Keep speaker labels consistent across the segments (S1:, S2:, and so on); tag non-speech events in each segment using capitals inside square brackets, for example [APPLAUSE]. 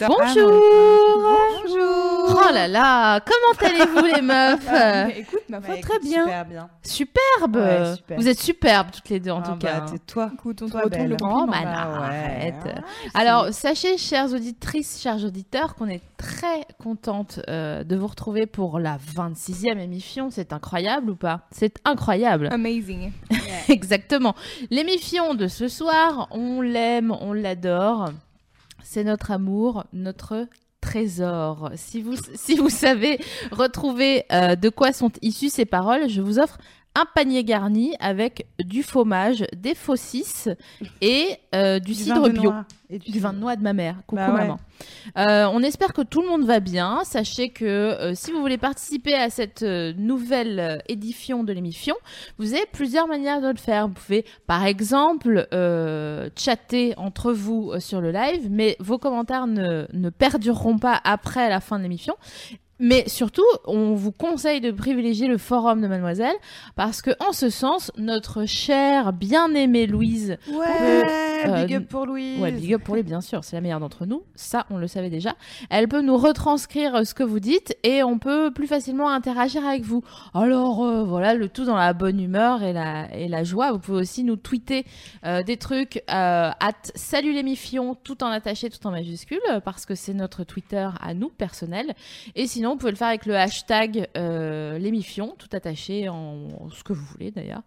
S1: Bonjour
S2: Bonjour
S1: Oh là là, comment allez-vous les meufs
S2: [LAUGHS] Ah, mais Écoute, ma
S1: Bah,
S2: foi,
S1: écoute,
S2: très bien.
S1: super
S2: bien.
S1: Superbe
S2: Ouais, super.
S1: Vous êtes superbes toutes les deux en
S2: Ah,
S1: tout
S2: bah,
S1: cas.
S2: t'es- toi, écoute, on te
S1: Toi,
S2: retourne le
S1: belle.
S2: compliment.
S1: Oh, bah,
S2: Bah, ouais.
S1: arrête.
S2: Ah, c'est-
S1: Alors, sachez, chères auditrices, chers auditeurs, qu'on est très contente euh, de vous retrouver pour la 26e émission. C'est incroyable ou pas C'est incroyable.
S2: amazing.
S1: [LAUGHS] Exactement. L'émission de ce soir, on l'aime, on l'adore. C'est notre amour, notre trésor. Si vous, si vous savez retrouver euh, de quoi sont issues ces paroles, je vous offre un panier garni avec du fromage, des faucisses et euh, du,
S2: vin
S1: cidre
S2: de
S1: bio.
S2: noix. Et
S1: Du vin de noix de ma mère. Coucou
S2: Bah ouais.
S1: maman. Euh, on espère que tout le monde va bien. Sachez que euh, si vous voulez participer à cette euh, nouvelle euh, édition de l'émission, vous avez plusieurs manières de le faire. Vous pouvez par exemple euh, chatter entre vous euh, sur le live, mais vos commentaires ne, ne perdureront pas après la fin de l'émission. Mais surtout, on vous conseille de privilégier le forum de mademoiselle parce que en ce sens, notre chère bien-aimée Louise
S2: Ouais,
S1: Euh,
S2: big up pour Louise.
S1: Ouais, big up pour lui, bien sûr, c'est la meilleure d'entre nous. Ça, on le savait déjà. Elle peut nous retranscrire euh, ce que vous dites et on peut plus facilement interagir avec vous. Alors, euh, voilà, le tout dans la bonne humeur et la, et la joie. Vous pouvez aussi nous tweeter euh, des trucs euh, at salut les mifions, tout en attaché, tout en majuscule, euh, parce que c'est notre Twitter à nous, personnel. Et sinon, vous pouvez le faire avec le hashtag euh, les mifions, tout attaché en ce que vous voulez d'ailleurs.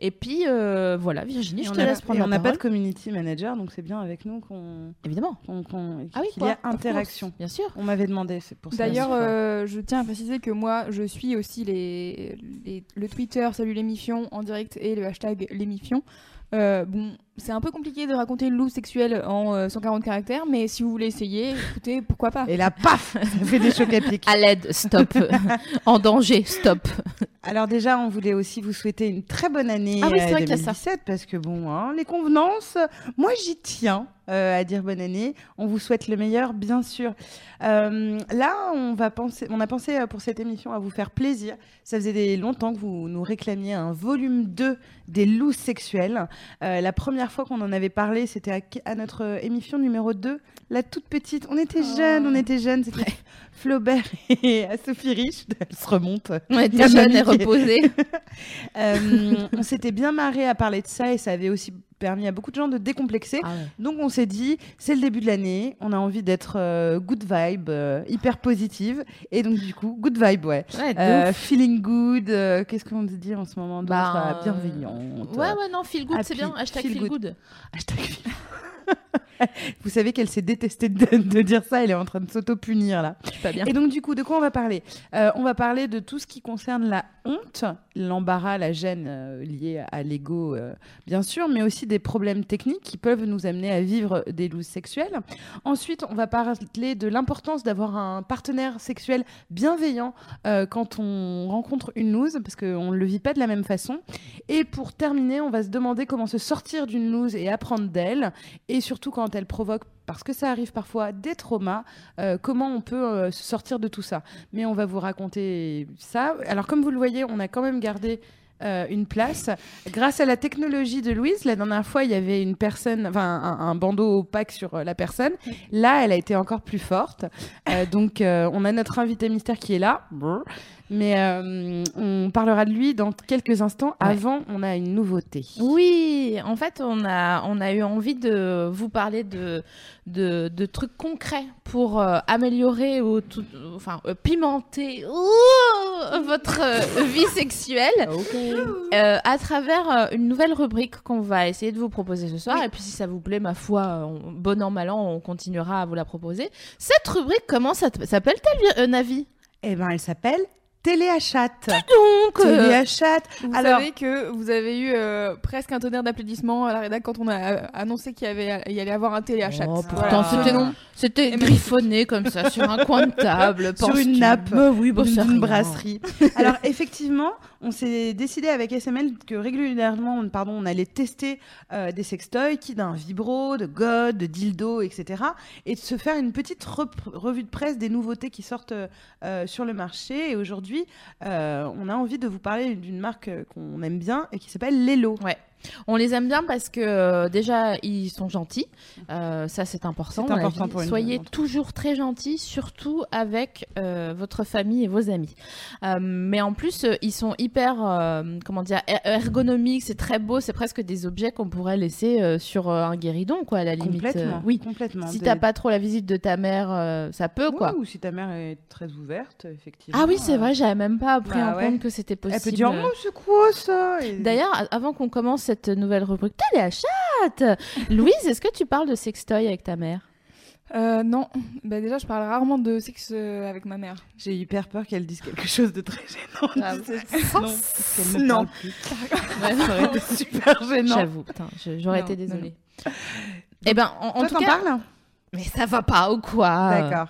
S1: Et puis, euh, voilà, Virginie,
S3: Et
S1: je
S3: on
S1: te
S3: a-
S1: laisse prendre
S3: et
S1: la
S3: on n'a pas
S1: parole.
S3: de community manager, donc c'est bien avec nous qu'on
S1: Évidemment.
S3: qu'on- qu'on-
S1: Ah oui,
S3: qu'il y
S1: quoi,
S3: a
S1: of course,
S3: interaction.
S1: Bien sûr.
S3: On m'avait demandé, c'est pour ça.
S2: D'ailleurs,
S3: c'est pas-
S2: euh, je tiens à préciser que moi, je suis aussi les, les- le Twitter Salut les Mifions en direct et le hashtag les Mifions. Euh, bon, c'est un peu compliqué de raconter le loup sexuel en euh, 140 caractères, mais si vous voulez essayer, écoutez, pourquoi
S1: Ah.
S2: pas.
S3: Et là, paf Ça fait des chocs à pic.
S1: À l'aide, [LAUGHS] stop. en danger, [LAUGHS] stop.
S3: Alors déjà, on voulait aussi vous souhaiter une très bonne année
S1: Ah oui, c'est
S3: euh,
S1: vrai qu'il y a ça.
S3: 2017 parce que bon, hein, les convenances, moi j'y tiens euh, à dire bonne année. On vous souhaite le meilleur, bien sûr. Euh, là, on va penser, on a pensé euh, pour cette émission à vous faire plaisir. Ça faisait des- longtemps que vous nous réclamiez un volume 2 des loups sexuels. Euh, la première fois qu'on en avait parlé, c'était à, à notre euh, émission numéro 2, la toute petite. On était
S2: Oh.
S3: jeunes, on était jeunes. C'était Flaubert et [LAUGHS] Sophie Rich. Elle se remonte.
S1: On
S3: La
S1: était jeunes
S3: mamie
S1: et
S3: qui-
S1: reposés. [LAUGHS]
S3: Euh, on s'était bien marré à parler de ça et ça avait aussi permis à beaucoup de gens de décomplexer.
S1: Ah
S3: Donc on s'est dit, c'est le début de l'année, on a envie d'être euh, good vibe, euh, hyper positive. Et donc du coup, good vibe, ouais.
S1: Ouais, de
S3: Euh,
S1: ouf.
S3: feeling good, euh, qu'est-ce qu'on se dit en ce moment d'autre Ah,
S1: Bah,
S3: Bienveillante.
S1: Ouais, ouais, non, feel good, c'est
S3: happy,
S1: bien. Hashtag feel,
S3: feel
S1: good. [LAUGHS]
S3: Hashtag feel- Vous savez qu'elle s'est détestée de, de dire ça, elle est en train de s'auto-punir là.
S1: Je suis pas bien.
S3: Et donc, du coup, de quoi on va parler Euh, On va parler de tout ce qui concerne la honte, l'embarras, la gêne euh, liée à l'ego, euh, bien sûr, mais aussi des problèmes techniques qui peuvent nous amener à vivre des loups sexuelles. Ensuite, on va parler de l'importance d'avoir un partenaire sexuel bienveillant euh, quand on rencontre une loose, parce qu'on ne le vit pas de la même façon. Et pour terminer, on va se demander comment se sortir d'une loose et apprendre d'elle, et surtout quand elle provoque, parce que ça arrive parfois, des traumas euh, comment on peut euh, se sortir de tout ça. Mais on va vous raconter ça. Alors, comme vous le voyez, on a quand même gardé euh, une place. Grâce à la technologie de Louise, la dernière fois, il y avait une personne, enfin, un, un bandeau opaque sur euh, la personne. Là, elle a été encore plus forte. Euh, donc, euh, on a notre invité mystère qui est là. Brr. Mais euh, on parlera de lui dans quelques instants. Avant, on a une nouveauté.
S1: Oui, en fait, on a, on a eu envie de vous parler de, de, de trucs concrets pour euh, améliorer ou tout- enfin, euh, pimenter ouh, votre euh, vie sexuelle euh, à travers euh, une nouvelle rubrique qu'on va essayer de vous proposer ce soir. Et puis, si ça vous plaît, ma foi, euh, on- bon an, mal an, on continuera à vous la proposer. Cette rubrique, comment ça t- s'appelle-t-elle, Vi- euh, Navi
S3: Eh ben, elle s'appelle Téléachat.
S1: Donc, euh,
S3: Téléachat.
S2: Vous
S3: Alors-
S2: savez que vous avez eu euh, presque un tonnerre d'applaudissements à la rédac quand on a euh, annoncé qu'il y, avait, il y allait avoir un téléachat.
S1: Oh, pourtant,
S2: Voilà.
S1: c'était-
S2: Ce nom,
S1: c'était
S2: Et
S1: griffonné comme ça sur un coin de table,
S3: [LAUGHS] Sur
S1: parce
S3: une
S1: que-
S3: nappe. euh,
S1: Bah oui, bah,
S3: Dans
S1: c'est
S3: une
S1: rien.
S3: brasserie.
S1: [LAUGHS]
S3: Alors effectivement, on s'est décidé avec SML que régulièrement, on- pardon, on allait tester euh, des sextoys, qui d'un vibro, de god, de dildo, etc. Et de se faire une petite rep- revue de presse des nouveautés qui sortent euh, sur le marché. Et aujourd'hui, euh, on a envie de vous parler d'une marque euh, qu'on aime bien et qui s'appelle Lelo.
S1: On les aime bien parce que euh, déjà ils sont gentils, Euh, ça c'est important.
S3: C'est
S1: on l'a
S3: important
S1: dit.
S3: pour une
S1: Soyez
S3: entreprise.
S1: toujours très gentils, surtout avec euh, votre famille et vos amis. Euh, mais en plus euh, ils sont hyper, euh, comment dire, er- ergonomiques, c'est très beau, c'est presque des objets qu'on pourrait laisser euh, sur euh, un guéridon quoi à la limite.
S3: Complètement.
S1: Euh, oui.
S3: Complètement.
S1: Si
S3: Des-
S1: t'as pas trop la visite de ta mère, euh, ça peut
S3: Ouais,
S1: quoi.
S3: Ou si ta mère est très ouverte, effectivement.
S1: Ah oui c'est
S3: euh,
S1: vrai, j'avais même pas pris
S3: bah
S1: en
S3: ouais.
S1: compte que c'était possible.
S3: Elle peut dire, oh, c'est quoi ça Et-
S1: D'ailleurs, a- avant qu'on commence cette nouvelle rubrique, t'as la chatte Louise, est-ce que tu parles de sextoy avec ta mère
S2: Euh, non, bah, déjà je parle rarement de sexe euh, avec ma mère.
S3: J'ai hyper peur qu'elle dise quelque chose de très gênant.
S1: Ah,
S3: de cette- non, parce qu'elle ne
S2: Non.
S3: parle plus. Ça aurait été super gênant.
S1: J'avoue, putain, je- j'aurais
S2: Non,
S1: été
S2: non,
S1: désolée. Eh ben, en, en
S3: Toi,
S1: tout
S3: t'en
S1: cas, euh,
S3: parles
S1: mais ça va pas ou quoi
S3: D'accord.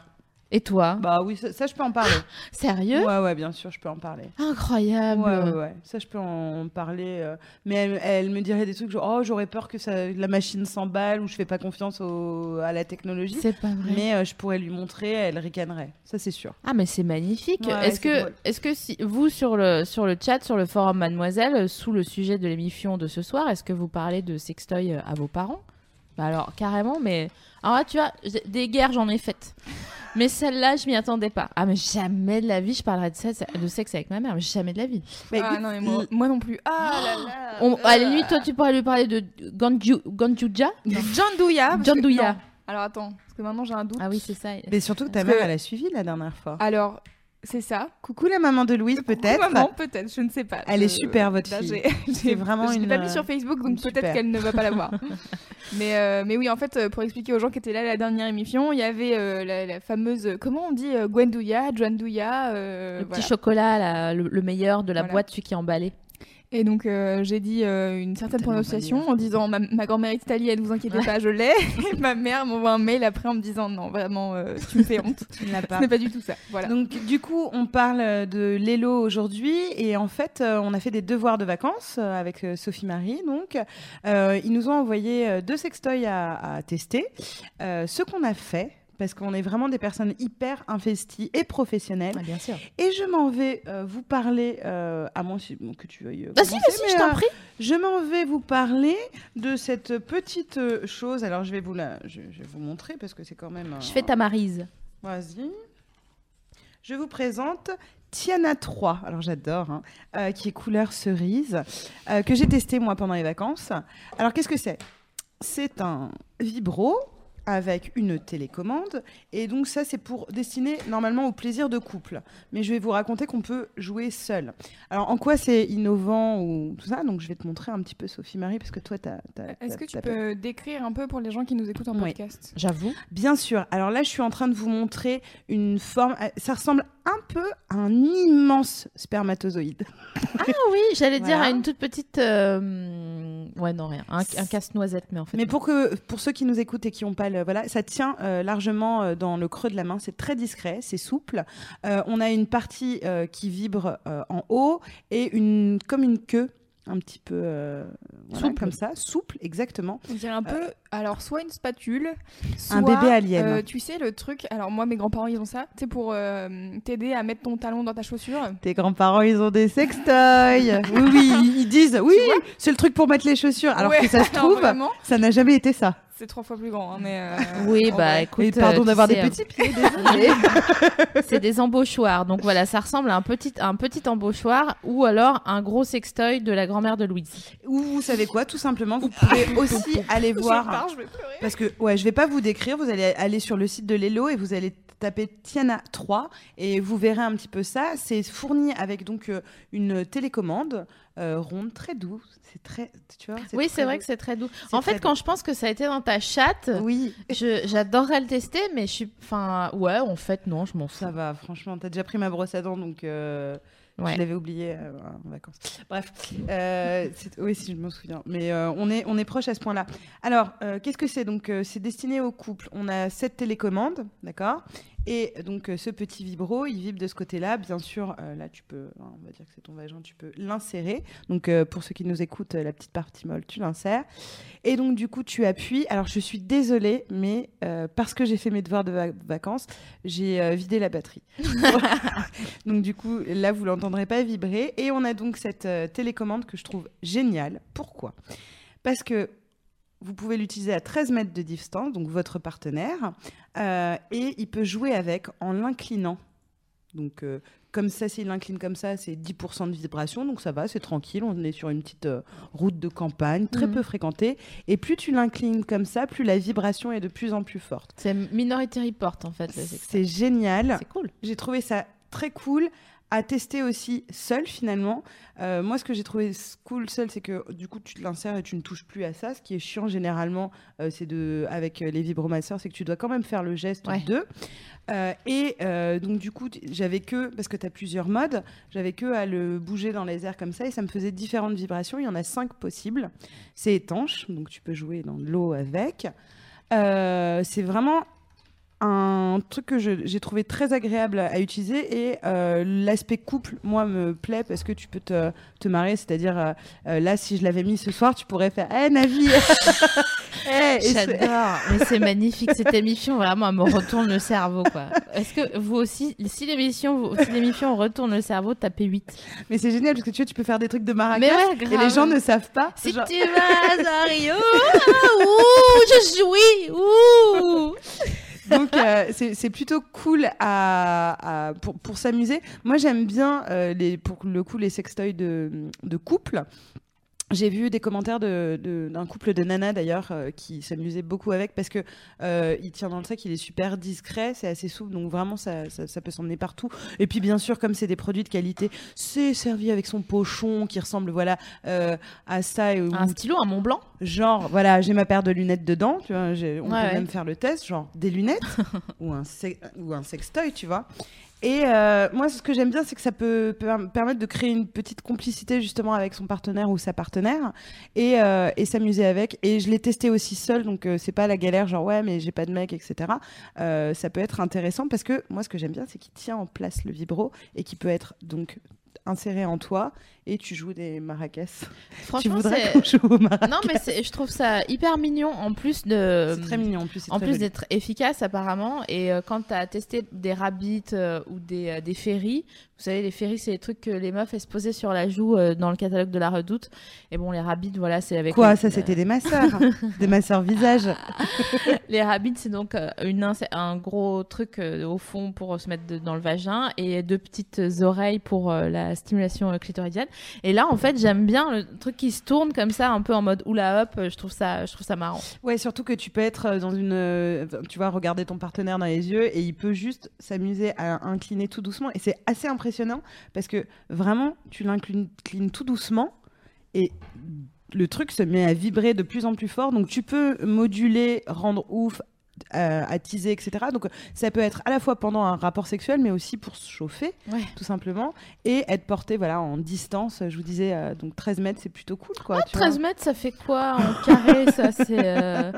S1: Et toi
S3: Bah oui, ça, ça, je peux en parler.
S1: Sérieux Ah, euh,
S3: ouais, ouais, bien sûr, je peux en parler. Ouais,
S1: Incroyable.
S3: ouais, ouais. Ça, je peux en parler. euh, Mais elle, elle me dirait des trucs genre, oh, j'aurais peur que ça, la machine s'emballe ou je fais pas confiance au- à la technologie.
S1: C'est pas vrai.
S3: Mais euh, je pourrais lui montrer, elle ricanerait. Ça, c'est sûr.
S1: Ah mais c'est magnifique.
S3: Ouais, ouais,
S1: est-ce
S3: c'est
S1: que
S3: drôle.
S1: est-ce que si vous sur le sur le chat sur le forum Mademoiselle euh, sous le sujet de l'émission de ce soir, est-ce que vous parlez de sextoy euh, à vos parents Bah alors carrément mais alors là, tu vois, j'ai- des guerres j'en ai faites. Mais celle-là, je m'y attendais pas. Ah mais jamais de la vie je parlerai de sexe, de sexe avec ma mère, mais jamais de la vie.
S3: Mais
S2: ah
S3: écoute,
S2: non, mais moi,
S3: l-
S2: moi non plus. Ah là là.
S1: On, à la limite toi tu pourrais lui parler de Ganju Ganjuja
S2: John Douya. parce que-
S1: John Douya.
S2: non. Alors attends, parce que maintenant j'ai un doute.
S1: Ah oui, c'est ça.
S3: Mais surtout que ta
S2: Parce
S3: mère,
S2: que-
S3: elle a suivi la dernière fois.
S1: Ah.
S2: Alors, c'est ça.
S3: Coucou la maman de Louise,
S2: Coucou,
S3: peut-être.
S2: Maman, peut-être, je ne sais pas.
S3: Elle
S2: Je-
S3: est super, votre
S2: Là,
S3: fille.
S2: j'ai- j'ai-
S3: vraiment
S2: Je l'ai
S3: une,
S2: pas mis
S3: euh,
S2: sur Facebook,
S3: une
S2: donc
S3: super.
S2: peut-être qu'elle ne va pas
S3: [LAUGHS]
S2: la voir. mais, euh, mais oui, en fait, euh, pour expliquer aux gens qui étaient là à la dernière émission, il y avait euh, la, la fameuse, comment on dit, euh, Gwendouya, Joandouya. euh,
S1: Le petit
S2: voilà.
S1: chocolat, là, le, le meilleur de la
S2: Voilà.
S1: boîte, celui qui est emballé.
S2: Et donc, euh, j'ai dit euh, une certaine
S3: Tellement
S2: prononciation en disant ma, ma grand-mère est italienne, vous inquiétez pas,
S3: [LAUGHS]
S2: je l'ai. Et ma mère m'envoie un mail après en me disant non, vraiment, euh, tu me fais honte.
S3: [LAUGHS] Tu ne l'as
S2: Ce
S3: pas.
S2: n'est pas du tout ça. Voilà.
S3: Donc du coup, on parle euh, de l'élo aujourd'hui et en fait, euh, on a fait des devoirs de vacances euh, avec euh, Sophie Marie. Donc, Euh, ils nous ont envoyé euh, deux sextoys à, à tester. Euh, ce qu'on a fait, parce qu'on est vraiment des personnes hyper investies et professionnelles.
S1: bien sûr.
S3: Et je m'en vais euh, vous parler, euh, à moins si- bon, que tu veuilles. euh,
S1: Vas-y,
S3: commencer,
S1: vas-y,
S3: mais,
S1: je t'en
S3: euh,
S1: prie.
S3: Je m'en vais vous parler de cette petite euh, chose. Alors, je vais vous la, je, je vais vous montrer parce que c'est quand même. euh,
S1: Je
S3: un-
S1: fais ta marise.
S3: Vas-y. Je vous présente Tiana 3, alors j'adore, hein, euh, qui est couleur cerise, euh, que j'ai testé moi pendant les vacances. Alors qu'est-ce que c'est C'est un vibro avec une télécommande et donc ça c'est pour destiné normalement au plaisir de couple. Mais je vais vous raconter qu'on peut jouer seul. Alors en quoi c'est innovant ou tout ça Donc je vais te montrer un petit peu Sophie Marie parce que toi t'as. t'as-
S2: Est-ce
S3: t'as-
S2: que tu
S3: t'as-
S2: peux décrire un peu pour les gens qui nous écoutent en
S3: Oui.
S2: podcast
S1: J'avoue.
S3: Bien sûr. Alors là, je suis en train de vous montrer une forme. euh, Ça ressemble un peu à un immense spermatozoïde.
S1: Ah oui, j'allais
S3: Voilà.
S1: dire à une toute petite. euh, Ouais, non, rien. Un, un casse-noisette, mais en fait.
S3: Mais pour que pour ceux qui nous écoutent et qui n'ont pas le voilà, ça tient euh, largement euh, dans le creux de la main. C'est très discret, c'est souple. Euh, on a une partie euh, qui vibre euh, en haut et une comme une queue un petit peu euh, voilà,
S1: Souple.
S3: comme ça, souple exactement.
S2: On dirait un peu, Euh, alors soit une spatule, soit,
S3: Un bébé alien.
S2: euh, tu sais le truc, alors moi mes grands-parents ils ont ça, c'est pour euh, t'aider à mettre ton talon dans ta chaussure.
S3: Tes grands-parents, ils ont des sextoys. oui, oui, ils disent oui, c'est le truc pour mettre les chaussures. Alors
S2: Ouais,
S3: que ça se
S2: [LAUGHS]
S3: [LAUGHS]
S2: alors
S3: trouve,
S2: vraiment,
S3: ça n'a jamais été ça.
S2: c'est trois fois plus grand, hein, mais. euh,
S1: Oui,
S2: en
S1: bah
S2: vrai.
S1: écoute.
S3: Et pardon
S1: euh,
S3: d'avoir
S1: tu
S3: des petits
S1: sais, [LAUGHS]
S3: pieds.
S1: euh, C'est des embauchoirs. Donc voilà, ça ressemble à un petit, un petit embauchoir ou alors un gros sextoy de la grand-mère de Louise.
S3: Ou vous savez quoi, tout simplement, vous pouvez
S1: [LAUGHS]
S3: aussi aller
S2: Je
S3: voir.
S2: pars, je vais pleurer.
S3: Parce que ouais, je vais pas vous décrire. Vous allez aller sur le site de Lelo et vous allez tapez Tiana 3 et vous verrez un petit peu ça. C'est fourni avec donc euh, une télécommande euh, ronde, très doux. C'est très, tu vois.
S1: Oui, c'est
S3: très
S1: vrai
S3: doux.
S1: que c'est euh, très doux.
S3: C'est
S1: En fait,
S3: très
S1: quand je pense que ça a été dans ta chatte,
S3: Oui,
S1: je- j'adorerais le tester, mais je suis. Enfin, ouais, en fait, non, je m'en fous.
S3: ça va, franchement. T'as déjà pris ma brosse à dents, donc euh,
S1: Ouais.
S3: je l'avais oublié euh, en vacances. Bref, euh, c'est- oui, si je m'en souviens. Mais euh, on est, on est proche à ce point-là. Alors, euh, qu'est-ce que c'est Donc, euh, c'est destiné au couple. On a cette télécommande, d'accord et donc euh, ce petit vibro, il vibre de ce côté-là. Bien sûr, euh, là tu peux, hein, on va dire que c'est ton vagin, tu peux l'insérer. Donc euh, pour ceux qui nous écoutent, euh, la petite partie molle, tu l'insères. Et donc du coup tu appuies. Alors je suis désolée, mais euh, parce que j'ai fait mes devoirs de va- vacances, j'ai euh, vidé la
S1: [LAUGHS]
S3: batterie. [LAUGHS] donc du coup là vous l'entendrez pas vibrer. Et on a donc cette euh, télécommande que je trouve géniale. Pourquoi Parce que vous pouvez l'utiliser à 13 mètres de distance, donc votre partenaire, euh, et il peut jouer avec en l'inclinant. Donc, euh, comme ça, s'il l'incline comme ça, c'est 10% de vibration, donc ça va, c'est tranquille. On est sur une petite euh, route de campagne, très
S1: Mhm.
S3: peu fréquentée. Et plus tu l'inclines comme ça, plus la vibration est de plus en plus forte.
S1: C'est Minority Report, en fait. le sexe.
S3: C'est génial.
S1: C'est cool.
S3: J'ai trouvé ça très cool à tester aussi seul finalement. Euh, moi, ce que j'ai trouvé s- cool seul, c'est que du coup, tu te l'insères et tu ne touches plus à ça. Ce qui est chiant généralement, euh, c'est de avec euh, les vibromasseurs, c'est que tu dois quand même faire le geste
S1: Ouais.
S3: de. Euh, et euh, donc du coup, t- j'avais que parce que tu as plusieurs modes, j'avais que à le bouger dans les airs comme ça et ça me faisait différentes vibrations. Il y en a cinq possibles. C'est étanche, donc tu peux jouer dans de l'eau avec. Euh, c'est vraiment un truc que je- j'ai trouvé très agréable à utiliser et euh, l'aspect couple, moi, me plaît parce que tu peux te, te marrer. C'est-à-dire, euh, euh, là, si je l'avais mis ce soir, tu pourrais faire Hé, Navi [LAUGHS] Eh, et c'est-
S1: J'adore, Ah, mais c'est magnifique cette émission, vraiment, elle me retourne le cerveau, quoi. Est-ce que vous aussi, si l'émission, vous- si l'émission retourne le cerveau, tapez 8.
S3: Mais c'est génial parce que tu vois, tu peux faire des trucs de maracas
S1: Mais ouais,
S3: et les
S1: grave.
S3: gens ne savent pas.
S1: Si
S3: Genre-
S1: tu vas à
S3: [LAUGHS]
S1: Rio, ah, ouh, je jouis, ouh.
S3: Donc
S1: [LAUGHS]
S3: euh, c'est c'est plutôt cool à, à- pour, pour s'amuser. Moi j'aime bien euh, les, pour le coup les sextoys de, de couple. J'ai vu des commentaires d'un de, d'un couple de nanas d'ailleurs euh, qui s'amusait beaucoup avec parce que euh, il tient dans le sac, il est super discret, c'est assez souple donc vraiment ça, ça, ça peut s'emmener partout. Et puis bien sûr comme c'est des produits de qualité, c'est servi avec son pochon qui ressemble voilà euh, à ça et au
S1: Un stylo, un Mont Blanc.
S3: Genre, voilà, j'ai ma paire de lunettes dedans, tu vois, j'ai- on
S1: Ouais,
S3: peut
S1: ouais.
S3: même faire le test, genre des lunettes
S1: [LAUGHS]
S3: ou, un se- ou un sextoy, tu vois. Et euh, moi, ce que j'aime bien, c'est que ça peut per- permettre de créer une petite complicité justement avec son partenaire ou sa partenaire et, euh, et s'amuser avec. Et je l'ai testé aussi seul, donc euh, c'est pas la galère, genre ouais, mais j'ai pas de mec, etc. Euh, ça peut être intéressant parce que moi, ce que j'aime bien, c'est qu'il tient en place le vibro et qui peut être donc inséré en toi et tu joues des maracas. Tu
S1: Franchement,
S3: voudrais
S1: c'est.
S3: qu'on joue aux maracas
S1: Non, mais c'est- je trouve ça hyper mignon en plus de.
S3: C'est très mignon en plus. c'est
S1: Euh, En
S3: très
S1: plus
S3: joli.
S1: d'être efficace apparemment, et euh, quand tu as testé des rabbits euh, ou des, euh, des ferries, vous savez les ferries c'est les trucs que les meufs elles se posaient sur la joue euh, dans le catalogue de la redoute, et bon les rabbits voilà c'est avec...
S3: Quoi,
S1: le-
S3: ça c'était des masseurs, des masseurs visage.
S1: [LAUGHS] Les rabbits c'est donc euh, une, inse- un gros truc euh, au fond pour se mettre de- dans le vagin, et deux petites oreilles pour euh, la stimulation euh, clitoridienne, et là en fait j'aime bien le truc qui se tourne comme ça un peu en mode oula hop, euh, je trouve ça, je trouve ça marrant.
S3: Ouais, surtout que tu peux être euh, dans une, euh, tu vois, regarder ton partenaire dans les yeux et il peut juste s'amuser à incliner tout doucement et c'est assez impressionnant parce que vraiment tu l'inclines inclines tout doucement et le truc se met à vibrer de plus en plus fort donc tu peux moduler, rendre ouf, euh, attiser, etc. Donc ça peut être à la fois pendant un rapport sexuel mais aussi pour se chauffer
S1: Ouais.
S3: tout simplement et être porté voilà en distance. Je vous disais euh, donc 13 mètres c'est plutôt cool quoi. tu vois.
S1: 13 mètres, ça fait quoi
S3: [LAUGHS]
S1: en carré Ça, c'est. euh,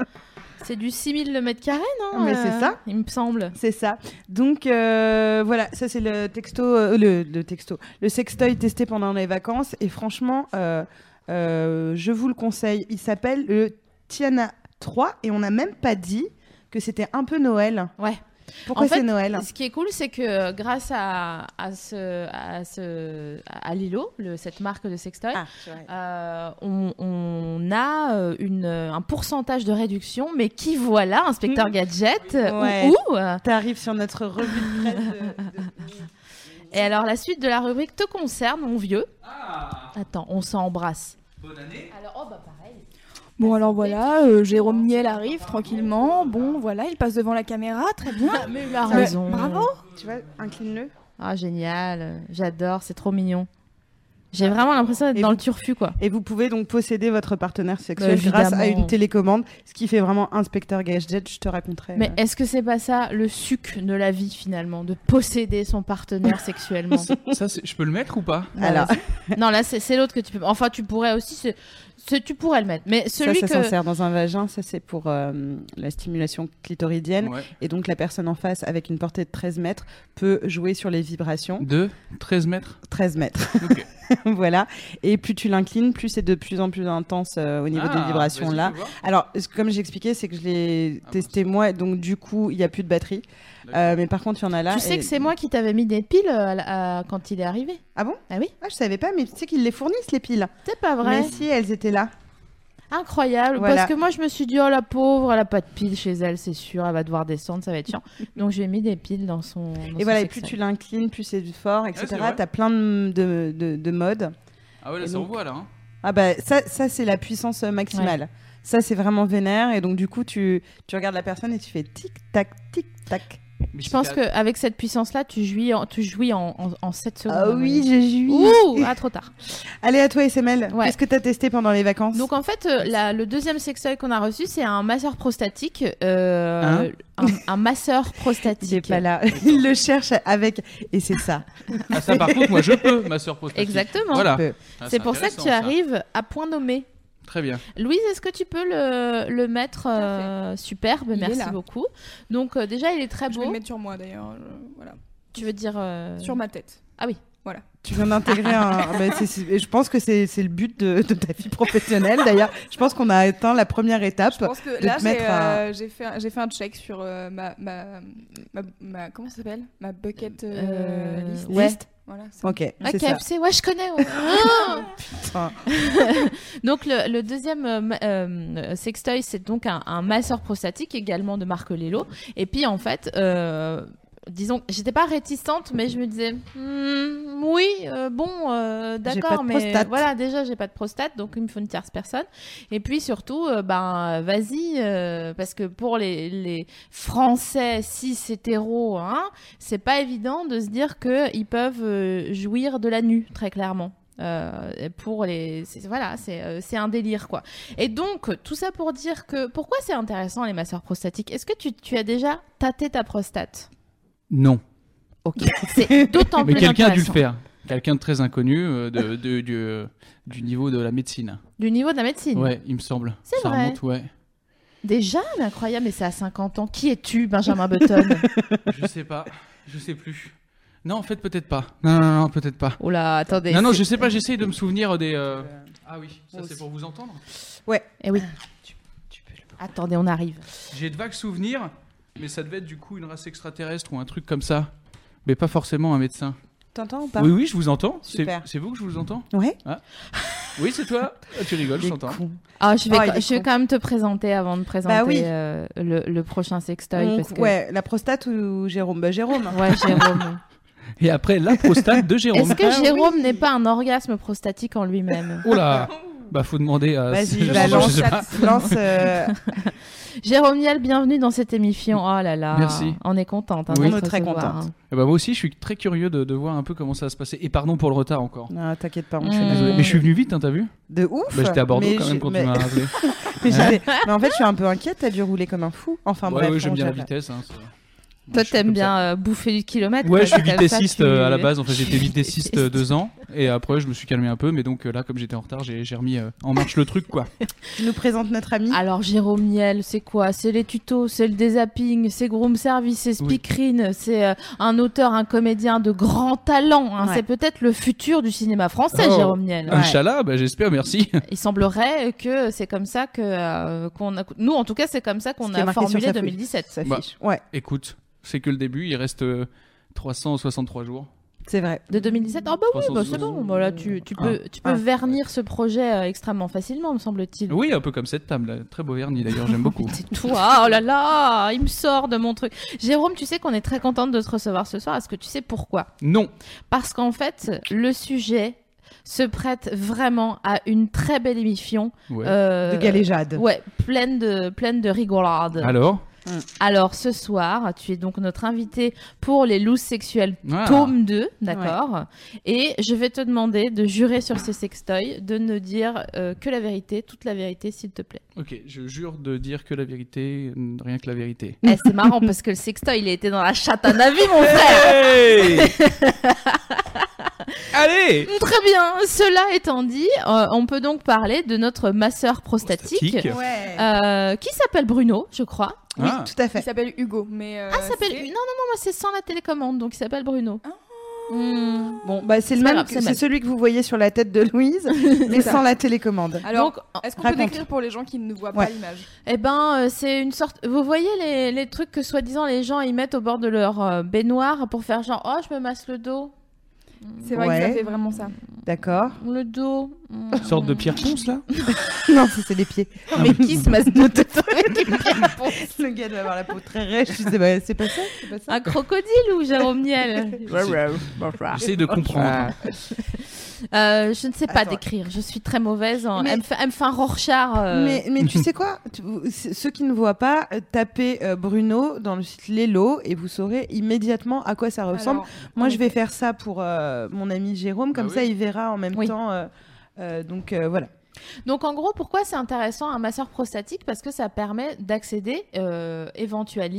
S1: C'est du 6000 le mètre carré, non euh,
S3: Mais c'est ça.
S1: Il me semble.
S3: C'est ça. Donc euh, voilà, ça c'est le texto, euh, le, le texto, le sextoy testé pendant les vacances. Et franchement, euh, euh, je vous le conseille. Il s'appelle le Tiana 3 et on n'a même pas dit que c'était un peu Noël.
S1: Ouais.
S3: Pourquoi
S1: En fait,
S3: c'est Noël
S1: Ce qui est cool, c'est que euh, grâce à, à, ce, à, ce, à Lilo, le- cette marque de sextoy,
S3: Ah.
S1: euh, on, on a euh, une, un pourcentage de réduction, mais qui voilà, inspecteur gadget, euh,
S3: Mmh. Ouais.
S1: ou, ou, euh,
S3: T'arrives sur notre revue de
S1: [LAUGHS]
S3: presse. euh, de- de-
S1: Et alors la suite de la rubrique te concerne, mon vieux. Attends, on s'embrasse.
S4: Ah. Bonne année.
S1: Alors, oh bah pareil.
S2: Bon, alors voilà, euh, Jérôme Niel arrive tranquillement. Bon, voilà, il passe devant la caméra, très bien.
S1: Mais il a
S3: Ouais,
S1: raison.
S2: Bravo.
S3: Tu vois, incline-le.
S1: Ah, génial. J'adore, c'est trop mignon. J'ai vraiment l'impression d'être
S3: Et
S1: dans
S3: vous-
S1: le turfu, quoi.
S3: Et vous pouvez donc posséder votre partenaire sexuel
S1: Bah,
S3: grâce à
S1: évidemment.
S3: une télécommande, ce qui fait vraiment inspecteur gadget, je te raconterai.
S1: Mais
S3: euh.
S1: est-ce que c'est pas ça le suc de la vie, finalement, de posséder son partenaire sexuellement
S3: [LAUGHS]
S4: Ça, c'est- je peux le mettre ou pas
S1: euh,
S3: Alors,
S1: Non, là, c'est c'est l'autre que tu peux. Enfin, tu pourrais aussi. c'est- c'est- tu pourrais le mettre. Mais celui
S3: ça, ça
S1: que.
S3: s'insère dans un vagin, ça c'est pour euh, la stimulation clitoridienne.
S4: Ouais.
S3: Et donc la personne en face, avec une portée de 13 mètres, peut jouer sur les vibrations.
S4: De 13 mètres.
S3: 13 mètres,
S4: [LAUGHS]
S3: [LAUGHS]
S4: Ok.
S3: voilà. Et plus tu l'inclines, plus c'est de plus en plus intense euh, au niveau des
S4: Ah,
S3: vibrations
S4: vas-y,
S3: là.
S4: fais voir.
S3: Alors, ce- comme j'expliquais, c'est que je l'ai
S4: Ah,
S3: testé moi, donc du coup, il n'y a plus de batterie.
S4: D'accord.
S3: Euh, mais par contre, il y en a là.
S1: tu sais
S3: et-
S1: que c'est moi qui t'avais mis des piles euh, à la- à- quand il est arrivé.
S3: Ah bon
S1: Ah oui
S3: Ah, je savais pas, mais tu sais qu'ils les fournissent, les piles.
S1: C'est pas vrai.
S3: Mais si, elles étaient là.
S1: Incroyable.
S3: Voilà.
S1: Parce que moi, je me suis dit, oh la pauvre, elle a pas de piles chez elle, c'est sûr, elle va devoir descendre, ça va être chiant. Donc, j'ai mis des piles dans son. dans
S3: et
S1: son
S3: voilà, et plus
S1: sextoy.
S3: tu l'inclines, plus c'est fort, etc.
S4: Ah, c'est vrai.
S3: T'as plein de, de, de- de modes.
S4: Ah ouais, là,
S3: et
S4: ça
S3: donc-
S4: envoie là. hein.
S3: Ah bah, ça, ça c'est la puissance euh, maximale. Ça, c'est vraiment vénère. Et donc, du coup, tu, tu regardes la personne et tu fais tic-tac, tic-tac.
S4: Mais
S1: Je
S4: si
S1: pense
S4: t'as-
S1: qu'avec cette puissance-là, tu jouis en, tu jouis en, en, 7 secondes. à
S3: Ah
S1: mon
S3: oui,
S1: avis.
S3: j'ai joui.
S1: Ouh, ah, trop tard.
S3: [LAUGHS] Allez, à toi, SML.
S1: Ouais.
S3: Qu'est-ce que t'as testé pendant les vacances
S1: Donc en fait, euh, la- le deuxième sextoy qu'on a reçu, c'est un masseur prostatique. euh, un, un masseur prostatique.
S3: Il est pas là. [LAUGHS] Il le cherche avec. Et c'est ça.
S4: [LAUGHS] Ah, ça, par contre, moi, je peux, ma soeur prostatique.
S1: Exactement.
S4: Voilà.
S3: Peu.
S4: Ah,
S1: C'est pour ça que tu
S4: intéressant,
S1: arrives à point nommé.
S4: Très bien.
S1: Louise, est-ce que tu peux le, le mettre
S2: à fait.
S1: euh, superbe
S2: Il est
S1: Merci
S2: là.
S1: beaucoup. Donc euh, déjà, il est très
S2: Je vais
S1: beau.
S2: le mettre sur moi d'ailleurs, je- voilà.
S1: Tu veux dire euh,
S2: Sur ma tête.
S3: Tu viens d'intégrer un.
S1: [LAUGHS]
S3: ah bah, c'est- c'est- je pense que c'est c'est le but de, de ta vie professionnelle. D'ailleurs, je pense qu'on a atteint la première étape.
S2: Je pense que
S3: de
S2: là,
S3: te
S2: j'ai
S3: mettre à-
S2: euh, j'ai fait, un- j'ai fait un check sur euh, ma, ma, ma, ma- Comment ça s'appelle Ma bucket euh,
S1: Euh,
S2: list.
S1: ouais.
S2: List. Voilà, c'est-
S3: Ok,
S1: Ah,
S3: c'est ça.
S1: KFC, ouais, je connais. ouais. [LAUGHS] Ah
S3: Putain.
S1: [LAUGHS] donc le, le deuxième euh, ma- euh, sextoy, c'est donc un, un masseur prostatique également de Marc Lello. Et puis en fait, euh, disons, j'étais pas réticente, mais je me disais, Hmm, oui, euh, bon, euh,
S3: J'ai
S1: d'accord,
S3: pas de
S1: mais
S3: prostate.
S1: voilà, déjà j'ai pas de prostate, donc il me faut une tierce personne. Et puis surtout, euh, ben vas-y, euh, parce que pour les, les Français cis hétéros, hein, c'est pas évident de se dire que ils peuvent euh, jouir de la nu très clairement. Euh, pour les c'est- voilà c'est euh, c'est un délire quoi et donc tout ça pour dire que pourquoi c'est intéressant les masseurs prostatiques est-ce que tu, tu as déjà tâté ta prostate
S4: Non.
S1: ok c'est d'autant plus
S4: Mais quelqu'un a dû le
S1: intéressant.
S4: faire. Quelqu'un de très inconnu euh, de, de- du, euh, du niveau de la médecine.
S1: du niveau de la médecine
S4: Ouais, il me semble.
S1: C'est
S4: ça
S1: vrai.
S4: remonte, ouais.
S1: déjà mais incroyable mais c'est à 50 ans qui es-tu
S3: [LAUGHS]
S1: Benjamin Button
S4: [LAUGHS] Je sais pas. Je sais plus. Non, en fait, peut-être pas. Non, non, non, peut-être pas.
S1: oh là attendez
S4: Non, non,
S1: c'est-
S4: je sais pas, j'essaye de me souvenir des. euh, Ah oui, ça c'est pour vous entendre.
S1: eh oui
S4: Tu peux le-
S1: attendez on arrive
S4: J'ai de vagues souvenirs, mais ça devait être du coup une race extraterrestre ou un truc comme ça. Mais pas forcément un médecin.
S3: T'entends ou pas
S4: Oui, oui, je vous entends. C'est
S3: Super.
S4: c'est vous que je vous entends
S3: Ouais.
S4: Oui, c'est toi. Ah, tu rigoles, je
S3: Les
S4: t'entends.
S3: cons.
S1: ah je vais
S3: Oh, il est
S1: je vais
S3: con. Bah
S1: quand même te présenter avant de présenter
S3: oui.
S1: euh, le, le prochain sextoy
S3: Donc,
S1: parce que
S3: Ouais, la prostate ou Jérôme Bah,
S1: [LAUGHS]
S3: Jérôme.
S1: Ouais,
S4: [LAUGHS]
S1: Jérôme.
S4: Et après, la prostate de Jérôme.
S1: Est-ce que Jérôme n'est pas un orgasme prostatique en lui-même
S4: Oh là Bah, faut demander à.
S3: Vas-y,
S4: je
S3: bah,
S4: sais
S3: lance,
S4: pas.
S3: lance, euh,
S1: Jérôme Niel, bienvenue dans cette émission. Oh là là.
S4: Merci.
S1: On est contente. hein,
S4: Oui.
S1: de
S3: On est
S1: te
S3: très
S1: recevoir,
S3: contente.
S1: hein.
S4: Eh bah, moi aussi, je suis très curieux de, de voir un peu comment ça va se passer. Et pardon pour le retard encore.
S3: Non, t'inquiète pas, on
S1: Mm.
S3: fait
S4: Désolé. Mais je suis venu vite, hein, t'as vu
S3: de ouf.
S4: bah, J'étais à Bordeaux
S3: Euh, mais
S4: quand
S3: j'ai-
S4: même quand
S3: mais...
S4: tu m'as
S3: [LAUGHS]
S4: rappelé.
S3: mais j'étais- mais en fait, je suis un peu inquiète, t'as dû rouler comme un fou. Enfin
S4: ouais,
S3: bref,
S4: ouais,
S3: on
S4: j'aime bien la
S3: gère.
S4: vitesse. hein, c'est- Moi,
S1: Toi,
S4: je suis
S1: t'aimes
S4: comme ça.
S1: bien euh, bouffer du kilomètre.
S4: Ouais,
S1: quoi,
S4: je suis
S1: t'aimes ça,
S4: vitessiste
S1: tu-
S4: euh, à la base. En fait, j'étais vitessiste euh,
S1: Vitessiste.
S4: deux ans et après, je me suis calmé un peu. Mais donc euh, là, comme j'étais en retard, j'ai j'ai remis euh, en marche le truc, quoi.
S3: Tu nous présentes notre ami.
S1: Alors, Jérôme Niel, c'est quoi C'est les tutos, c'est le désapping, c'est Groom Service, c'est
S4: Oui.
S1: Speakerine, c'est euh, un auteur, un comédien de grand talent. hein.
S3: Ouais.
S1: C'est peut-être le futur du cinéma français,
S4: Oh.
S1: Jérôme Niel.
S4: [LAUGHS]
S1: Ouais.
S4: Inch'Allah, bah, j'espère, merci. [LAUGHS]
S1: Il semblerait que c'est comme ça que euh, qu'on a... nous, en tout cas, c'est comme ça qu'on
S3: qui est
S1: a
S3: marqué sur
S1: formulé
S3: sa feuille.
S1: 2017.
S3: Ça
S4: Bah.
S3: fiche. Ouais,
S4: Écoute, c'est que le début, il reste euh, 363 jours.
S3: c'est vrai.
S1: De 2017 Oh bah oui, bah c'est
S4: 360.
S1: bon. Bah là, tu, tu peux, tu peux
S3: Ah.
S1: vernir ce projet euh, extrêmement facilement, me semble-t-il.
S4: Oui, un peu comme cette table, là. très beau vernis d'ailleurs, j'aime
S1: [LAUGHS]
S4: beaucoup.
S1: C'est toi, oh là là, il me sort de mon truc. Jérôme, tu sais qu'on est très contente de te recevoir ce soir. Est-ce que tu sais pourquoi
S4: Non,
S1: Parce qu'en fait, le sujet se prête vraiment à une très belle émission.
S4: Ouais.
S1: euh,
S3: De galéjade.
S1: Ouais, pleine de, pleine de rigolade. Alors...
S4: Alors
S1: ce soir, tu es donc notre invité pour les looses sexuelles
S4: Ah.
S1: tome 2, d'accord Et je vais te demander de jurer sur ce sextoy, de ne dire euh, que la vérité, toute la vérité, s'il te plaît.
S4: Ok, je jure de dire que la vérité, n- rien que
S1: [LAUGHS]
S4: la vérité.
S1: Eh, c'est marrant parce que le sextoy, il a été dans la chatte à Navi, mon frère
S4: Hey Allez
S1: Mm, [LAUGHS] Très bien, cela étant dit, euh, on peut donc parler de notre masseur prostatique,
S4: Prostatique.
S3: Ouais.
S1: euh, qui s'appelle Bruno, je crois.
S3: Oui,
S4: Ah,
S3: tout à
S2: Il
S3: fait.
S2: s'appelle Hugo, mais. euh,
S1: Ah, ça s'appelle... Non, non, non, moi, c'est sans la télécommande, donc il s'appelle Bruno. Mm.
S3: Bon, bah c'est le
S1: C'est
S3: même,
S1: pas grave,
S3: que-
S1: c'est le
S3: c'est
S1: même.
S3: celui que vous voyez sur la tête de Louise, mais
S2: ça.
S3: sans la télécommande.
S2: Alors,
S1: donc,
S2: est-ce qu'on peut
S3: raconte.
S2: décrire pour les gens qui ne voient
S3: Ouais.
S2: pas l'image
S1: Eh ben, euh, c'est une sorte. Vous voyez les, les trucs que soi-disant les gens y mettent au bord de leur euh, baignoire pour faire genre oh je me masse le dos,
S2: C'est vrai que
S3: Ouais.
S2: ça fait
S3: [LAUGHS]
S2: vraiment ça.
S3: D'accord.
S1: le dos. mm.
S4: une sorte de Pierre Ponce là
S3: [LAUGHS] Non, ça, c'est les pieds.
S1: [LAUGHS] Mais qui se masse le dos [LAUGHS] avec une pierre pour-
S3: Le gars doit avoir la peau [LAUGHS] très rêche. Je sais pas, c'est pas ça. C'est pas ça.
S1: Un crocodile ou Jérôme Niel
S4: J'essaie de comprendre.
S1: Euh, Je ne sais pas
S3: Attends.
S1: décrire. Je suis très mauvaise. En...
S3: Mais-
S1: Elle, me fait, elle me fait un Rorschach. euh,
S3: Mais, mais [LAUGHS] tu sais quoi Tu- vous- c- Ceux qui ne voient pas, euh, tapez euh, Bruno dans le site Lelo et vous saurez immédiatement à quoi ça ressemble.
S2: Alors,
S3: Moi,
S2: en
S3: je vais faire ça pour euh, mon ami Jérôme, comme
S4: Bah
S3: ça,
S4: oui.
S3: il verra en même
S1: Oui.
S3: temps. euh, euh, donc euh,
S2: [LAUGHS]
S3: voilà.
S1: Donc en gros, pourquoi c'est intéressant un masseur prostatique Parce que ça permet d'accéder euh, éventuellement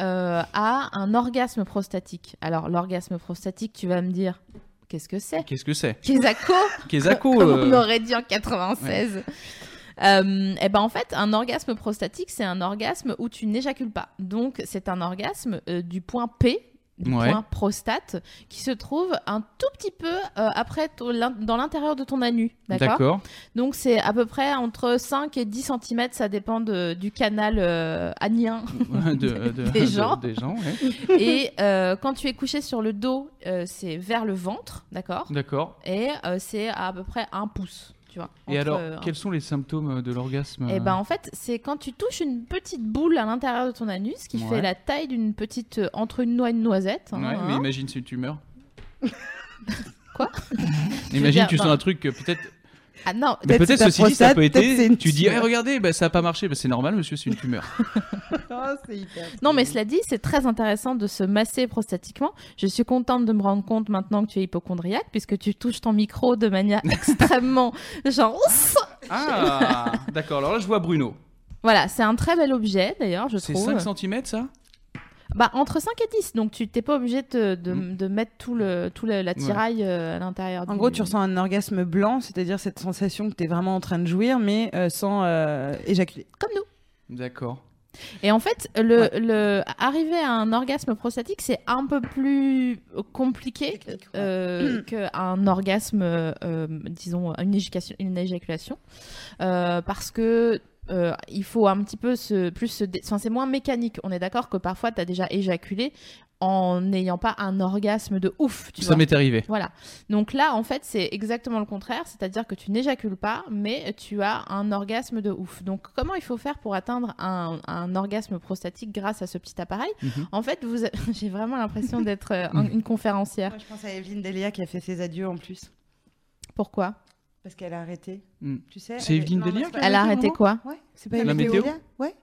S1: euh, à un orgasme prostatique. Alors l'orgasme prostatique, tu vas me dire, qu'est-ce que c'est
S4: Qu'est-ce que c'est
S1: Kézako
S4: Kézako
S1: Comme on
S4: euh,
S1: aurait dit en 96. Euh, eh ben en fait, un orgasme prostatique, c'est un orgasme où tu n'éjacules pas. Donc c'est un orgasme euh, du point P, du
S4: Ouais.
S1: point prostate, qui se trouve un tout petit peu euh, après ton- l'in- dans l'intérieur de ton anus. D'accord.
S4: D'accord.
S1: Donc c'est à peu près entre 5 et 10 cm, ça dépend de- du canal euh,
S4: [LAUGHS]
S1: anien. [LAUGHS]
S4: De- euh, de- de-
S1: Des gens.
S4: Des gens, ouais.
S1: et euh, quand tu es couché sur le dos, euh, c'est vers le ventre,
S4: Mm.
S1: d'accord
S4: D'accord.
S1: Et euh, c'est à peu près un pouce, tu vois.
S4: Et
S1: entre,
S4: alors,
S1: euh, un
S4: quels sont les symptômes de l'orgasme euh,
S1: Eh ben en fait, c'est quand tu touches une petite boule à l'intérieur de ton anus qui
S4: Ouais.
S1: fait la taille d'une petite euh, entre une noix et une noisette. hein,
S4: Ouais, mais
S1: hein.
S4: imagine si tu meurs.
S1: [LAUGHS]
S4: [LAUGHS]
S1: Quoi veux
S4: Imagine
S1: dire,
S4: tu sens
S1: ben-
S4: un truc que peut-être.
S1: Ah non,
S4: Mais
S3: Peut-être
S4: peut-être
S3: c'est ta
S4: ceci dit, ça
S3: prostate,
S4: peut
S3: peut-être c'est
S4: être.
S3: une
S4: Tu dis,
S3: tumeur.
S4: Eh, regardez, ben, ça a pas marché. Ben, c'est normal, monsieur, c'est une tumeur.
S1: [LAUGHS]
S2: Oh,
S1: non mais cela dit, c'est très intéressant de se masser prostatiquement. Je suis contente de me rendre compte maintenant que tu es hypochondriaque puisque tu touches ton micro de manière extrêmement genre Ouf
S4: Ah, d'accord. Alors là, je vois Bruno.
S1: Voilà, c'est un très bel objet d'ailleurs, je
S4: C'est
S1: trouve.
S4: 5 cm ça
S1: Bah entre 5 et 10, donc tu t'es pas obligé de, te- de,
S4: Mm.
S1: de mettre tout le tout le- l'attirail euh, à l'intérieur.
S3: En
S1: du-
S3: gros, tu ressens un orgasme blanc, c'est-à-dire cette sensation que tu es vraiment en train de jouir, mais euh, sans euh, éjaculer.
S1: comme nous.
S4: D'accord.
S1: Et en fait, le, le- arriver à un orgasme prostatique, c'est un peu plus compliqué
S3: Technique, ouais.
S1: euh, qu'un orgasme, euh, disons, une éjaculation, une éjaculation Euh, parce que euh, il faut un petit peu se, plus se dé- enfin, c'est moins mécanique. On est d'accord que parfois, tu as déjà éjaculé en n'ayant pas un orgasme de ouf. Tu
S4: ça
S1: vois.
S4: m'est arrivé.
S1: Voilà. Donc là, en fait, c'est exactement le contraire, c'est-à-dire que tu n'éjacules pas, mais tu as un orgasme de ouf. Donc comment il faut faire pour atteindre un, un orgasme prostatique grâce à ce petit appareil
S4: Mhm.
S1: En fait, vous, a- [LAUGHS] j'ai vraiment l'impression d'être euh, un- une conférencière.
S3: je pense à Evelyne Delia qui a fait ses adieux en plus,
S1: Pourquoi
S3: parce qu'elle a arrêté.
S4: Hmm.
S3: Tu sais,
S4: C'est elle- Evelyne non, Delia c'est pas
S1: Elle a arrêté quoi
S3: Ah Ouais, c'est pas
S4: La
S3: Evelyne
S4: météo
S3: Delia Ouais.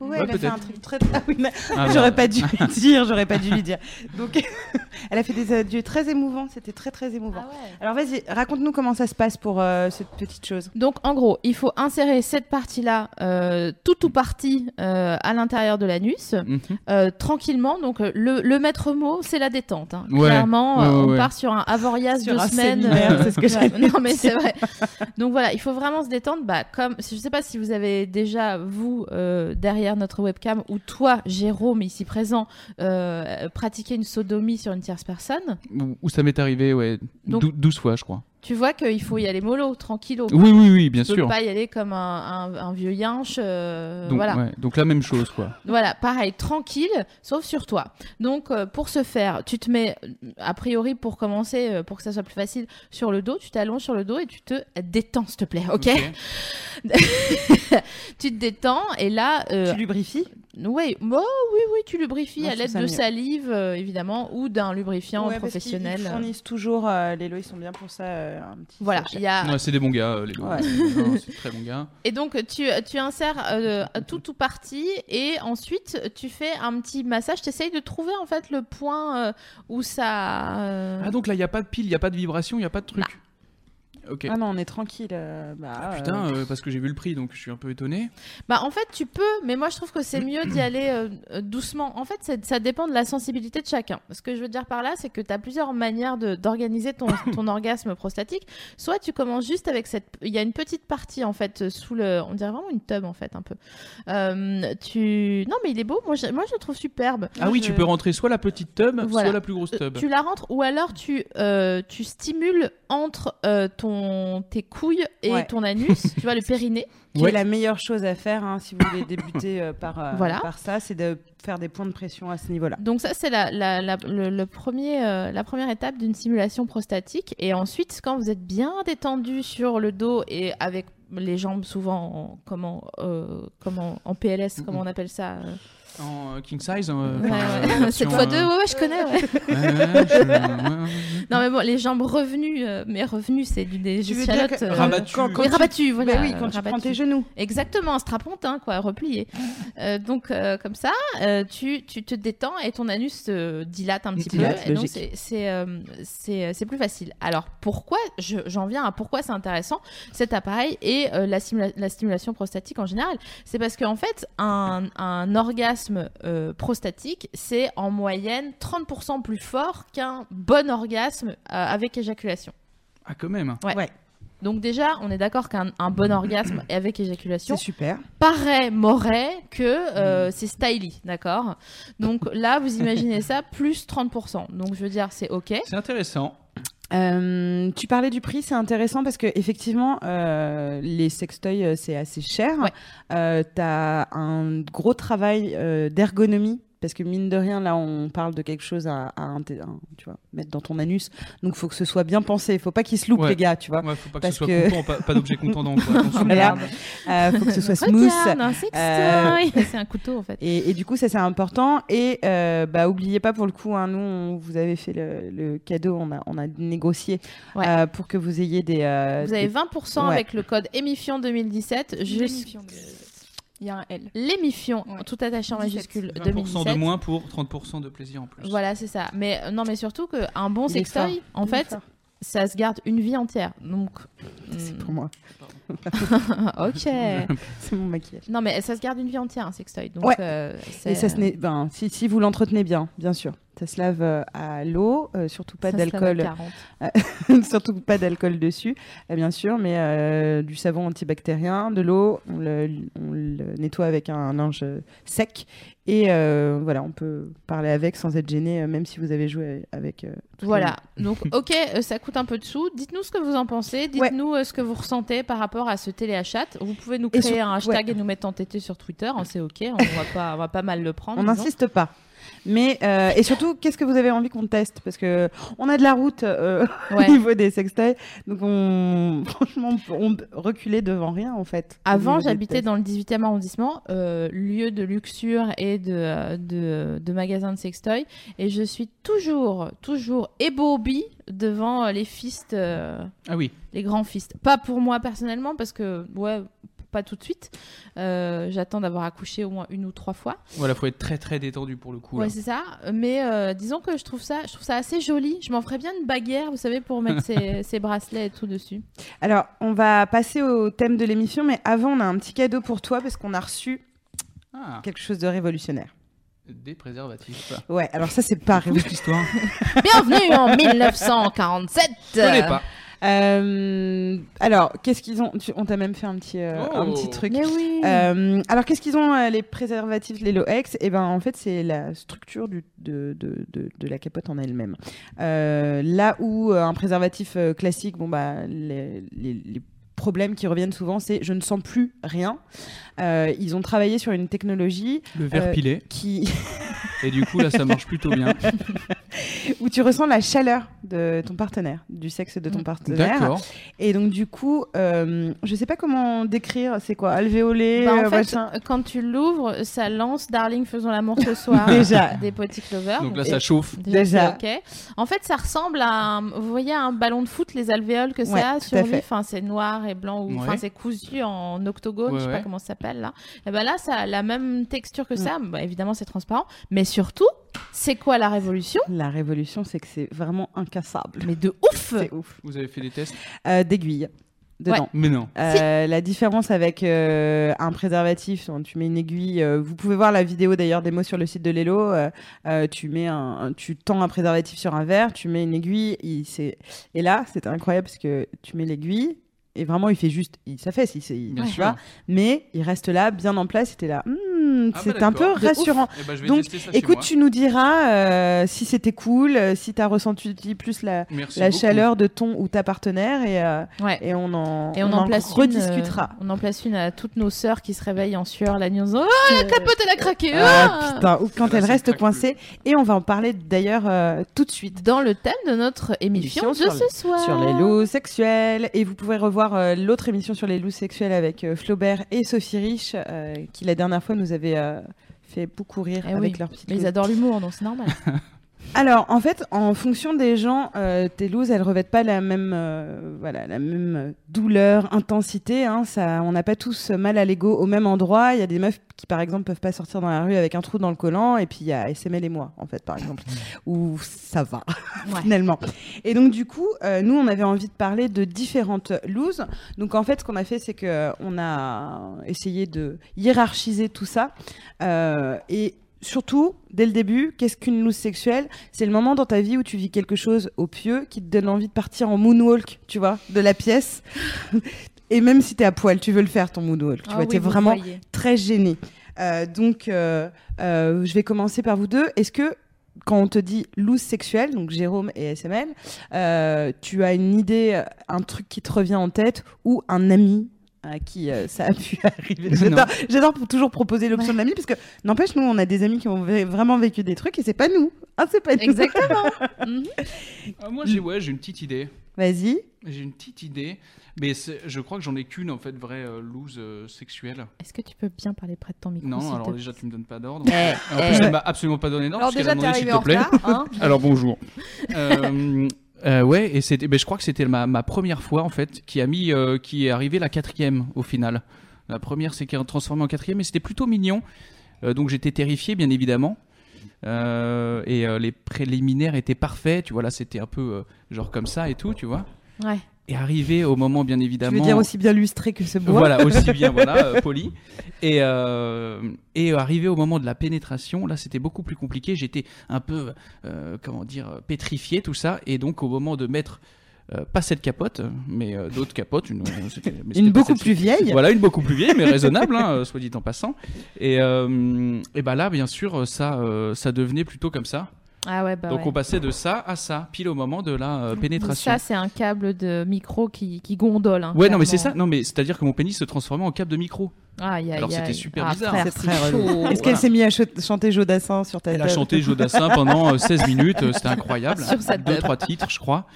S3: Ouais,
S4: Ouais,
S3: elle a fait
S4: peut-être.
S3: un truc très. [LAUGHS] Ah oui, mais-
S4: Ah,
S3: j'aurais
S4: bah,
S3: pas
S4: [LAUGHS]
S3: dû lui dire, j'aurais pas dû lui dire. Donc, [LAUGHS] elle a fait des adieux très émouvants, c'était très très émouvant. Alors vas-y, raconte-nous comment ça se passe pour euh, cette petite chose.
S1: Donc en gros, il faut insérer cette partie-là, euh, tout ou partie, euh, à l'intérieur de l'anus.
S4: mhm.
S1: Euh, tranquillement. Donc euh, le, le maître mot, c'est la détente. hein.
S4: Ouais.
S1: Clairement, euh,
S4: Ouais, ouais,
S1: on
S4: ouais.
S1: part sur un avorias
S3: Sur
S1: de
S3: un
S1: semaine.
S3: séminaire, c'est ce que
S1: ouais.
S3: j'allais
S1: Non mais
S3: dire.
S1: c'est vrai. Donc voilà, il faut vraiment se détendre. Bah comme je sais pas si vous avez déjà vous euh, derrière notre webcam ou toi Jérôme ici présent euh, pratiqué une sodomie sur une tierce personne.
S4: Ou ou ça m'est arrivé, ouais.
S1: Donc-
S4: dou- 12 fois, je crois.
S1: Tu vois qu'il faut y aller mollo, tranquillo.
S4: Oui, oui, oui, bien
S1: Tu peux
S4: sûr.
S1: pas y aller comme un, un- un vieux yinche. euh,
S4: Donc,
S1: voilà.
S4: ouais, donc la même chose, quoi.
S1: [LAUGHS] Voilà, pareil, tranquille, sauf sur toi. Donc, euh, pour ce faire, tu te mets, euh, a priori, pour commencer, euh, pour que ça soit plus facile, sur le dos, tu t'allonges sur le dos et tu te détends, s'il te plaît, ok, Tu te détends et là, euh,
S3: Tu lubrifies
S1: Oui, bon, oui, oui, tu lubrifies
S3: Moi,
S1: à
S3: je
S1: l'aide
S3: trouve ça
S1: de
S3: mieux.
S1: salive, euh, évidemment, ou d'un lubrifiant
S3: Ouais, parce qu'ils-
S1: professionnel.
S3: Ils fournissent toujours, euh, les lots, ils sont bien pour ça. euh, un petit
S1: Voilà,
S3: sachet.
S1: il y a...
S4: Ouais, c'est des bons gars, euh, les loups.
S3: Ouais.
S4: Non, c'est des très bons gars.
S1: Et donc tu, tu insères euh, tout ou partie et ensuite tu fais un petit massage, tu essayes de trouver en fait le point euh, où ça... euh,
S4: [LAUGHS] Ah, donc là, il n'y a pas de pile, il n'y a pas de vibration, il n'y a pas de truc. Ok.
S3: Ah non, on est tranquille. euh, bah, euh,
S4: Putain, euh, parce que j'ai vu le prix, donc je suis un peu étonné.
S1: Bah en fait tu peux, mais moi je trouve que c'est
S4: Mm.
S1: mieux d'y aller euh, euh, doucement. En fait c'est- ça dépend de la sensibilité de chacun. Ce que je veux dire par là c'est que tu as plusieurs manières de- d'organiser
S4: [COUGHS]
S1: ton, ton orgasme prostatique. Soit tu commences juste avec cette... Il y a une petite partie en fait euh, sous le... On dirait vraiment une tub en fait un peu. Euh, tu... Non mais il est beau, moi je, moi, je le trouve superbe.
S4: Ah oui,
S3: je-
S4: tu peux rentrer soit la petite tub,
S1: Voilà.
S4: soit la plus grosse
S1: Euh,
S4: tub.
S1: Tu la rentres ou alors tu, euh, tu stimules entre euh, ton, tes couilles et
S3: Ouais.
S1: ton anus, tu vois, le
S4: [LAUGHS]
S1: périnée.
S3: Qui
S4: Ouais.
S3: est la meilleure chose à faire hein, si vous [LAUGHS] voulez débuter euh, par, euh,
S1: Voilà.
S3: par ça, c'est de faire des points de pression à ce niveau-là.
S1: Donc ça, c'est la, la- la- le, le premier, euh, la première étape d'une simulation prostatique. Et ensuite, quand vous êtes bien détendu sur le dos et avec les jambes souvent en, comment, euh, comment, en PLS, comment on appelle ça euh,
S4: En euh, king size. euh,
S1: ouais,
S4: [LAUGHS] enfin,
S1: ouais.
S4: euh, version,
S1: Cette fois
S4: euh,
S1: deux, ouais, ouais, je connais. ouais.
S4: ouais, ouais, je- ouais, ouais.
S1: Non mais bon, les jambes revenues, euh, mais revenues, c'est du des
S3: Tu veux dire
S1: échalotes.
S3: que-
S1: euh,
S4: Rabattu.
S3: quand- quand
S1: oui,
S3: tu-
S1: rabattues,
S3: Bah
S1: voilà.
S3: oui, quand tu prends
S1: rabattues.
S3: tes genoux.
S1: Exactement, un strapontin, quoi, replié. Euh, donc, euh, comme ça, euh, tu, tu te détends et ton anus se dilate un petit
S3: Dilate,
S1: peu. Et donc,
S3: logique.
S1: c'est- c'est euh, c'est- c'est plus facile. Alors, pourquoi je- J'en viens à pourquoi c'est intéressant, cet appareil et euh, la, simula- la stimulation prostatique en général. C'est parce qu'en fait, un, un orgasme euh, prostatique, c'est en moyenne 30% plus fort qu'un bon orgasme euh, avec éjaculation.
S4: Ah, quand même.
S1: Donc, déjà, on est d'accord qu'un un bon orgasme avec éjaculation
S3: C'est super.
S1: paraît Moret que
S3: Mm.
S1: euh, c'est styly, d'accord Donc là, vous
S3: [LAUGHS]
S1: imaginez ça, plus 30%. Donc je veux dire, c'est OK.
S4: C'est intéressant.
S3: Euh, tu parlais du prix, c'est intéressant parce que effectivement, euh, les sextoys euh, c'est assez cher.
S1: Ouais.
S3: Euh, T'as un gros travail euh, d'ergonomie parce que mine de rien, là, on parle de quelque chose à, à inté- à, tu vois, mettre dans ton anus. Donc, faut que ce soit bien pensé. Faut pas qu'il se loupe,
S4: Ouais.
S3: les gars, tu vois.
S4: Ouais, faut pas Bah,
S3: Parce
S4: que ce soit
S3: que-
S4: content, pas, pas d'objet contendant. Quoi. [LAUGHS] Attention.
S3: Voilà. Euh, faut que ce soit smooth.
S1: [LAUGHS] Regarde, un sextoy
S3: Euh,
S1: [LAUGHS] C'est un couteau, en fait.
S3: Et, et du coup, ça c'est important. Et euh, bah, oubliez pas pour le coup, hein, nous, on vous avez fait le, le cadeau, on a, on a négocié
S1: Ouais.
S3: euh, pour que vous ayez des. euh,
S1: Vous avez
S3: des-
S1: 20%
S3: ouais.
S1: avec le code émifion 2017 jusqu'à
S2: L'émifion de- Il y a un L.
S1: l'émifion
S2: Ouais.
S1: tout attaché en
S2: 17.
S1: majuscule
S4: 20%
S1: 2017.
S4: de moins pour 30% de plaisir en plus.
S1: Voilà, c'est ça. Mais euh, non, mais surtout qu'un bon
S3: Il est
S1: sextoy, en
S3: Il est
S1: fait,
S3: fort.
S1: ça se garde une vie entière. Donc,
S3: [LAUGHS]
S1: mm, ah,
S3: C'est pour moi.
S1: ok.
S3: [LAUGHS] C'est mon maquillage.
S1: Non, mais ça se garde une vie entière, un sextoy. Donc,
S3: Ouais.
S1: euh,
S3: Et ça
S1: c'est-
S3: se n'est- ben, si, si vous l'entretenez bien, bien sûr. Ça se lave euh, à l'eau, euh, surtout pas
S1: ça se lave à
S3: d'alcool, [LAUGHS]
S1: 40.
S3: surtout pas d'alcool dessus, euh, bien sûr, mais euh, du savon antibactérien, de l'eau, on le, on le nettoie avec un linge euh, sec et euh, voilà, on peut parler avec sans être gêné, euh, même si vous avez joué avec. euh, toute la
S1: Voilà.
S3: [LAUGHS]
S1: Donc, ok, euh, ça coûte un peu de sous. Dites-nous ce que vous en pensez. Dites-nous euh, ce que vous ressentez par rapport à ce téléachat. Vous pouvez nous
S3: Et
S1: créer
S3: sur-
S1: un hashtag et nous mettre entêté sur Twitter. hein, C'est ok. On va pas, on va pas mal le prendre.
S3: On
S1: disons.
S3: n'insiste pas. Mais euh, et surtout, qu'est-ce que vous avez envie qu'on teste Parce que on a de la route euh, [LAUGHS]
S1: Ouais.
S3: au niveau des sextoys, donc on [LAUGHS] franchement on peut- on reculait devant rien en fait. au
S1: Avant,
S3: niveau des
S1: j'habitais
S3: tests.
S1: dans le 18e arrondissement, euh, lieu de luxure et de, euh, de, de magasins de sextoy. Et je suis toujours, toujours ébobie devant euh, les fistes, euh,
S4: Ah oui.
S1: les grands fistes. Pas pour moi personnellement, parce que, ouais, pas tout de suite. Euh, J'attends d'avoir accouché au moins une ou trois fois.
S4: Voilà, faut être très très détendu pour le coup. là.
S1: Ouais, c'est ça. Mais euh, disons que je trouve ça, je trouve ça assez joli. Je m'en ferais bien une baguère, vous savez, pour mettre
S4: [LAUGHS]
S1: ces, ces bracelets et tout dessus.
S3: Alors, on va passer au thème de l'émission, mais avant, on a un petit cadeau pour toi parce qu'on a reçu
S4: Ah,
S3: quelque chose de révolutionnaire.
S4: des préservatifs.
S3: Ouais, alors ça c'est pas [LAUGHS]
S4: Toute [LAUGHS] l'histoire.
S1: Bienvenue
S4: [LAUGHS]
S1: en 1947.
S4: Je connais pas.
S3: Euh, alors, qu'est-ce qu'ils ont tu- On t'a même fait un petit euh, un
S4: Oh.
S3: petit truc.
S1: Mais oui.
S3: Euh, alors, qu'est-ce qu'ils ont, euh, les préservatifs, les Loex Eh ben, en fait, c'est la structure du- de, de- de- de la capote en elle-même. Euh, là où euh, un préservatif euh, classique, bon, bah, les, les- les problèmes qui reviennent souvent, c'est je ne sens plus rien. Euh, ils ont travaillé sur une technologie
S4: Le verre
S3: Euh,
S4: pilé.
S3: qui. [LAUGHS]
S4: Et du coup, là, ça marche plutôt bien.
S3: où tu ressens la chaleur de ton partenaire, du sexe de ton partenaire.
S4: Mm. D'accord.
S3: Et donc, du coup, euh, je sais pas comment décrire, c'est quoi Alvéolé
S1: Bah,
S3: euh,
S1: en fait,
S3: machin.
S1: quand tu l'ouvres, ça lance Darling faisons l'amour
S3: [LAUGHS]
S1: ce soir
S3: Déjà.
S1: des petits clovers.
S3: Ah.
S4: Donc là, ça chauffe.
S3: Déjà.
S1: c'est ok. En fait, ça ressemble à, un- vous voyez, un ballon de foot, les alvéoles que ça
S3: Ouais,
S1: a
S3: tout
S1: sur
S3: à
S1: lui.
S3: fait.
S1: Enfin, c'est noir et blanc ou enfin
S4: Ouais.
S1: c'est cousu en octogone,
S4: Ouais,
S1: je sais pas
S4: ouais.
S1: comment ça s'appelle là. Et ben là, ça a la même texture
S3: Mm.
S1: que ça. Bah, évidemment, c'est transparent, mais surtout, c'est quoi la révolution
S3: La révolution, c'est que c'est vraiment incassable.
S1: Mais de ouf
S3: C'est ouf.
S4: Vous avez fait des tests
S3: Euh, D'aiguille dedans.
S4: Mais non.
S3: Euh, la différence avec euh, un préservatif, hein, tu mets une aiguille. euh, vous pouvez voir la vidéo d'ailleurs des mots sur le site de Lelo. euh, euh, tu mets un, un- tu tends un préservatif sur un verre, tu mets une aiguille. Il, c'est- et là, c'était incroyable parce que tu mets l'aiguille et vraiment il fait juste, il s'affaisse, il, s'est- il-
S4: Bien
S3: tu
S4: sûr.
S3: vois, mais il reste là, bien en place. C'était là, Hmm,
S4: Ah bah
S3: c'est un peu
S4: d'accord. De ouf.
S3: rassurant.
S4: Eh ben, je vais
S3: Donc,
S4: tester ça chez
S3: Écoute,
S4: moi.
S3: tu nous diras euh, si c'était cool, euh, si t'as ressenti plus la,
S4: Merci
S3: la
S4: beaucoup.
S3: chaleur de ton ou ta partenaire et, euh,
S1: Ouais.
S3: et on en,
S1: Et on, en place une,
S3: rediscutera.
S1: euh, on en place une à toutes nos sœurs qui se réveillent en sueur la nuit en disant Ah, la capote, elle a craqué
S3: euh, Ah,
S1: ah
S3: putain, ou quand
S4: Là,
S3: elle
S4: c'est
S3: reste
S4: craque
S3: coincée. Et on va en parler d'ailleurs euh, tout de suite.
S1: Dans le thème de notre émission de
S3: Émission sur
S1: ce soir.
S3: Sur les loups sexuels. Et vous pouvez revoir euh, l'autre émission sur les loups sexuels avec euh, Flaubert et Sophie Rich, euh, qui la dernière fois nous avait euh, fait beaucoup rire
S1: Eh
S3: avec
S1: oui,
S3: leur petite
S1: Mais ils
S3: loose.
S1: adorent l'humour, donc c'est normal.
S3: Alors, en fait, en fonction des gens, euh, tes looses, elles revêtent pas la même, euh, voilà, la même euh, douleur, intensité. hein, ça, on n'a pas tous mal à l'ego au même endroit. Il y a des meufs qui, par exemple, peuvent pas sortir dans la rue avec un trou dans le collant. Et puis, il y a SML et moi, en fait, par exemple, où ça va, [LAUGHS]
S1: Ouais.
S3: finalement. Et donc, du coup, euh, nous, on avait envie de parler de différentes looses. Donc, en fait, ce qu'on a fait, c'est que on a essayé de hiérarchiser tout ça. euh, et surtout, dès le début, qu'est-ce qu'une loose sexuelle c'est le moment dans ta vie où tu vis quelque chose au pieu qui te donne envie de partir en moonwalk, tu vois, de la pièce. [LAUGHS] Et même si t'es à poil, tu veux le faire ton moonwalk. Tu
S1: Ah
S3: vois,
S1: oui,
S3: t'es
S1: vous
S3: vraiment
S1: voyez.
S3: très gêné. Euh, donc, euh, euh, je vais commencer par vous deux. Est-ce que quand on te dit loose sexuelle, donc Jérôme et SML, euh, tu as une idée, euh, un truc qui te revient en tête ou un ami à qui euh, ça a pu [LAUGHS] arriver
S4: Non.
S3: J'adore- J'adore pour toujours proposer l'option de l'ami parce que n'empêche, nous, on a des amis qui ont vé- vraiment vécu des trucs et c'est pas nous. Ah, c'est pas nous.
S1: Exactement. Mhm.
S4: Ah, moi, j'ai ouais, j'ai une petite idée.
S3: [LAUGHS] Vas-y.
S4: J'ai une petite idée, mais c'est- je crois que j'en ai qu'une en fait vraie euh, loose euh, sexuelle.
S1: Est-ce que tu peux bien parler près de ton micro s'il
S4: Non, alors
S1: te
S4: déjà
S1: plaît
S4: tu me donnes
S3: [LAUGHS]
S4: pas d'ordre.
S1: Eh,
S4: En
S3: Euh,
S4: plus,
S1: eh.
S4: elle m'a absolument pas donné d'ordre.
S2: Alors
S4: parce qu'elle a
S2: déjà, t'es
S4: demandé, s'il
S2: arrivé
S4: te
S2: en
S4: plaît.
S2: retard.
S4: [LAUGHS]
S1: Hein
S4: Alors bonjour. Euh, euh, ouais, et c'était, ben, je crois que c'était ma, ma première fois en fait qui a mis, euh, qui est arrivée la quatrième au final. La première s'est transformée en quatrième, et c'était plutôt mignon. Euh, donc j'étais terrifié, bien évidemment. Euh, et euh, les préliminaires étaient parfaits, tu vois. Là, c'était un peu euh, genre comme ça et tout, tu vois.
S1: Ouais.
S4: Et arrivé au moment, bien
S3: Tu
S4: évidemment.
S3: veux dire aussi bien lustré que ce bois
S4: Voilà, aussi bien, voilà, euh, poli. Et, euh, et arrivé au moment de la pénétration, là, c'était beaucoup plus compliqué. J'étais un peu, euh, comment dire, euh, pétrifié, tout ça. Et donc, au moment de mettre, euh, pas cette capote, mais euh, d'autres capotes, une, euh, c'était- mais c'était
S3: Une
S4: pas
S3: beaucoup
S4: celle-ci.
S3: plus vieille.
S4: Voilà, une beaucoup plus vieille, mais raisonnable, hein, [LAUGHS] euh, soit dit en passant. Et, euh, et bah là, bien sûr, ça, euh, ça devenait plutôt comme ça.
S1: Ah ouais, bah
S4: donc,
S1: ouais.
S4: on passait de ça à ça, pile au moment de la euh,
S1: Donc
S4: pénétration.
S1: Ça, c'est un câble de micro qui, qui gondole. hein,
S4: ouais, non, mais c'est ça.
S1: clairement.
S4: Non, mais c'est-à-dire que mon pénis se transformait en cap de micro.
S1: Aïe, aïe,
S4: Alors, c'était
S1: aïe.
S4: super
S1: Ah,
S4: bizarre.
S1: frère,
S3: C'est
S1: c'est
S3: très relou.
S1: chaud.
S3: Est-ce qu'elle
S4: Voilà.
S3: s'est mise à cho- chanter Jodassin sur ta
S4: Elle a
S3: table
S1: [LAUGHS]
S4: chanté Jodassin pendant euh, 16 minutes, euh, c'était incroyable.
S1: Sur sa
S4: Deux,
S1: tête.
S4: trois titres, je crois.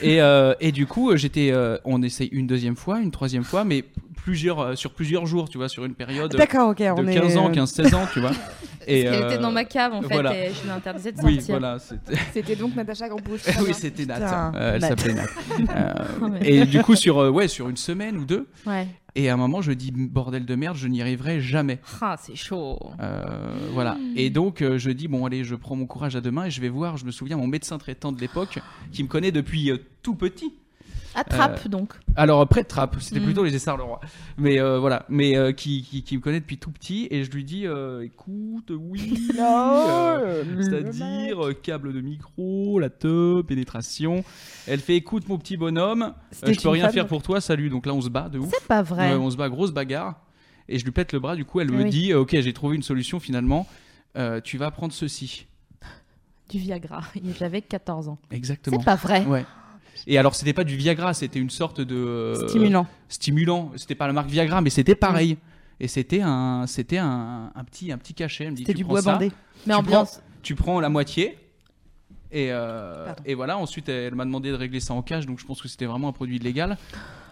S4: Et, euh, et du coup, euh, j'étais, euh, on essaye une deuxième fois, une troisième fois, mais plusieurs, euh, sur plusieurs jours, tu vois, sur une période de
S3: D'accord, ok. on
S4: 15
S3: est...
S4: ans, 15, 16 ans, tu vois. Et,
S1: Parce qu'elle était
S4: euh,
S1: dans ma cave en fait
S4: voilà.
S1: et je l'interdisais de sortir.
S4: Oui, voilà, c'était.
S2: C'était donc Natacha Grandbouche.
S4: [LAUGHS] oui, c'était Nat.
S3: Putain,
S4: Euh, elle
S3: Nat.
S1: [LAUGHS]
S4: s'appelait Nat. Euh,
S1: Ouais.
S4: et du coup, sur, euh, ouais, sur une semaine ou deux,
S1: [LAUGHS] Ouais.
S4: et à un moment, je dis bordel de merde, je n'y arriverai jamais.
S1: Ah, c'est chaud.
S4: Euh, voilà. Et donc, euh, je dis, bon, allez, je prends mon courage à deux mains et je vais voir, je me souviens, mon médecin traitant de l'époque, qui me connaît depuis euh, tout petit.
S1: Attrape
S4: Euh,
S1: donc.
S4: Alors, après Trappe, c'était
S1: Mm.
S4: plutôt les Essarts le roi. Mais euh, voilà, mais euh, qui, qui, qui me connaît depuis tout petit et je lui dis, euh,
S3: [LAUGHS]
S4: écoute, oui.
S3: Oh, Ah,
S4: euh, C'est-à-dire euh, câble de micro, la teub, pénétration. Elle fait écoute mon petit bonhomme, euh,
S3: C'était
S4: je peux
S3: une
S4: rien
S3: femme.
S4: faire pour toi, salut. Donc là on se bat de ouf.
S1: C'est pas vrai.
S4: Ouais, Euh, on se bat, grosse bagarre. Et je lui pète le bras, du coup, elle
S1: Ah
S4: me
S1: oui.
S4: dit Ok, j'ai trouvé une solution finalement, Euh, tu vas prendre ceci.
S1: Du Viagra. [LAUGHS] Il- J'avais 14 ans.
S4: Exactement.
S1: C'est pas vrai.
S4: Ouais. Et alors, c'était pas du Viagra, c'était une sorte de. euh,
S3: Stimulant.
S4: Stimulant. C'était pas la marque Viagra, mais c'était pareil. Et c'était un, c'était un, un petit, un petit cachet. Elle me dit,
S3: C'était
S4: tu
S3: du
S4: prends
S3: bois
S4: ça,
S3: bandé.
S1: Mais
S4: tu
S1: ambiance.
S4: Tu prends la moitié, Et, euh,
S3: Pardon.
S4: et voilà, ensuite elle m'a demandé de régler ça en cash, donc je pense que c'était vraiment un
S3: [GASPS]
S4: produit illégal.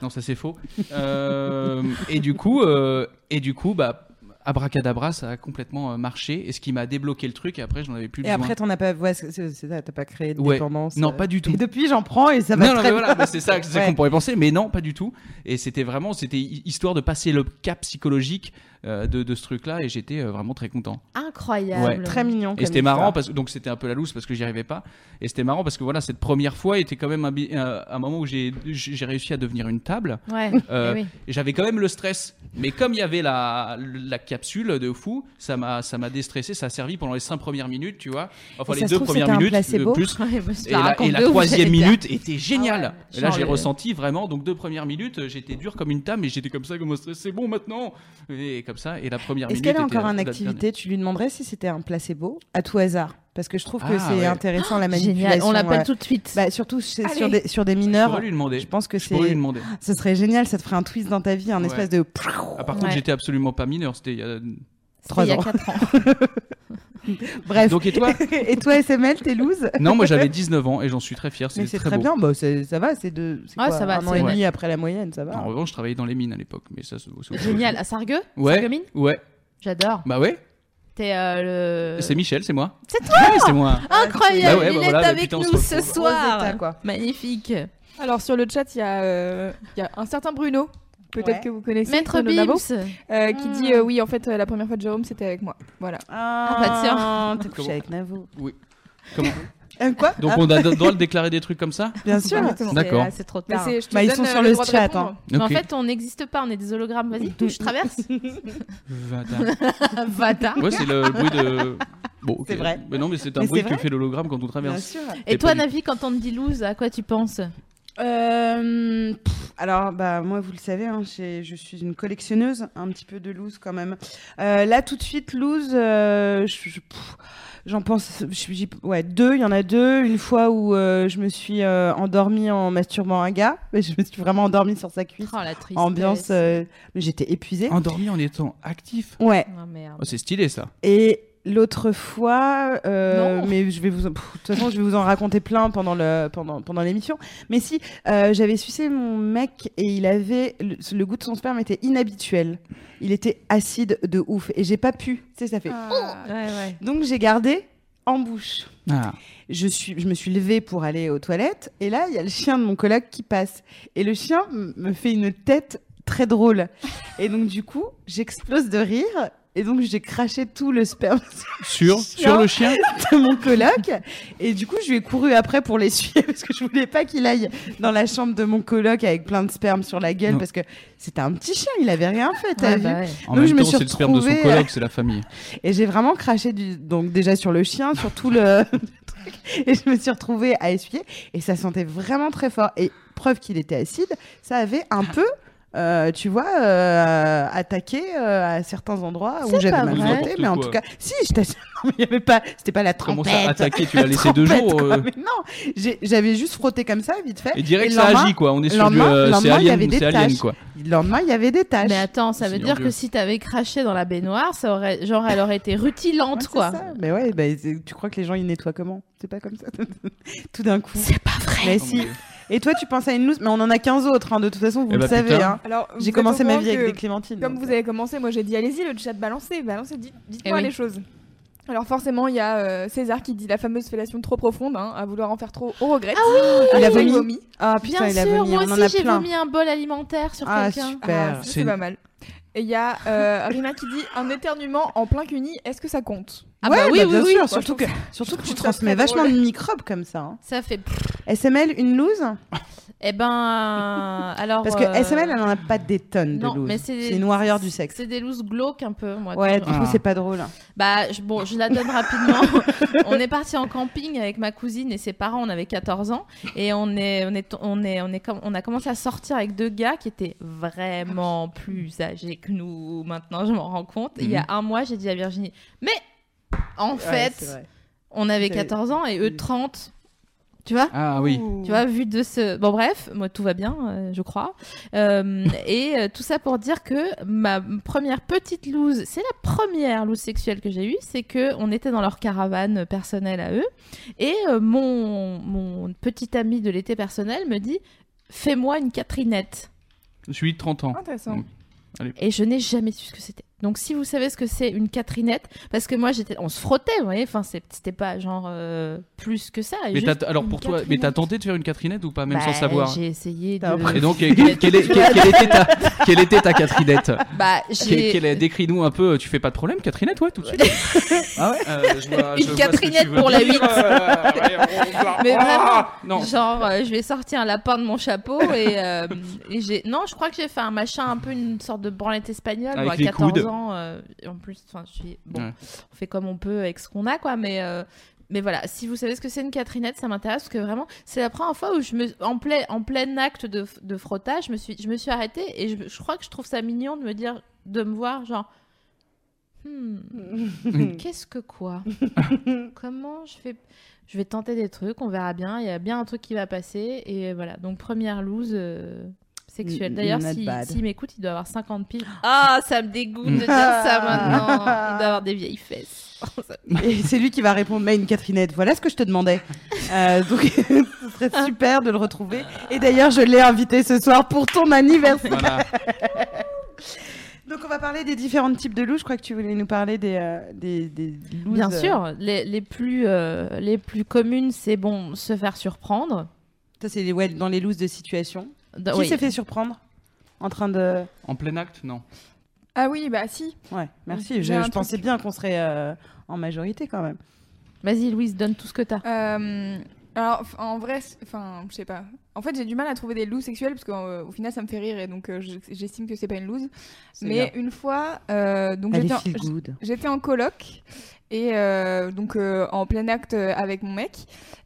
S4: Non, ça c'est faux. Euh, et du coup, euh, et du coup bah, abracadabra, ça a complètement euh, marché. Et ce qui m'a débloqué le truc, et après j'en avais plus
S3: Et
S4: besoin.
S3: après, t'en as pas, ouais, c'est c'est- c'est ça, t'as pas créé de
S4: Ouais.
S3: dépendance.
S4: non,
S3: euh.
S4: pas du tout.
S3: Et depuis, j'en prends et ça va
S4: non, non,
S3: très
S4: mais voilà,
S3: bien.
S4: mais c'est ça, c'est ça
S3: Ouais.
S4: qu'on pourrait penser, mais non, pas du tout. Et c'était vraiment, c'était hi- histoire de passer le cap psychologique euh, de, de ce truc-là, et j'étais euh, vraiment très content.
S1: Incroyable.
S4: Ouais,
S3: Très mignon.
S4: Et c'était marrant parce que donc c'était un peu la loose parce que j'y arrivais pas. Et c'était marrant parce que voilà cette première fois était quand même un, bi- un- un moment où j'ai j'ai réussi à devenir une table.
S1: Ouais.
S4: Euh,
S1: eh oui.
S4: Et J'avais quand même le stress, mais comme il y avait la, la capsule de fou, ça m'a ça m'a déstressé. Ça a servi pendant les cinq premières minutes, tu vois. Enfin
S5: Et
S4: les
S5: ça se
S4: deux
S5: trouve,
S4: premières
S5: c'était un
S4: minutes
S5: placebo.
S4: de plus.
S1: Ouais, bah, je
S4: Et
S1: la
S4: la,
S1: raconte
S4: et la
S1: de ouf, [LAUGHS]
S4: troisième
S1: j'étais-
S4: minute était géniale.
S1: Ah ouais,
S4: là,
S1: genre
S4: j'ai
S1: le-
S4: ressenti vraiment, donc deux premières minutes, euh, j'étais dur comme une table, mais j'étais comme ça, comme au stress, c'est bon maintenant. Et comme ça, et la première
S3: Est-ce
S4: minute.
S3: qu'elle a
S4: était
S3: encore
S4: la-
S3: en
S4: la
S3: activité Tu lui demanderais si c'était un placebo à tout hasard Parce que je trouve que
S4: Ah,
S3: c'est
S4: ouais.
S3: intéressant la manipulation.
S1: Génial. On l'appelle
S3: ouais.
S1: tout de suite.
S3: Bah, surtout chez- sur
S2: Allez.
S3: des, sur des
S4: dernière. Je
S3: mineurs.
S4: pourrais lui demander.
S3: Je pense que
S4: Je pourrais lui
S3: c'est.
S4: demander.
S3: Ce serait génial, ça te ferait un twist dans ta vie, un
S4: Ouais.
S3: espèce de.
S4: Ah, par contre,
S1: Ouais.
S4: j'étais absolument pas mineur. C'était il y a- [LAUGHS]
S3: Trois
S1: il y a
S3: ans.
S1: 4 ans.
S3: [LAUGHS] Bref.
S4: Donc et toi
S3: [LAUGHS] et toi, SML, t'es loose
S4: Non, moi j'avais 19 ans et j'en suis très fier.
S3: Mais
S4: C'était
S3: c'est
S4: très,
S3: très,
S4: beau.
S3: bien, bah, c'est- ça va, c'est de. c'est
S1: Ah,
S3: quoi,
S1: ça va,
S3: Un an
S1: c'est-
S3: et demi après la moyenne, ça va.
S4: En revanche, je travaillais dans les mines à l'époque, mais ça c'est c'est autre chose.
S1: [LAUGHS] Génial. À Sargueux
S4: Ouais.
S1: Sarreguemines
S4: Ouais.
S1: J'adore.
S4: Bah ouais.
S1: T'es euh, le.
S4: C'est Michel, c'est moi. C'est toi. Ouais, c'est moi.
S1: Incroyable.
S4: Bah ouais, bah
S1: il
S4: voilà,
S1: est
S4: bah
S1: avec
S4: putain, on se
S1: nous ce
S4: retrouve.
S1: soir.
S3: Rosetta, quoi.
S1: Magnifique.
S2: Alors sur le chat, il y, a, euh, il y a un certain Bruno, peut-être
S3: Ouais. Hmm.
S2: que vous connaissez,
S1: Maître
S2: Bruno Navo,
S1: Bims.
S2: euh, qui dit euh, oui, en fait, euh, la première fois de Jérôme, c'était avec moi. Voilà.
S3: Ah,
S1: bah, tiens.
S3: T'es couché avec Navo.
S4: Comment
S3: Euh, quoi
S4: Donc
S3: [LAUGHS] Ah,
S4: on a le droit de déclarer des trucs comme ça
S3: Bien sûr.
S2: Exactement.
S4: D'accord.
S1: C'est- C'est trop
S2: Mais
S1: tard.
S2: c'est- je te
S3: Bah, ils
S2: donne,
S3: sont
S2: euh,
S3: sur
S2: le
S3: le
S2: droit de
S3: chat, hein.
S2: répondre.
S1: Mais en
S4: Ok.
S1: fait, on n'existe pas, on est des hologrammes. Vas-y, [LAUGHS] touche, traverse.
S4: Vada.
S1: Vada.
S4: Ouais, c'est le
S3: [LAUGHS]
S4: bruit de. Bon, ok.
S3: C'est vrai.
S4: Mais non, mais c'est un
S3: Mais
S4: bruit
S3: c'est
S4: que
S3: vrai.
S4: fait l'hologramme quand on
S3: Bien
S4: traverse.
S3: sûr.
S1: Et
S4: T'es
S1: toi,
S4: pas du-
S1: Navi, quand on te dit loose, à quoi tu penses
S3: Euh, pff, alors, bah, moi, vous le savez, hein, j'ai- je suis une collectionneuse, un petit peu de loose quand même. Euh, là, tout de suite, loose, euh, je- je- pff, j'en pense, je suis- j'y- ouais, deux, il y en a deux. Une fois où euh, je me suis euh, endormie en masturbant un gars, mais je me suis vraiment endormie sur sa cuisse.
S1: Oh la tristesse.
S3: Ambiance, euh, mais j'étais épuisée.
S4: Endormi en étant actif.
S3: Ouais,
S1: Oh merde.
S4: Oh, c'est stylé ça.
S3: Et l'autre fois, euh,
S1: Non.
S3: mais je vais vous, en- pff, de toute façon, je vais vous en raconter plein pendant le pendant pendant l'émission. Mais si, euh, j'avais sucé mon mec et il avait le, le goût de son sperme était inhabituel. Il était acide de ouf et j'ai pas pu. Tu sais, ça
S2: Ah.
S3: fait.
S1: Ouais, ouais.
S3: Donc j'ai gardé en bouche
S4: Ah.
S3: je, suis, je me suis levée pour aller aux toilettes et là, il y a le chien de mon coloc qui passe. Et le chien m- me fait une tête très drôle. Et donc, du coup, j'explose de rire. Et donc, j'ai craché tout le sperme Chien.
S4: Sur, sur le chien
S3: de [LAUGHS] mon coloc. Et du coup, je lui ai couru après pour l'essuyer [LAUGHS] parce que je voulais pas qu'il aille dans la chambre de mon coloc avec plein de sperme sur la gueule
S4: Non.
S3: parce que c'était un petit chien, il avait rien fait, t'as
S1: Ouais,
S3: vu
S1: bah ouais.
S4: En
S3: Donc,
S4: même
S3: je me
S4: temps,
S3: suis
S4: c'est le sperme de son
S3: retrouvée, euh,
S4: collègue, c'est
S1: [LAUGHS]
S4: la famille.
S3: Et j'ai vraiment craché du... donc déjà sur le chien, sur tout le [LAUGHS] truc. Et je me suis retrouvée à essuyer et ça sentait vraiment très fort. Et preuve qu'il était acide, ça avait un
S1: Ah.
S3: peu, euh, tu vois, euh, attaqué euh, à certains endroits où
S1: C'est
S3: j'avais
S1: pas
S3: mal
S1: vrai.
S3: frotté. Mais en
S4: N'importe
S3: tout
S4: quoi.
S3: cas, si, je t'assure, [LAUGHS] non, mais il y avait pas, c'était pas la
S4: Comment
S3: trompette.
S4: ça attaquer Tu l'as
S3: La
S4: laissé deux
S3: trompette,
S4: jours
S3: quoi.
S4: euh,
S3: Mais non, j'ai- j'avais juste frotté comme ça, vite fait.
S4: Et direct,
S3: le
S4: ça
S3: lendemain-
S4: agit quoi. On est
S3: le
S4: sur du.
S3: lendemain- le
S4: euh, c'est
S3: lendemain, il y avait
S4: alien,
S3: des
S4: c'est alien
S3: taches.
S4: quoi.
S3: Le lendemain, il y avait des taches.
S1: Mais attends, ça veut
S4: Seigneur
S1: dire
S4: Dieu.
S1: que si t'avais craché dans la baignoire, ça aurait, genre, elle aurait été
S3: Ouais,
S1: rutilante,
S3: c'est
S1: quoi.
S3: ça. Mais ouais, bah, c'est- tu crois que les gens ils nettoient comment C'est pas comme ça. [LAUGHS] Tout d'un coup.
S1: C'est pas vrai.
S3: Mais
S4: Oh mon
S3: si.
S4: Dieu.
S3: Et toi, tu penses à une loose, mais on en a 15 autres, hein, de toute façon, vous
S4: Eh
S3: le
S4: bah,
S3: savez.
S4: putain.
S3: hein.
S2: Alors, vous
S3: J'ai
S2: êtes
S3: commencé
S2: au
S3: ma
S2: courant
S3: vie avec
S2: que-
S3: des clémentines.
S2: Comme
S3: donc,
S2: vous
S3: euh,
S2: avez commencé, moi j'ai dit allez-y le chat balancez, balancez, dites- dites-moi
S1: Eh oui.
S2: les choses. Alors forcément il y a euh, César qui dit la fameuse fellation trop profonde, hein, à vouloir en faire trop, on regrette.
S3: Il a
S2: J'ai
S3: vomi.
S2: vomi.
S3: Ah
S1: Bien
S3: putain, il a
S1: sûr,
S3: vomi,
S1: moi
S3: on en a
S1: aussi j'ai
S3: plein.
S1: vomi un bol alimentaire sur
S3: Ah,
S1: quelqu'un.
S3: super.
S2: Ah, ça,
S4: C'est-
S2: c'est pas mal. Et il y a euh, Rina qui dit un éternuement en plein cuni, est-ce que ça compte
S1: Ah
S3: ouais,
S1: bah oui,
S3: bah,
S1: oui,
S3: bien
S1: oui.
S3: sûr,
S1: Moi,
S3: surtout que, surtout que
S2: je
S3: tu
S2: trouve ça
S3: transmets
S2: très
S3: vachement
S2: drôle.
S3: de microbes comme ça. hein.
S1: Ça fait.
S3: SML, une loose
S1: Eh ben, alors.
S3: Parce que
S1: euh,
S3: SML, elle en a pas des tonnes
S1: non,
S3: de loose.
S1: mais c'est des-
S3: C'est une warrior du sexe.
S1: C'est des looses glauques un peu, moi.
S3: Ouais,
S1: tu
S3: du
S1: vois.
S3: coup,
S4: Ah.
S3: c'est pas drôle. hein.
S1: Bah, je, bon, je la donne
S3: [LAUGHS]
S1: rapidement. on est parti en camping avec ma cousine et ses parents. On avait 14 ans et on est, on est, on est, on est, comme, on a commencé à sortir avec deux gars qui étaient vraiment plus âgés que nous. Maintenant, je m'en rends compte. Et Il y a un mois, j'ai dit à Virginie, mais en
S3: Mhm. Ouais,
S1: fait,
S3: c'est vrai.
S1: on avait
S3: Vous avez-
S1: 14 ans et eux 30. Tu vois
S4: Ah oui.
S1: tu vois, vu de ce. Bon, bref, moi tout va bien, euh, je crois. Euh, et euh, tout ça pour dire que ma première petite loose, c'est la première loose sexuelle que j'ai eue, c'est que on était dans leur caravane personnelle à eux, et euh, mon, mon petit ami de l'été personnel me dit Fais-moi une Catherinette.
S4: Je suis 30
S1: Ah,
S4: ans.
S2: Intéressant.
S1: Et je n'ai jamais su ce que c'était. Donc si vous savez ce que c'est une Catherinette, parce que moi j'étais, on se frottait, vous voyez, enfin c'est- c'était pas genre euh, plus que ça.
S4: Mais
S1: juste
S4: t'as- alors pour
S1: une
S4: toi, mais t'as tenté de faire une Catherinette ou pas, même sans
S1: Bah,
S4: savoir
S1: J'ai essayé
S3: T'as
S1: de.
S4: Et donc, quelle, quelle- quelle est- quelle- quelle était ta, quelle était ta Catherinette
S1: Bah,
S4: Quelle-
S1: [LAUGHS] j'ai
S4: quelle est- Décris-nous un peu. euh, Tu fais pas de problème, Catherinette, ouais,
S1: [LAUGHS]
S4: tout de suite. ah ouais. Euh, je vois-
S1: Une
S4: je vois ce que tu
S1: Catherinette
S4: veux
S1: pour la
S4: dire.
S1: huit.
S4: Euh,
S1: Mais
S4: ah, Non.
S1: Genre, euh, je vais sortir un lapin de mon chapeau et, euh, [LAUGHS] et j'ai. Non, je crois que j'ai fait un machin un peu une sorte de branlette espagnole.
S4: Avec
S1: Bon, à
S4: les
S1: 14 ans,
S4: coudes.
S1: euh, et en plus, enfin, je suis. Bon,
S4: Ouais.
S1: on fait comme on peut avec ce qu'on a, quoi, mais. euh, Mais voilà, si vous savez ce que c'est une Catherinette, ça m'intéresse parce que vraiment, c'est la première fois où je me, en, plein, en plein acte de, de frottage, je me suis, je me suis arrêtée et je, je crois que je trouve ça mignon de me dire, de me voir genre, Hmm, qu'est-ce que [LAUGHS] quoi Comment je fais je vais tenter des trucs, on verra bien. Il y a bien un truc qui va passer. Et voilà, donc première loose euh, sexuelle.
S3: Mm,
S1: D'ailleurs,
S3: not
S1: si- s'il
S3: bad.
S1: m'écoute, il doit avoir Mm. 50 piles. [LAUGHS] Ah, ça me dégoûte de dire ça [LAUGHS] maintenant. Il doit avoir des vieilles fesses.
S3: Et c'est lui qui va répondre, mais une Catherinette, voilà ce que je te demandais. Euh, donc, [LAUGHS] ce serait super de le retrouver. Et d'ailleurs, je l'ai invité ce soir pour ton anniversaire.
S4: Voilà.
S3: Donc, on va parler des différents types de loups. Je crois que tu voulais nous parler des, euh, des, des loups,
S1: Bien
S3: euh,
S1: sûr, les, les plus, euh, les plus communes, c'est bon, se faire surprendre.
S3: Ça, c'est les- ouais, dans les looses de situation. Qui
S1: D- Euh, oui.
S3: s'est fait surprendre En train de.
S4: En plein acte, non.
S2: Ah oui, bah si.
S3: Ouais, merci.
S2: Il y
S3: Je,
S2: a un
S3: je
S2: truc.
S3: pensais bien qu'on serait euh, en majorité quand même.
S1: Vas-y, Louise, donne tout ce que t'as.
S2: Euh, alors, f- en vrai, c- enfin, je sais pas. En fait, j'ai du mal à trouver des loups sexuelles parce qu'au final, ça me fait rire et donc euh, je- j'estime que c'est pas une loose. Mais une fois, euh, donc
S3: Elle
S2: j'étais
S3: est
S2: en,
S3: feel good.
S2: J'étais en coloc et euh, donc euh, en plein acte euh, avec mon mec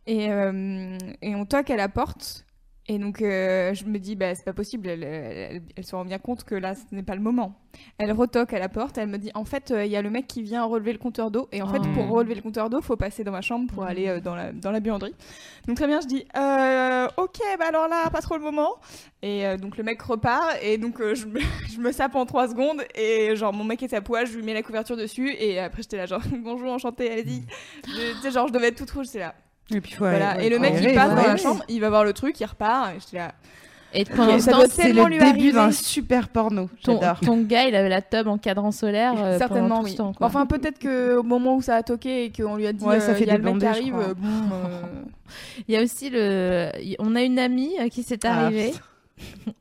S2: et, euh, et on toque à la porte et donc euh, je me dis bah c'est pas possible elle, elle- elle- elle se rend bien compte que là ce n'est pas le moment elle retoque à la porte elle me dit en fait euh, il y a le mec qui vient relever le compteur d'eau et en fait
S1: Oh.
S2: pour relever le compteur d'eau faut passer dans ma chambre pour aller euh,
S1: Mhm.
S2: dans la dans la buanderie donc très bien je dis Euh, ok bah alors là pas trop le moment et euh, donc le mec repart et donc euh, je, me, [LAUGHS] je me sape en 3 secondes et genre mon mec est à poil, je lui mets la couverture dessus et après j'étais là genre [LAUGHS] bonjour enchanté,
S3: Mm.
S2: allez-y. Je- Tu sais genre je devais être toute rouge, j'étais là.
S3: Et puis,
S2: voilà. et le mec
S1: ouais,
S2: il passe dans
S1: ouais.
S2: la chambre, il va voir le truc, il repart et j'étais là.
S1: Et pendant ce
S2: ça
S1: temps,
S2: doit
S3: C'est
S2: tellement
S3: le
S2: lui
S3: début
S2: arriver.
S3: d'un super porno.
S1: ton,
S3: J'adore.
S1: ton gars, il avait la tub en cadran solaire. euh, pendant
S2: Certainement
S1: tout ce
S2: oui.
S1: temps, quoi.
S2: enfin peut-être que au moment où ça a toqué et qu'on lui a dit
S3: Ouais, ça
S2: euh,
S3: fait
S2: il y a
S3: des
S2: le mec qui
S3: blindés, je
S2: arrive,
S3: crois.
S2: euh, bon,
S3: [LAUGHS]
S2: euh,
S1: Il y a aussi le. y- On a une amie euh, qui s'est
S3: Ah,
S1: arrivée. [LAUGHS]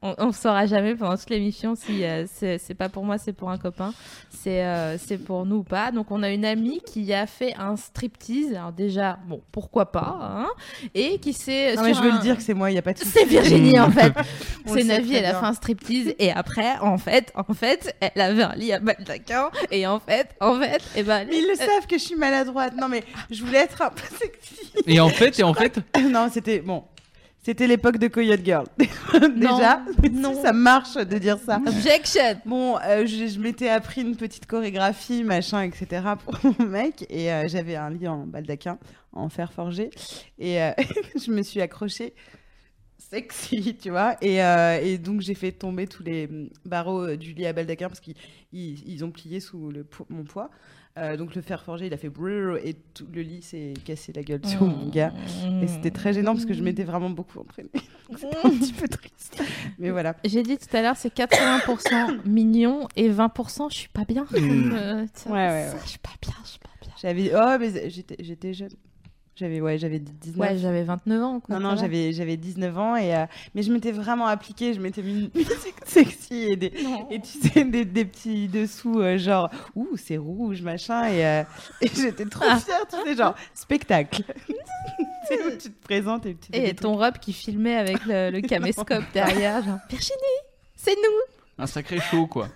S1: on, on saura jamais pendant toute l'émission si euh, c'est c'est pas pour moi, c'est pour un copain. C'est euh, c'est pour nous ou pas. Donc on a une amie qui a fait un striptease. Alors déjà, bon, pourquoi pas hein, Et qui s'est.
S3: Non, mais
S1: sur
S3: je veux
S1: un-
S3: le dire que c'est moi, il n'y a pas de souci.
S1: C'est Virginie en fait.
S3: On
S1: c'est
S3: le sait
S1: Navi,
S3: très
S1: elle a
S3: bien.
S1: fait un striptease et après, en fait, en fait, elle avait un lit à baldaquin et en fait, en fait, et ben.
S3: [LAUGHS] Mais ils le savent que je suis maladroite. Non, mais je voulais être un peu sexy. [LAUGHS]
S4: Et en fait, et en fait,
S3: non, c'était bon. C'était l'époque de Coyote Girl. [LAUGHS] Déjà,
S1: non.
S3: ça marche de dire ça.
S1: euh, Objection.
S3: Bon, euh, je, je m'étais appris une petite chorégraphie, machin, etc. [LAUGHS] pour mon mec. Et euh, j'avais un lit en baldaquin, en fer forgé. Et euh, [LAUGHS] je me suis accrochée sexy, tu vois. Et, euh, et donc, j'ai fait tomber tous les mm, barreaux euh, du lit à baldaquin parce qu'ils ils- ils ont plié sous le po- mon poids. Euh, donc, le fer forgé, il a fait brrr et tout le lit s'est cassé la gueule sur
S1: Oh.
S3: mon gars.
S1: Mm.
S3: Et c'était très gênant parce que je m'étais vraiment beaucoup entraînée. [LAUGHS] Donc, C'était un petit peu triste. Mais voilà.
S1: J'ai dit tout à l'heure, c'est [COUGHS] 80% mignon et 20% je suis pas bien.
S4: Mm.
S1: Euh, tiens,
S3: Ouais, ouais,
S1: ça,
S3: ouais.
S1: Je suis pas bien, je suis pas bien.
S3: J'avais oh mais j'étais j'étais jeune. J'avais ouais, j'avais 19.
S1: Ouais, j'avais 29 ans. Quoi,
S3: non
S1: ça
S3: non,
S1: va.
S3: j'avais j'avais 19 ans et euh, mais je m'étais vraiment appliquée, je m'étais mis une [LAUGHS] musique sexy et des et tu sais des, des petits dessous euh, genre ouh, c'est rouge machin et, euh, [LAUGHS] et j'étais trop
S1: Ah.
S3: fière, tu sais genre spectacle. [LAUGHS] c'est où tu te présentes et tu fais
S1: Et
S3: des trucs.
S1: ton robe qui filmait avec
S3: [LAUGHS]
S1: le, le caméscope derrière, genre Virginie, c'est nous.
S4: un sacré show, quoi.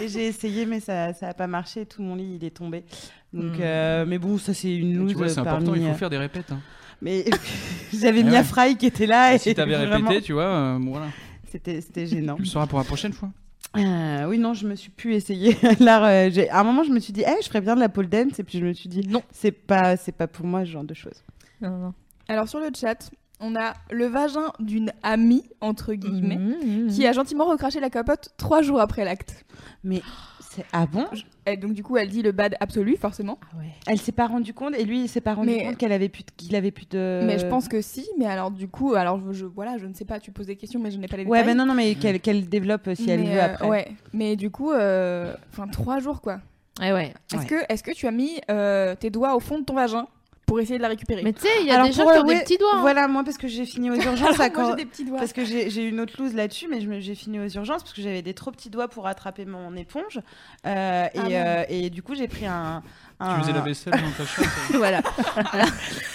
S3: Et j'ai essayé mais ça ça a pas marché, tout mon lit il est tombé. Donc
S1: Hmm.
S3: euh, mais bon, ça c'est une
S4: Tu
S3: loose
S4: vois, c'est
S3: parmi
S4: important. Il
S3: euh,
S4: faut faire des répètes. hein.
S3: mais [LAUGHS] j'avais
S4: Ah ouais.
S3: Mia Fry qui était là et,
S4: Si t'avais
S3: Ah, vraiment,
S4: répété, tu vois, euh, voilà.
S3: c'était c'était
S2: [LAUGHS]
S3: gênant.
S4: Tu le sauras pour la prochaine fois.
S3: Euh, oui, non, je me suis pu essayer. [LAUGHS] Là, euh, j'ai- à un moment, je me suis dit, Eh, je ferais bien de la pole dance, et puis je me suis dit,
S1: Non.
S3: c'est pas, c'est pas pour moi ce genre de choses.
S1: Non, non.
S2: Alors sur le chat, on a le vagin d'une amie, entre guillemets,
S1: Mhm, mhm.
S2: qui a gentiment recraché la capote trois jours après l'acte.
S3: Mais c'est ah bon
S2: Et donc du coup, elle dit le bad absolu, forcément.
S1: Ah ouais.
S3: Elle s'est pas rendue compte et lui il s'est pas rendu
S2: Mais-
S3: compte qu'elle avait plus de- qu'il avait plus de.
S2: Mais je pense que si, mais alors du coup, alors je, je- voilà, je ne sais pas, tu poses des questions, mais je n'ai pas les
S3: Ouais,
S2: détails.
S3: ben non, non, mais qu'elle qu'elle développe euh, si elle
S2: Mais,
S3: veut
S2: euh,
S3: après.
S2: ouais, mais du coup, euh, enfin trois jours quoi.
S1: Ah ouais.
S2: Est-ce
S3: Ouais.
S2: que, est-ce que tu as mis euh, tes doigts au fond de ton vagin pour essayer de la récupérer
S1: Mais tu sais, il y a
S3: Alors,
S1: des gens
S3: pour
S1: qui ont
S3: avouer,
S1: des petits doigts. hein.
S3: Voilà, moi parce que j'ai fini aux urgences à
S2: [LAUGHS] Moi
S3: quand-
S2: j'ai des petits doigts.
S3: Parce que j'ai j'ai eu une autre loose là-dessus, mais je me- j'ai fini aux urgences parce que j'avais des trop petits doigts pour attraper mon éponge. Euh, et,
S2: merde.
S3: euh, et du coup, j'ai pris un, un-
S4: Tu faisais la vaisselle dans ta chambre.
S1: [LAUGHS] voilà.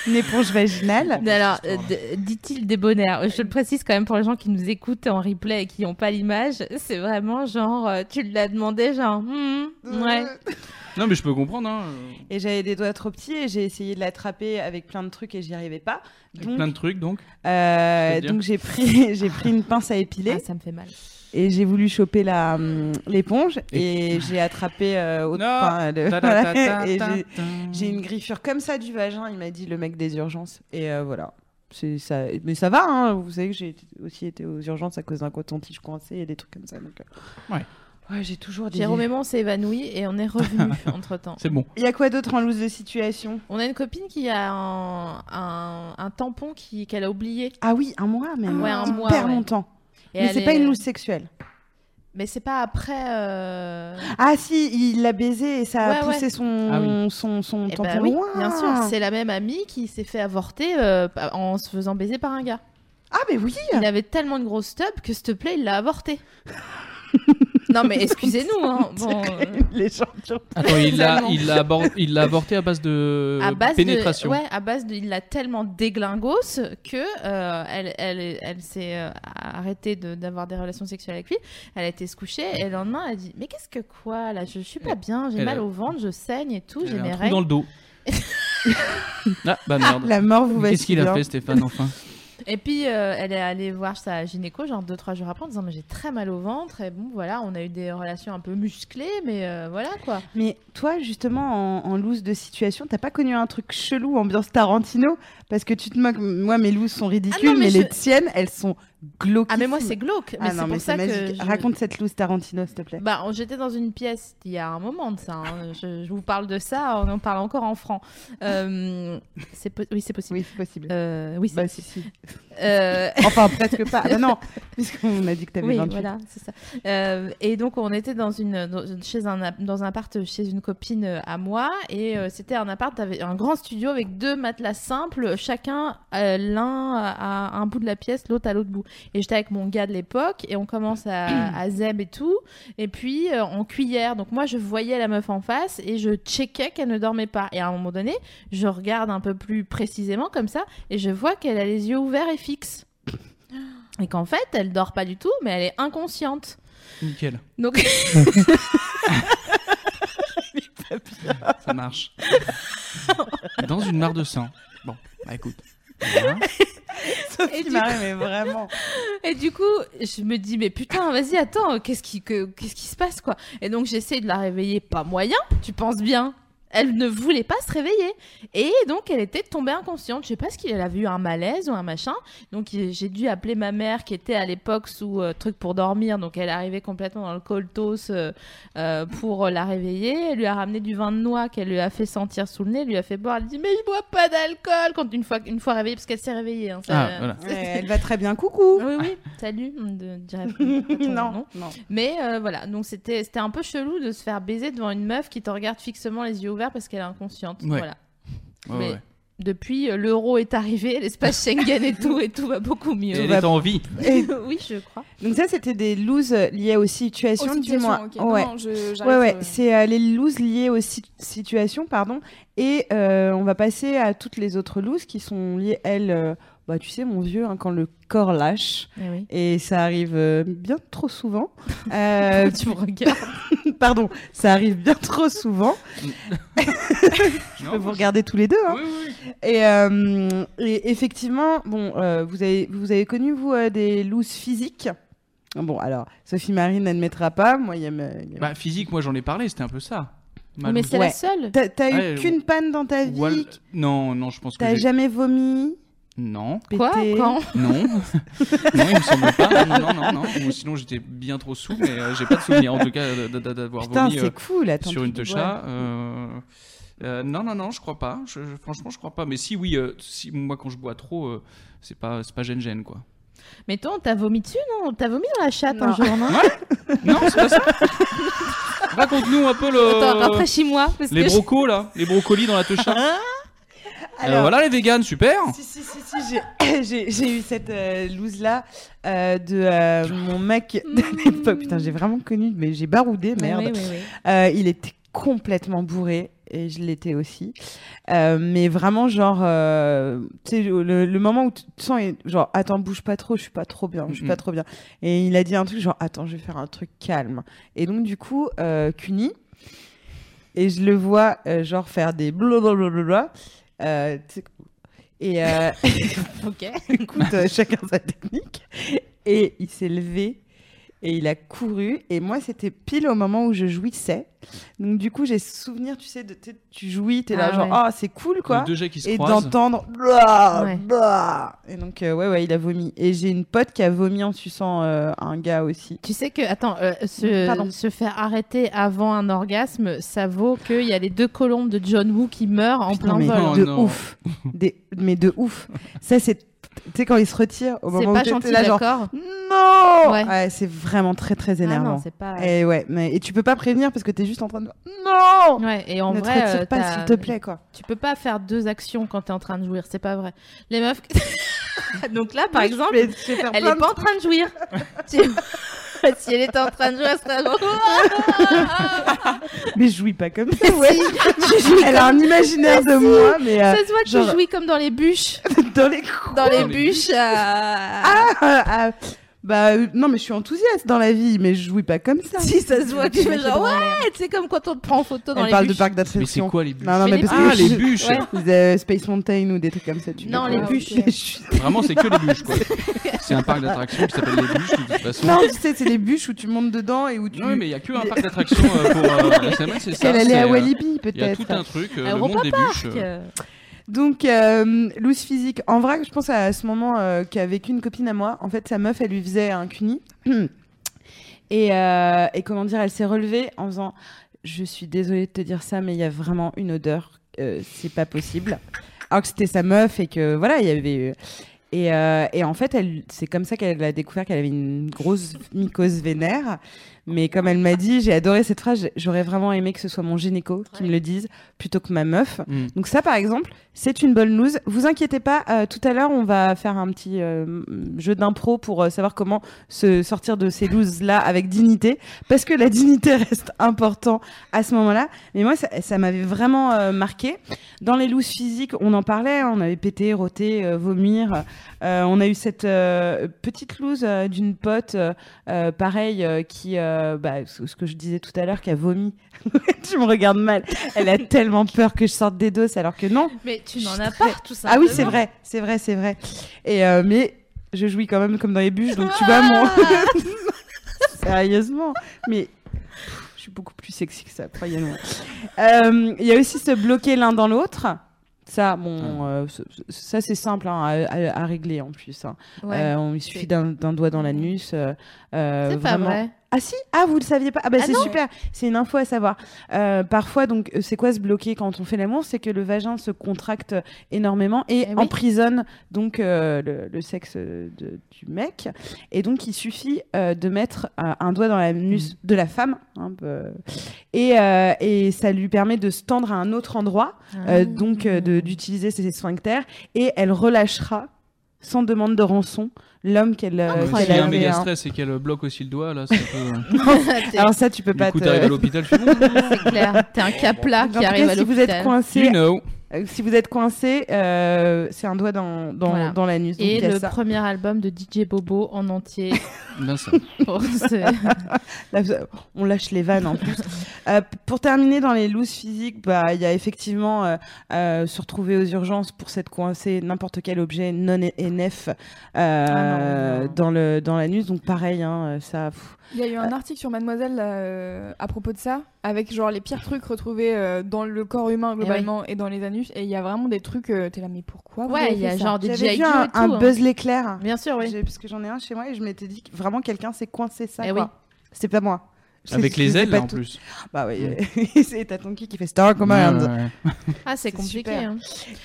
S3: une éponge vaginale.
S1: Mais Alors,
S4: cette histoire-là.
S1: euh, d- dit-il débonnaire, je le précise quand même pour les gens qui nous écoutent en replay et qui n'ont pas l'image, c'est vraiment genre, euh, tu l'as demandé, genre, hmm, ouais.
S4: Non, mais je peux comprendre. Hein.
S3: Et j'avais des doigts trop petits et j'ai essayé de l'attraper avec plein de trucs et j'y arrivais pas.
S4: Avec
S3: Donc,
S4: plein de trucs, donc.
S3: euh,
S4: C'est-à-dire
S3: donc j'ai pris, [LAUGHS] j'ai pris une pince à épiler
S1: Ah, ça me fait mal.
S3: et j'ai voulu choper la hum, l'éponge
S4: [LAUGHS]
S3: et j'ai attrapé euh, autre-
S4: Non.
S3: enfin, le- [LAUGHS]
S4: Ta, ta, ta, ta,
S3: et
S4: ta,
S3: j'ai-
S4: ta.
S3: J'ai une griffure comme ça du vagin, il m'a dit le mec des urgences. Et euh, voilà. C'est ça. Mais ça va, hein. vous savez que j'ai été- aussi été aux urgences à cause d'un coton-tige coincé et des trucs comme ça. Donc, euh,
S4: Ouais.
S3: Ouais, j'ai toujours des.
S1: Jérôme et moi, on s'est évanouis et on
S3: [LAUGHS]
S1: est revenus entre temps.
S4: C'est bon.
S3: Il y a quoi d'autre en loose de situation
S1: On a une copine qui a un, un- un tampon qui- qu'elle a oublié.
S3: Ah oui, un mois, mais
S1: Ouais, un mois,
S3: hyper
S1: ouais.
S3: longtemps.
S1: Et
S3: mais
S1: elle
S3: c'est pas
S1: est-
S3: une loose sexuelle.
S1: Mais c'est pas après. euh,
S3: Ah si, il l'a baisé et ça a
S1: Ouais, ouais.
S3: poussé son,
S4: Ah
S3: son, son
S1: eh
S3: tampon
S1: ben oui,
S3: loin.
S1: bien sûr. C'est la même amie qui s'est fait avorter euh, en se faisant baiser par un gars.
S3: Ah, mais oui [LAUGHS]
S1: Il avait tellement de grosses tubs que, s'il te plaît, il l'a avorté. non, mais excusez-nous. hein. Bon, euh,
S3: Les gens qui ont-
S4: Attends, il l'a,
S1: Tellement.
S4: il l'a abor- il l'a avorté à base de
S1: à base
S4: pénétration.
S1: de, ouais, à base de, il l'a tellement déglingos que euh, elle, elle, elle s'est euh, arrêtée de- d'avoir des relations sexuelles avec lui. Elle a été se coucher et le lendemain, elle a dit, mais qu'est-ce que quoi là Je suis pas bien, j'ai
S4: elle
S1: mal
S4: a-
S1: au ventre, je saigne et tout,
S4: Il
S1: j'ai
S4: a
S1: mes
S4: un trou dans
S1: règles.
S4: le dos. ah, bah merde.
S3: La mort vous va hein.
S4: Qu'est-ce
S3: si
S4: qu'il a
S3: bien.
S4: fait, Stéphane, enfin
S1: Et puis euh, elle est allée voir sa gynéco genre deux trois jours après en disant mais j'ai très mal au ventre et bon voilà on a eu des relations un peu musclées mais euh, voilà quoi.
S3: Mais toi, justement, en, en loose de situation, t'as pas connu un truc chelou ambiance Tarantino Parce que tu te moques, moi, mes looses sont ridicules,
S1: Ah non, mais
S3: mais,
S1: je-
S3: les tiennes, elles sont glauques.
S1: Ah mais moi c'est glauque, mais
S3: Ah
S1: c'est
S3: non,
S1: pour
S3: mais
S1: ça
S3: c'est
S1: que
S3: magique.
S1: je-
S3: Raconte cette loose Tarantino, s'il te plaît.
S1: Bah, on- j'étais dans une pièce il y a un moment de ça. hein. Je, je vous parle de ça, on en parle encore en franc. Euh, c'est po- oui, c'est possible.
S3: Oui, c'est possible.
S1: Euh, oui, c'est
S3: Bah, si,
S1: possible.
S3: si.
S1: Euh,
S3: Enfin, presque pas. Bah non, [LAUGHS] puisqu'on a dit que t'avais
S1: oui,
S3: 28.
S1: voilà, c'est ça. Euh, et donc on était dans une dans, une- chez un app- dans un appart chez une copine euh, à moi et euh, c'était un appart avec un grand studio avec deux matelas simples, chacun euh, l'un à, à un bout de la pièce, l'autre à l'autre bout. Et j'étais avec mon gars de l'époque et on commence à, à zeb et tout et puis euh, en cuillère. Donc moi je voyais la meuf en face et je checkais qu'elle ne dormait pas. Et à un moment donné, je regarde un peu plus précisément comme ça et je vois qu'elle a les yeux ouverts et fixes. Et qu'en fait, elle dort pas du tout, mais elle est inconsciente.
S4: Nickel,
S1: Donc,
S4: ça marche. Dans une mare de sang. Bon, bah écoute. Voilà.
S3: Sophie
S1: Et du
S3: Marais, mais vraiment.
S1: et du coup, je me dis, mais putain, vas-y, attends, qu'est-ce qui, que- qu'est-ce qui se passe, quoi Et donc, j'essaie de la réveiller, pas moyen, tu penses bien. Elle ne voulait pas se réveiller. Et donc, elle était tombée inconsciente. Je sais pas ce qu'il elle avait eu un malaise ou un machin. Donc, il- j'ai dû appeler ma mère, qui était à l'époque sous euh, truc pour dormir. Donc, elle arrivait complètement dans le coltos euh, euh, pour la réveiller. Elle lui a ramené du vin de noix qu'elle lui a fait sentir sous le nez. Elle lui a fait boire. Elle dit, mais il boit pas d'alcool quand une fois, une fois réveillée, parce qu'elle s'est réveillée. hein, ça-
S4: Ah, voilà.
S3: Ouais, Euh, elle va très bien,
S2: [LAUGHS]
S3: coucou.
S1: Ah oui, oui, salut, on
S3: [LAUGHS]
S1: ne dirait pas ton
S3: non,
S1: nom.
S3: non.
S1: Mais euh, voilà, donc c'était c'était un peu chelou de se faire baiser devant une meuf qui te regarde fixement les yeux ouverts parce qu'elle est inconsciente.
S4: Ouais.
S1: Voilà.
S4: Ouais,
S1: Mais
S4: ouais.
S1: depuis, euh, l'euro est arrivé, [LAUGHS] l'espace Schengen et tout, et tout va beaucoup
S4: Et
S1: mieux.
S4: elle est en vie.
S1: [LAUGHS] oui, je crois.
S3: Donc ça, c'était des looses liées aux situations,
S2: Aux
S3: dis-moi.
S2: situations, ok. Non,
S3: Ouais.
S2: non, je- j'arrête,
S3: Ouais, ouais,
S2: euh,
S3: c'est euh, les looses liées aux si- situations, pardon. Et euh, on va passer à toutes les autres looses qui sont liées, elles, euh, bah, tu sais, mon vieux, hein, quand le corps lâche.
S1: Eh
S3: Et ça arrive euh, bien trop souvent. Euh,
S1: [LAUGHS] tu me regardes.
S3: pardon, ça arrive bien trop souvent.
S4: Non,
S3: Vous regardez tous les deux. Hein.
S4: Oui, oui.
S3: Et, euh, et effectivement, bon, euh, vous, avez, vous avez connu, vous, euh, des looses physiques Bon, alors, Sophie Marie n'admettra pas. Moi, il y a... ma- il y a-
S4: Bah, physique, moi j'en ai parlé, c'était un peu ça. Ma
S1: Mais
S4: loose.
S1: c'est
S3: Ouais.
S1: la seule.
S3: T'as t'as eu
S4: Ouais,
S3: qu'une panne dans ta vie
S4: Ou al- Non, non, je pense que
S3: T'as
S4: j'ai-
S3: jamais vomi
S4: Non.
S1: Quoi
S3: Péter.
S1: Quand
S4: Non. [LAUGHS] non, il me semble pas. Non, non, non. non. Ou sinon, j'étais bien trop sous, mais euh, j'ai pas de souvenir, en tout cas, d- d- d'avoir
S3: Putain,
S4: vomi
S3: c'est
S4: euh,
S3: cool. Attends,
S4: sur une
S3: tu-
S4: techa. Euh, euh, non, non, non, je crois pas. Je- je- franchement, je crois pas. Mais si, oui, euh, si, moi, quand je bois trop, euh, c'est pas, c'est pas
S3: [LAUGHS]
S4: gêne-gêne, quoi.
S1: Mais toi, on t'a vomi dessus, non On t'a vomi dans la chatte
S2: Non.
S1: un jour, non
S4: Non, c'est pas ça. Raconte-nous un peu le...
S1: Attends, rafraîchis-moi. parce
S4: Euh, les
S1: que je-
S4: brocos, là. Les brocolis dans la techa. Euh,
S3: [LAUGHS] Alors,
S4: voilà, les véganes, super.
S3: Si, si, si, si, j'ai- [COUGHS] j'ai j'ai eu cette loose là de euh, mon
S1: [LAUGHS]
S3: mec de l'époque. Putain, j'ai vraiment connu, mais j'ai baroudé,
S1: Oui,
S3: merde.
S1: oui, oui, oui.
S3: Euh, il était complètement bourré et je l'étais aussi. Euh, mais vraiment, genre, euh, tu sais, le, le moment où tu te sens, et- genre, attends, bouge pas trop, je suis pas trop bien, je suis
S4: Mhm.
S3: pas trop bien. Et il a dit un truc, genre, attends, je vais faire un truc calme. Et donc, du coup, euh, Cuny, et je le vois, euh, genre, faire des blablabla. Euh, tu sais, et euh, [LAUGHS]
S1: [LAUGHS] Ok.
S3: écoute, euh, chacun sa technique. Et il s'est levé et il a couru. Et moi, c'était pile au moment où je jouissais. Donc, du coup, j'ai ce souvenir, tu sais, de, tu sais, tu jouis, t'es là,
S1: Ah
S3: genre,
S1: ouais.
S3: ah, c'est cool, quoi.
S4: Les deux jets qui se
S3: Et
S4: croisent.
S3: d'entendre. Blah,
S1: Ouais.
S3: blah. Et donc, euh, ouais, ouais, il a vomi. Et j'ai une pote qui a vomi en suçant euh, un gars aussi.
S1: Tu sais que, attends, euh, se,
S3: Pardon.
S1: se faire arrêter avant un orgasme, ça vaut qu'il y a les deux colombes de John Woo qui meurent en
S3: Putain,
S1: plein
S3: mais
S1: vol. hein.
S4: Oh
S3: de
S4: non.
S3: ouf. Des- mais de ouf. Ça, c'est. Tu sais, quand il se retire au
S1: C'est
S3: moment où
S1: pas
S3: t'es- t'es
S1: gentil,
S3: là, genre.
S1: d'accord
S3: Non
S1: Ouais.
S3: Ouais, C'est vraiment très, très
S1: Ah
S3: énervant. Eh,
S1: non, c'est pas.
S3: Et ouais, mais et tu peux pas prévenir parce que t'es juste en train de non.
S1: Ouais, et en
S3: ne
S1: vrai,
S3: te
S1: euh,
S3: retire pas
S1: t'as-
S3: s'il te plaît quoi.
S1: tu peux pas faire deux actions quand t'es en train de jouir, c'est pas vrai.
S3: [LAUGHS]
S1: Les meufs. Donc là, par exemple,
S3: Mais je vais faire
S1: elle
S3: plein
S1: est
S3: de
S1: pas en train de jouir. Tu- si elle était en train de jouer, elle
S3: [LAUGHS]
S1: serait genre.
S3: trucs. [LAUGHS] Mais je jouis pas comme ça.
S1: Ah, [LAUGHS] Si, tu jouis
S3: Elle a un imaginaire de moi, mais euh,
S1: Ça se voit que
S3: genre-
S1: tu jouis comme dans les bûches.
S3: dans les coups.
S1: Dans les
S4: Dans les
S1: bûches. euh, à-
S3: Ah, [LAUGHS] ah, bah euh, non, mais je suis enthousiaste dans la vie, mais je jouis pas comme ça.
S1: Si ça se voit que tu
S3: [LAUGHS] Je
S1: fais
S3: me
S1: genre
S3: fais dans
S1: ouais, c'est comme quand on te prend en photo dans
S3: Elle
S1: les
S3: parle
S1: bûches.
S3: de parc
S4: Mais c'est
S3: d'attractions.
S4: quoi les bûches
S3: Non, non,
S1: Mais
S3: mais
S1: les
S3: parce
S4: Ah,
S3: que
S4: les
S3: je-
S4: bûches
S1: Ouais.
S3: The Space Mountain ou des trucs comme ça. Tu
S1: Non,
S3: vois. Ah,
S2: les bûches.
S3: [LAUGHS] Je suis-
S4: Vraiment, c'est que les bûches,
S3: [LAUGHS]
S4: quoi. C'est un parc d'attractions qui s'appelle les bûches, de toute façon.
S3: Non, tu sais, c'est les bûches où tu montes dedans et où tu.
S4: Non, mais il y a que un parc d'attractions euh, pour euh, la semaine, c'est ça.
S3: Elle allait
S4: c'est,
S3: à
S4: euh,
S3: Walibi
S4: Il y a tout
S3: peut-être.
S4: un truc, euh,
S1: À
S4: le
S1: Europa
S4: monde des bûches. euh,
S1: Euh,
S3: Donc, euh, loose physique. En vrai, je pense à ce moment euh, qu'a vécu une copine à moi. En fait, sa meuf, elle lui faisait un cuni. [CLEARS THROAT] Et, euh, et comment dire, elle s'est relevée en faisant Je suis désolée de te dire ça, mais il y a vraiment une odeur. euh, c'est pas possible. Alors que c'était sa meuf et que voilà, il y avait. Et, euh, et en fait, elle- c'est comme ça qu'elle a découvert qu'elle avait une grosse mycose vénère. Mais comme elle m'a dit, j'ai adoré cette phrase. J'aurais vraiment aimé que ce soit mon gynéco qui me le dise plutôt que ma meuf.
S4: hmm.
S3: Donc ça, par exemple, c'est une bonne news. Vous inquiétez pas, euh, tout à l'heure, on va faire un petit euh, jeu d'impro pour euh, savoir comment se sortir de ces loses-là avec dignité, parce que la [LAUGHS] dignité reste important à ce moment-là. Mais moi, ça, ça m'avait vraiment euh, marqué. Dans les looses physiques, on en parlait, hein, on avait pété, roté, euh, vomir. Euh, on a eu cette euh, petite loose euh, d'une pote, euh, euh, pareil, euh, qui, euh, bah, ce ce que je disais tout à l'heure, qui a vomi. [LAUGHS] tu me regardes mal. Elle a tellement peur que je sorte des doses alors que non.
S1: Mais tu n'en as pas tout ça.
S3: Ah oui, c'est
S1: [LAUGHS]
S3: vrai, c'est vrai, c'est vrai. Et euh, mais je jouis quand même comme dans les bûches, donc tu vois mon.
S1: Ah.
S3: [LAUGHS] Sérieusement, mais pff, je suis beaucoup plus sexy que ça, croyez-moi. Euh, Il y a aussi se bloquer l'un dans l'autre. Ça, bon, euh, ce- ce- ça c'est simple hein, à, à- à régler en plus. hein. Euh, on- il suffit d'un d'un doigt dans l'anus. euh, euh,
S1: c'est pas
S3: vraiment. [LAUGHS]
S1: vrai.
S3: Ah si, ah vous le saviez pas. Ah bah
S1: Ah
S3: c'est
S1: non.
S3: super, c'est une info à savoir. Euh, parfois donc euh, c'est quoi se bloquer quand on fait l'amour, c'est que le vagin se contracte énormément et
S1: Eh oui.
S3: emprisonne donc euh, le, le sexe euh, de- du mec. Et donc il suffit euh, de mettre euh, un doigt dans l'anus
S1: Mm.
S3: de la femme hein, peu- et, euh, et ça lui permet de se tendre à un autre endroit euh,
S1: Ah.
S3: donc euh, de- d'utiliser ses sphincters et elle relâchera sans demande de rançon l'homme qu'elle
S1: Ah,
S3: euh,
S4: Ouais,
S3: qu'elle
S4: S'il y a un
S3: avait,
S4: méga
S3: hein.
S4: stress et qu'elle euh, bloque aussi le doigt, là, ça
S3: [LAUGHS]
S4: peut.
S1: T'es-
S3: Alors ça tu peux pas
S4: Du coup,
S3: te-
S4: t'arrives à l'hôpital, tu fais. "Ouh,
S1: c'est clair. T'es un capla
S3: En
S1: qui
S3: tout
S1: arrive
S3: cas,
S1: à
S3: si vous êtes
S1: l'hôpital.
S3: coincé,
S4: You
S3: [LAUGHS]
S4: know.
S3: euh, si vous êtes coincé, euh, c'est un doigt dans dans,
S1: Voilà.
S3: dans l'anus. donc
S1: Et
S3: il y a
S1: le
S3: ça.
S1: premier album de DJ Bobo
S3: [LAUGHS]
S1: en entier.
S4: Là, ça.
S1: Bon, c'est-
S3: Là, vous- on lâche les vannes en
S1: [LAUGHS]
S3: plus. Euh, p- pour terminer dans les looses physiques, bah il y a effectivement euh, euh, se retrouver aux urgences pour s'être coincé n'importe quel objet non é- NF euh,
S1: Ah non, non.
S3: dans le dans l'anus. Donc pareil, hein, ça. pff,
S1: Euh.
S2: Il y a eu un article sur Mademoiselle là, euh, à propos de ça, avec genre les pires trucs retrouvés euh, dans le corps
S1: Eh
S2: humain globalement et, dans les anus. Et il y a vraiment des trucs, euh, t'es là, mais pourquoi vous
S1: Ouais,
S2: avez
S1: il y
S2: fait
S1: a
S2: ça
S1: genre des
S3: J'avais
S1: GI
S3: vu
S1: Joe
S3: un,
S1: et tout,
S3: un
S1: hein.
S3: buzz l'éclair.
S1: Bien sûr, oui.
S3: J'ai- Parce que j'en ai un chez moi et je m'étais dit que vraiment quelqu'un s'est coincé ça.
S1: Eh
S3: quoi.
S1: oui.
S3: C'est pas moi. Je-
S4: Avec
S3: je
S4: les
S3: ai
S4: ailes,
S3: pas
S4: là, en
S3: tout-
S4: plus.
S3: Bah oui. euh, [LAUGHS] c'est t'as ton cul qui fait Star Command.
S4: Ouais, ouais, ouais.
S1: Ah, c'est
S3: C'est
S1: compliqué.
S3: super.
S1: hein.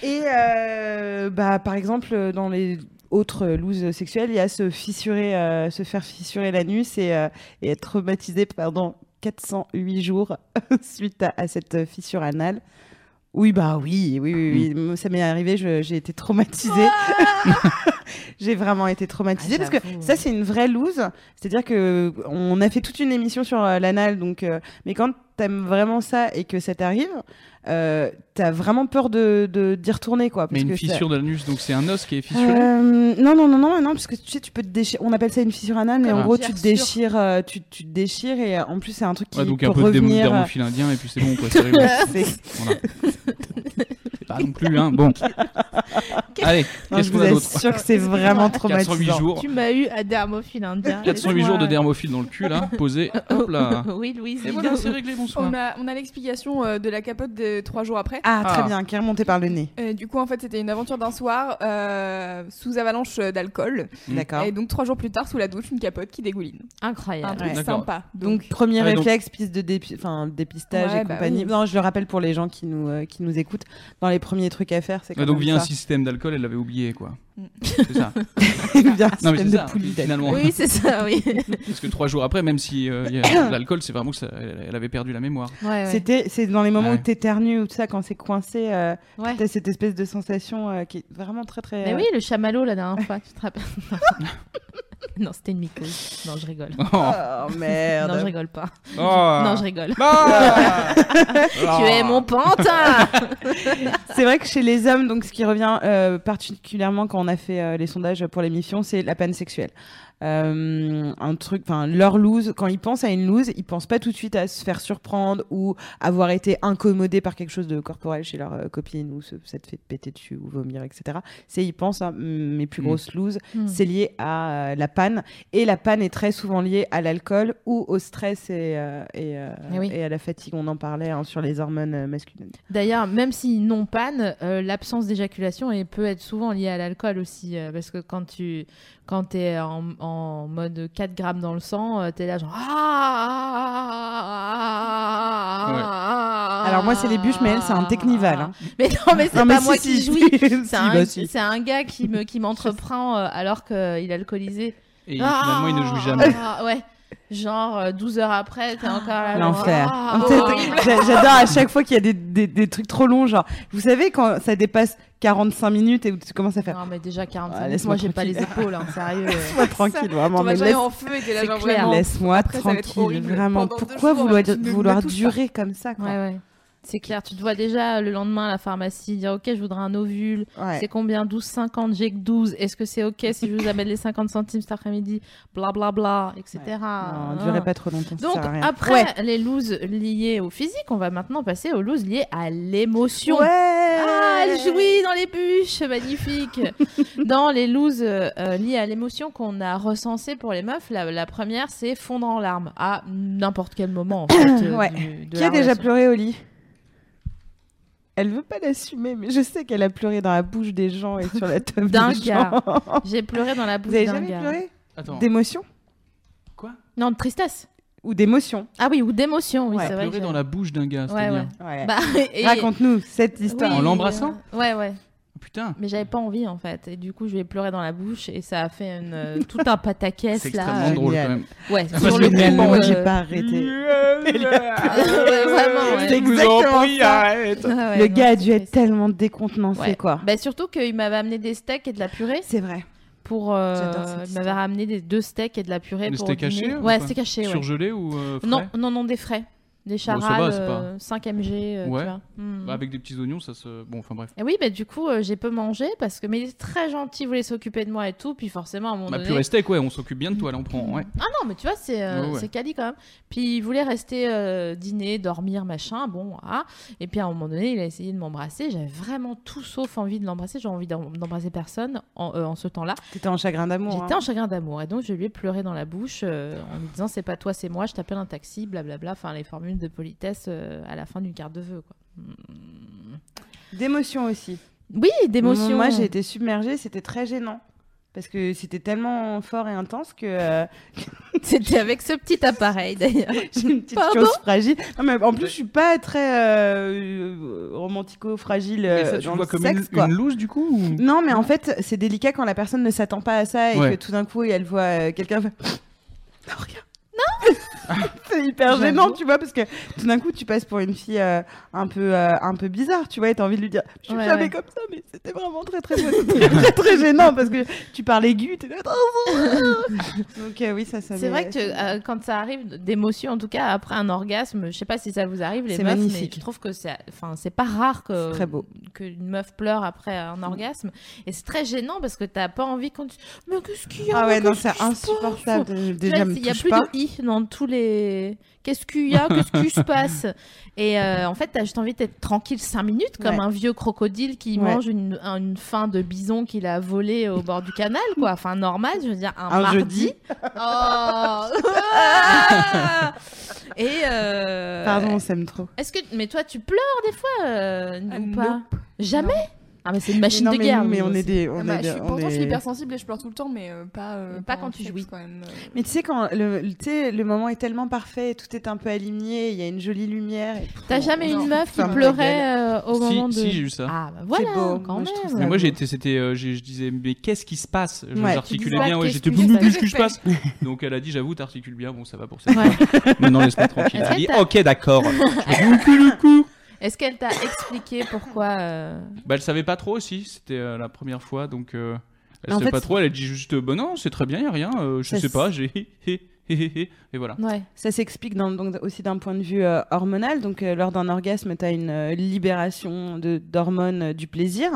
S3: Et euh, bah, par exemple, euh, dans les autres euh, looses sexuelles, il y a se, fissurer, euh, se faire fissurer l'anus et, euh, et être traumatisé pendant 408 jours [LAUGHS] suite à, à cette euh, fissure anale. Oui, bah oui, oui, oui, oui. Moi, ça m'est arrivé, je- j'ai été [LAUGHS] traumatisée. j'ai vraiment été traumatisée
S1: Ah,
S3: parce que
S1: j'avoue.
S3: ça, c'est une vraie loose. C'est-à-dire que on a fait toute une émission sur euh, l'anal, donc, euh, mais quand t'aimes vraiment ça et que ça t'arrive, euh, t'as vraiment peur de de- d'y retourner quoi.
S4: Mais
S3: parce
S4: une
S3: que ça-
S4: fissure de l'anus, donc c'est un os qui est fissuré.
S3: Euh, non non non non non parce que tu sais tu peux te déchirer. On appelle ça une fissure anale, mais
S4: Ah.
S3: en gros tu
S1: Fissure
S3: te déchires, euh, tu, tu te déchires et euh, en plus c'est un truc qui
S4: Ouais, donc
S3: peut
S4: un peu de
S3: revenir. euh,
S4: dermophile indien, et puis c'est bon, quoi.
S3: [LAUGHS]
S4: c'est réglé.
S3: c'est-
S4: Voilà. Pas non plus, hein.
S3: [LAUGHS]
S4: Bon. Allez,
S3: non, je
S4: qu'est-ce qu'on
S3: vous
S4: a d'autre
S3: assure que c'est vraiment
S4: 408
S3: traumatisant.
S4: jours.
S1: Tu m'as eu à dermophile indien.
S4: 408 jours de
S1: Laisse-moi- euh,
S4: dermophile dans le cul, là, posé. Hop là.
S1: [LAUGHS] Oui, Louise. dis
S4: Et voilà,
S1: donc.
S4: [LAUGHS] c'est réglé, bonsoir.
S2: On a, on a l'explication euh, de la capote de trois jours après.
S3: Ah très
S4: Ah.
S3: bien, qui est remonté par le nez.
S2: Et du coup, en fait, c'était une aventure d'un soir euh, sous avalanche d'alcool.
S4: Mm.
S3: D'accord.
S2: Et donc, trois jours plus tard, sous la douche, une capote qui dégouline.
S1: Incroyable.
S2: Un truc
S4: D'accord.
S2: sympa. Donc,
S3: Donc premier
S4: Ah, et donc-
S3: réflexe, piste de dépi- enfin, dépistage
S2: Ouais,
S3: et
S2: bah
S3: compagnie.
S2: oui.
S3: Non, je le rappelle pour les gens qui nous euh, qui nous écoutent. Dans les premiers trucs à faire, c'est quand
S4: Ouais, donc
S3: même
S4: via un
S3: ça.
S4: système d'alcool, elle l'avait oublié, quoi.
S2: Mm.
S4: C'est ça.
S3: [LAUGHS] Via un
S4: Non, mais c'est
S3: système de
S4: ça,
S3: poulie, d'accord.
S4: finalement.
S1: Oui, c'est ça, oui.
S4: [LAUGHS] Parce que trois jours après, même si euh, il y a- l'alcool, c'est vraiment que ça, elle elle avait perdu la mémoire.
S1: Ouais, ouais.
S3: C'était, c'est dans les moments
S4: Ouais.
S3: où t'éternues ou tout ça, quand c'est coincé, euh,
S1: Ouais.
S3: t'as cette espèce de sensation euh, qui est vraiment très très.
S1: Mais
S3: euh,
S1: oui, le chamallow la dernière fois, tu
S3: [LAUGHS]
S1: te rappelles Non, c'était une mycose. Non, je rigole.
S4: Oh, [LAUGHS]
S3: Oh
S1: Non, je
S3: merde.
S1: rigole pas. [LAUGHS]
S4: oh.
S1: Non, je rigole.
S4: Ah. Ah.
S1: Tu es mon pantin
S3: c'est vrai que chez les hommes, donc ce qui revient euh, particulièrement quand on a fait euh, les sondages pour l'émission, c'est la panne sexuelle. Euh, un truc, enfin leur loose. Quand ils pensent à une loose, ils pensent pas tout de suite à se faire surprendre ou avoir été incommodés par quelque chose de corporel chez leur euh, copine ou se, ça te fait péter dessus ou vomir, etc. C'est ils pensent à mes plus
S4: Mm.
S3: grosses looses.
S1: Hmm.
S3: c'est lié à euh, la panne. Et la panne est très souvent liée à l'alcool ou au stress et, euh, et, euh,
S1: Eh oui.
S3: et à la fatigue. On en parlait hein, sur les hormones euh, masculines.
S1: D'ailleurs, même si non panne, euh, l'absence d'éjaculation et peut être souvent liée à l'alcool aussi. euh, parce que quand tu quand es en, en mode 4 grammes dans le sang, euh, t'es là genre. ah,
S3: Alors moi, c'est les bûches, mais elle, c'est un Technival, hein.
S1: [LAUGHS] Mais non, mais c'est
S3: Non,
S1: pas
S3: mais
S1: moi
S3: si,
S1: qui
S3: si,
S1: jouis.
S3: si,
S1: C'est
S3: si,
S1: un,
S3: bah, si.
S1: c'est un gars qui me
S3: [LAUGHS]
S1: qui m'entreprend euh, alors qu'il est alcoolisé.
S4: Et finalement, il ne joue jamais.
S1: Ah, ouais. Genre euh, 12 heures après, t'es encore là. genre,
S3: Ah, L'enfer. [LAUGHS]
S1: ah,
S3: T'as- t'as-
S1: horrible.
S3: j'a- J'adore à chaque fois qu'il y a des, des- des trucs trop longs. Genre, vous savez, quand ça dépasse 45 minutes et où tu commences à faire.
S1: Non, mais déjà 45
S3: Ah,
S1: minutes,
S3: laisse-moi
S1: moi j'ai pas
S3: tranquille.
S1: les épaules, hein, sérieux.
S3: [LAUGHS] Laisse-moi tranquille, vraiment.
S2: ton
S3: mais
S2: vagin est
S3: laisse-
S2: en feu et t'es là,
S1: C'est
S2: genre
S1: clair.
S2: vraiment.
S3: Laisse-moi
S2: Après, ça va être
S3: tranquille,
S2: horrible.
S3: vraiment.
S2: Pendant deux
S3: Pourquoi
S2: jours,
S3: vouloir,
S2: tu ne-
S3: vouloir
S2: ne touches
S3: durer comme ça quoi
S1: Ouais, ouais. C'est clair, tu te vois déjà le lendemain à la pharmacie dire Ok, je voudrais un ovule.
S3: Ouais.
S1: C'est combien 12, 50, j'ai que 12. Est-ce que c'est ok si je vous amène les 50 centimes cet après-midi Bla bla bla, etc.
S3: Non,
S1: Ah.
S3: durez pas trop longtemps. ça
S1: Donc
S3: sert à rien.
S1: après les looses liées au physique, on va maintenant passer aux looses liées à l'émotion.
S3: Ouais.
S1: Ah, elle jouit dans les bûches,
S3: [LAUGHS]
S1: magnifique. dans les looses euh, euh, liées à l'émotion qu'on a recensées pour les meufs, la, la première c'est fondre en larmes à n'importe quel moment. En fait, euh,
S3: [COUGHS] Ouais.
S1: du- de
S3: Qui
S1: la
S3: a déjà
S1: relation.
S3: pleuré au lit Elle veut pas l'assumer, mais je sais qu'elle a pleuré dans la bouche des gens et sur
S1: [LAUGHS]
S3: la table
S1: D'un
S3: des
S1: gars.
S3: gens.
S1: J'ai pleuré dans la
S3: [LAUGHS]
S1: bouche
S3: Vous avez
S1: d'un
S3: jamais
S1: gars.
S3: pleuré
S4: Attends,
S3: D'émotion
S4: quoi
S1: Non, de tristesse.
S3: Ou d'émotion
S1: Ah oui, ou d'émotion, oui,
S3: Ouais,
S1: c'est vrai.
S4: Pleurer
S1: que
S4: dans
S1: j'ai-
S4: la bouche d'un gars,
S1: Ouais,
S4: c'est-à-dire.
S1: ouais.
S3: Ouais.
S1: Bah,
S3: [LAUGHS]
S1: et-
S3: Raconte-nous cette histoire.
S1: oui,
S4: En l'embrassant
S1: euh, Ouais, ouais.
S4: Ah, Putain,
S1: Mais j'avais pas envie en fait. Et du coup, je lui ai pleuré dans la bouche et ça a fait une, euh, tout un pataquès
S4: c'est
S1: là.
S4: extrêmement drôle quand
S3: génial.
S4: même.
S1: Ouais,
S4: Ah,
S1: sur
S4: parce
S1: le
S4: que
S1: coup.
S4: tellement,
S3: moi,
S1: euh,
S3: j'ai pas arrêté. [LAUGHS]
S1: [LAUGHS] ouais, vraiment, ouais.
S3: C'est
S4: Je vous en
S3: exactement
S4: prie,
S3: ça.
S4: arrête.
S1: Ouais, ouais,
S3: Le
S1: non,
S3: gars a
S1: c'est
S3: dû être
S1: triste.
S3: tellement décontenancé,
S1: Ouais.
S3: quoi.
S1: Bah, surtout qu'il m'avait amené des steaks et de la purée
S3: C'est vrai.
S1: pour. euh,
S3: J'adore cette
S1: il m'avait
S3: histoire.
S1: ramené des deux steaks et de la purée
S4: Des
S1: pour.
S4: steaks
S1: dîner.
S4: hachés ou
S1: Ouais,
S4: pas
S1: steaks hachés. ouais.
S4: Surgelé ou euh, frais
S1: Non, non, non, des frais. Des
S4: ça va,
S1: charales,
S4: c'est pas-
S1: euh, 5 mg. euh, tu
S4: Ouais.
S1: vois. Hmm.
S4: Bah, Avec des petits oignons, ça se. Bon, enfin bref.
S1: Et oui, bah du coup, euh, j'ai peu mangé parce que mais il est très gentil, il voulait s'occuper de moi et tout. Puis forcément, à un moment
S4: Bah,
S1: donné.
S4: purée steak, ouais, on s'occupe bien de toi, là, on prend. Ouais.
S1: Ah non, mais tu vois, c'est euh,
S4: Ouais, ouais.
S1: c'est quali quand même. Puis il voulait rester euh, dîner, dormir, machin. Bon, ah. Et puis à un moment donné, il a essayé de m'embrasser. J'avais vraiment tout sauf envie de l'embrasser. J'ai envie d'em- d'embrasser personne en, euh, en ce temps-là.
S3: T'étais en chagrin d'amour.
S1: J'étais
S3: hein.
S1: en chagrin d'amour. Et donc, je lui ai pleuré dans la bouche euh, en lui disant C'est pas toi, c'est moi, je t'appelle un taxi, blablabla. Enfin, les formules de politesse euh, à la fin d'une carte de vœux. Quoi. Mm.
S3: hein. D'émotion aussi.
S1: Oui, d'émotion.
S3: Moi, j'ai été submergée, c'était très gênant. Parce que c'était tellement fort et intense que euh,
S1: [LAUGHS] C'était avec ce petit
S3: [LAUGHS]
S1: appareil d'ailleurs.
S3: j'ai une petite
S1: Pardon
S3: chose fragile. Non, mais en plus, je suis pas très euh, euh, romantico-fragile
S4: Mais
S3: euh,
S4: ça, tu
S3: dans
S4: vois
S3: le
S4: comme
S3: sexe,
S4: une,
S3: quoi.
S4: une loose du coup ou-
S3: Non, mais en fait, c'est délicat quand la personne ne s'attend pas à ça et
S4: Ouais.
S3: que tout d'un coup, elle voit euh, quelqu'un. faire [LAUGHS] Non, regarde. [LAUGHS] c'est hyper gênant,
S1: J'avoue.
S3: tu vois, parce que tout d'un coup, tu passes pour une fille euh, un peu euh, un peu bizarre, tu vois, et t'as envie de lui dire, je suis
S1: Ouais,
S3: jamais
S1: ouais.
S3: comme ça, mais c'était vraiment très très beau. C'était très très gênant [LAUGHS] parce que tu parles aigu, t'es là. [LAUGHS] Donc euh, oui, ça, ça.
S1: C'est
S3: m'est-
S1: vrai que euh, quand ça arrive d'émotion, en tout cas après un orgasme, je sais pas si ça vous arrive les
S3: C'est
S1: meufs,
S3: magnifique.
S1: mais je trouve que c'est, enfin c'est pas rare que
S3: C'est très beau. Mm.
S1: qu'une meuf pleure après un orgasme et c'est très gênant parce que t'as pas envie quand tu mais qu'est-ce qu'il y a
S3: Ah ouais,
S1: Mais
S3: non,
S1: qu'est-ce qui
S3: c'est
S1: se passe
S3: insupportable. Je-
S1: Tu vois,
S3: Déjà, me
S1: il y a
S3: touche
S1: plus
S3: pas.
S1: de i dans tous les qu'est-ce qu'il y a qu'est-ce qui se passe et euh, en fait t'as juste envie d'être tranquille cinq minutes comme
S3: Ouais.
S1: un vieux crocodile qui
S3: Ouais.
S1: mange une, un- une fin de bison qu'il a volé au bord du canal quoi enfin normal je veux dire un,
S3: Un
S1: mardi
S3: jeudi.
S1: Oh Ah Et euh,
S3: Pardon, on s'aime trop.
S1: Est-ce que mais toi tu pleures des fois euh,
S2: Ah,
S1: ou
S2: nope.
S1: pas Jamais Ah mais c'est une machine
S3: non,
S1: de
S3: mais
S1: guerre.
S3: nous, mais
S1: nous
S3: on est
S1: aussi.
S3: des. on
S2: Ah
S3: est
S2: bah, je
S3: des-
S2: suis,
S3: on
S2: pourtant, je suis
S3: est-
S2: hypersensible et je pleure tout le temps, mais euh, pas, euh,
S1: Pas quand
S2: pendant le
S1: tu
S2: sexe,
S1: jouis.
S2: Quand même, euh.
S3: Mais tu sais, quand le, tu sais, le moment est tellement parfait, tout est un peu aligné, il y a une jolie lumière. et-
S1: T'as jamais
S2: Non,
S1: une meuf qui
S3: ferme ta
S1: pleurait euh, au
S4: Si,
S1: moment de
S4: si, j'ai eu ça.
S1: Ah bah voilà,
S3: beau,
S1: quand
S3: moi, je
S1: même.
S3: trouve ça
S4: Mais moi,
S3: beau.
S4: j'étais, c'était, euh, j'ai- je disais, mais qu'est-ce qui se passe Je
S3: Ouais,
S4: j'articulais
S1: tu disais,
S4: bien, ouais,
S1: qu'est-ce
S4: j'étais
S1: qui
S4: boum,
S1: se
S4: boum,
S1: passe
S4: qu'est-ce que je passe Donc elle a dit, j'avoue, t'articules bien, bon, ça va pour ça.
S1: Ouais.
S4: Maintenant, laisse-moi tranquille.
S1: Est-ce
S4: Elle
S1: que
S4: dit,
S1: t'as-
S4: ok, d'accord. Je me dis, Ok, le coup.
S1: [LAUGHS] Est-ce qu'elle t'a expliqué pourquoi euh,
S4: Bah, elle savait pas trop aussi, c'était euh, la première fois, donc euh, elle
S3: En fait,
S4: savait pas
S3: c'est-
S4: trop, elle a dit juste, euh, bah non, c'est très bien, y a rien, euh, je
S3: Ça,
S4: sais
S3: c'est-
S4: pas, j'ai. [LAUGHS] Et voilà.
S1: Ouais.
S3: Ça s'explique dans- donc, aussi d'un point de vue euh, hormonal. Donc, euh, lors d'un orgasme, tu as une euh, libération de- d'hormones euh, du plaisir,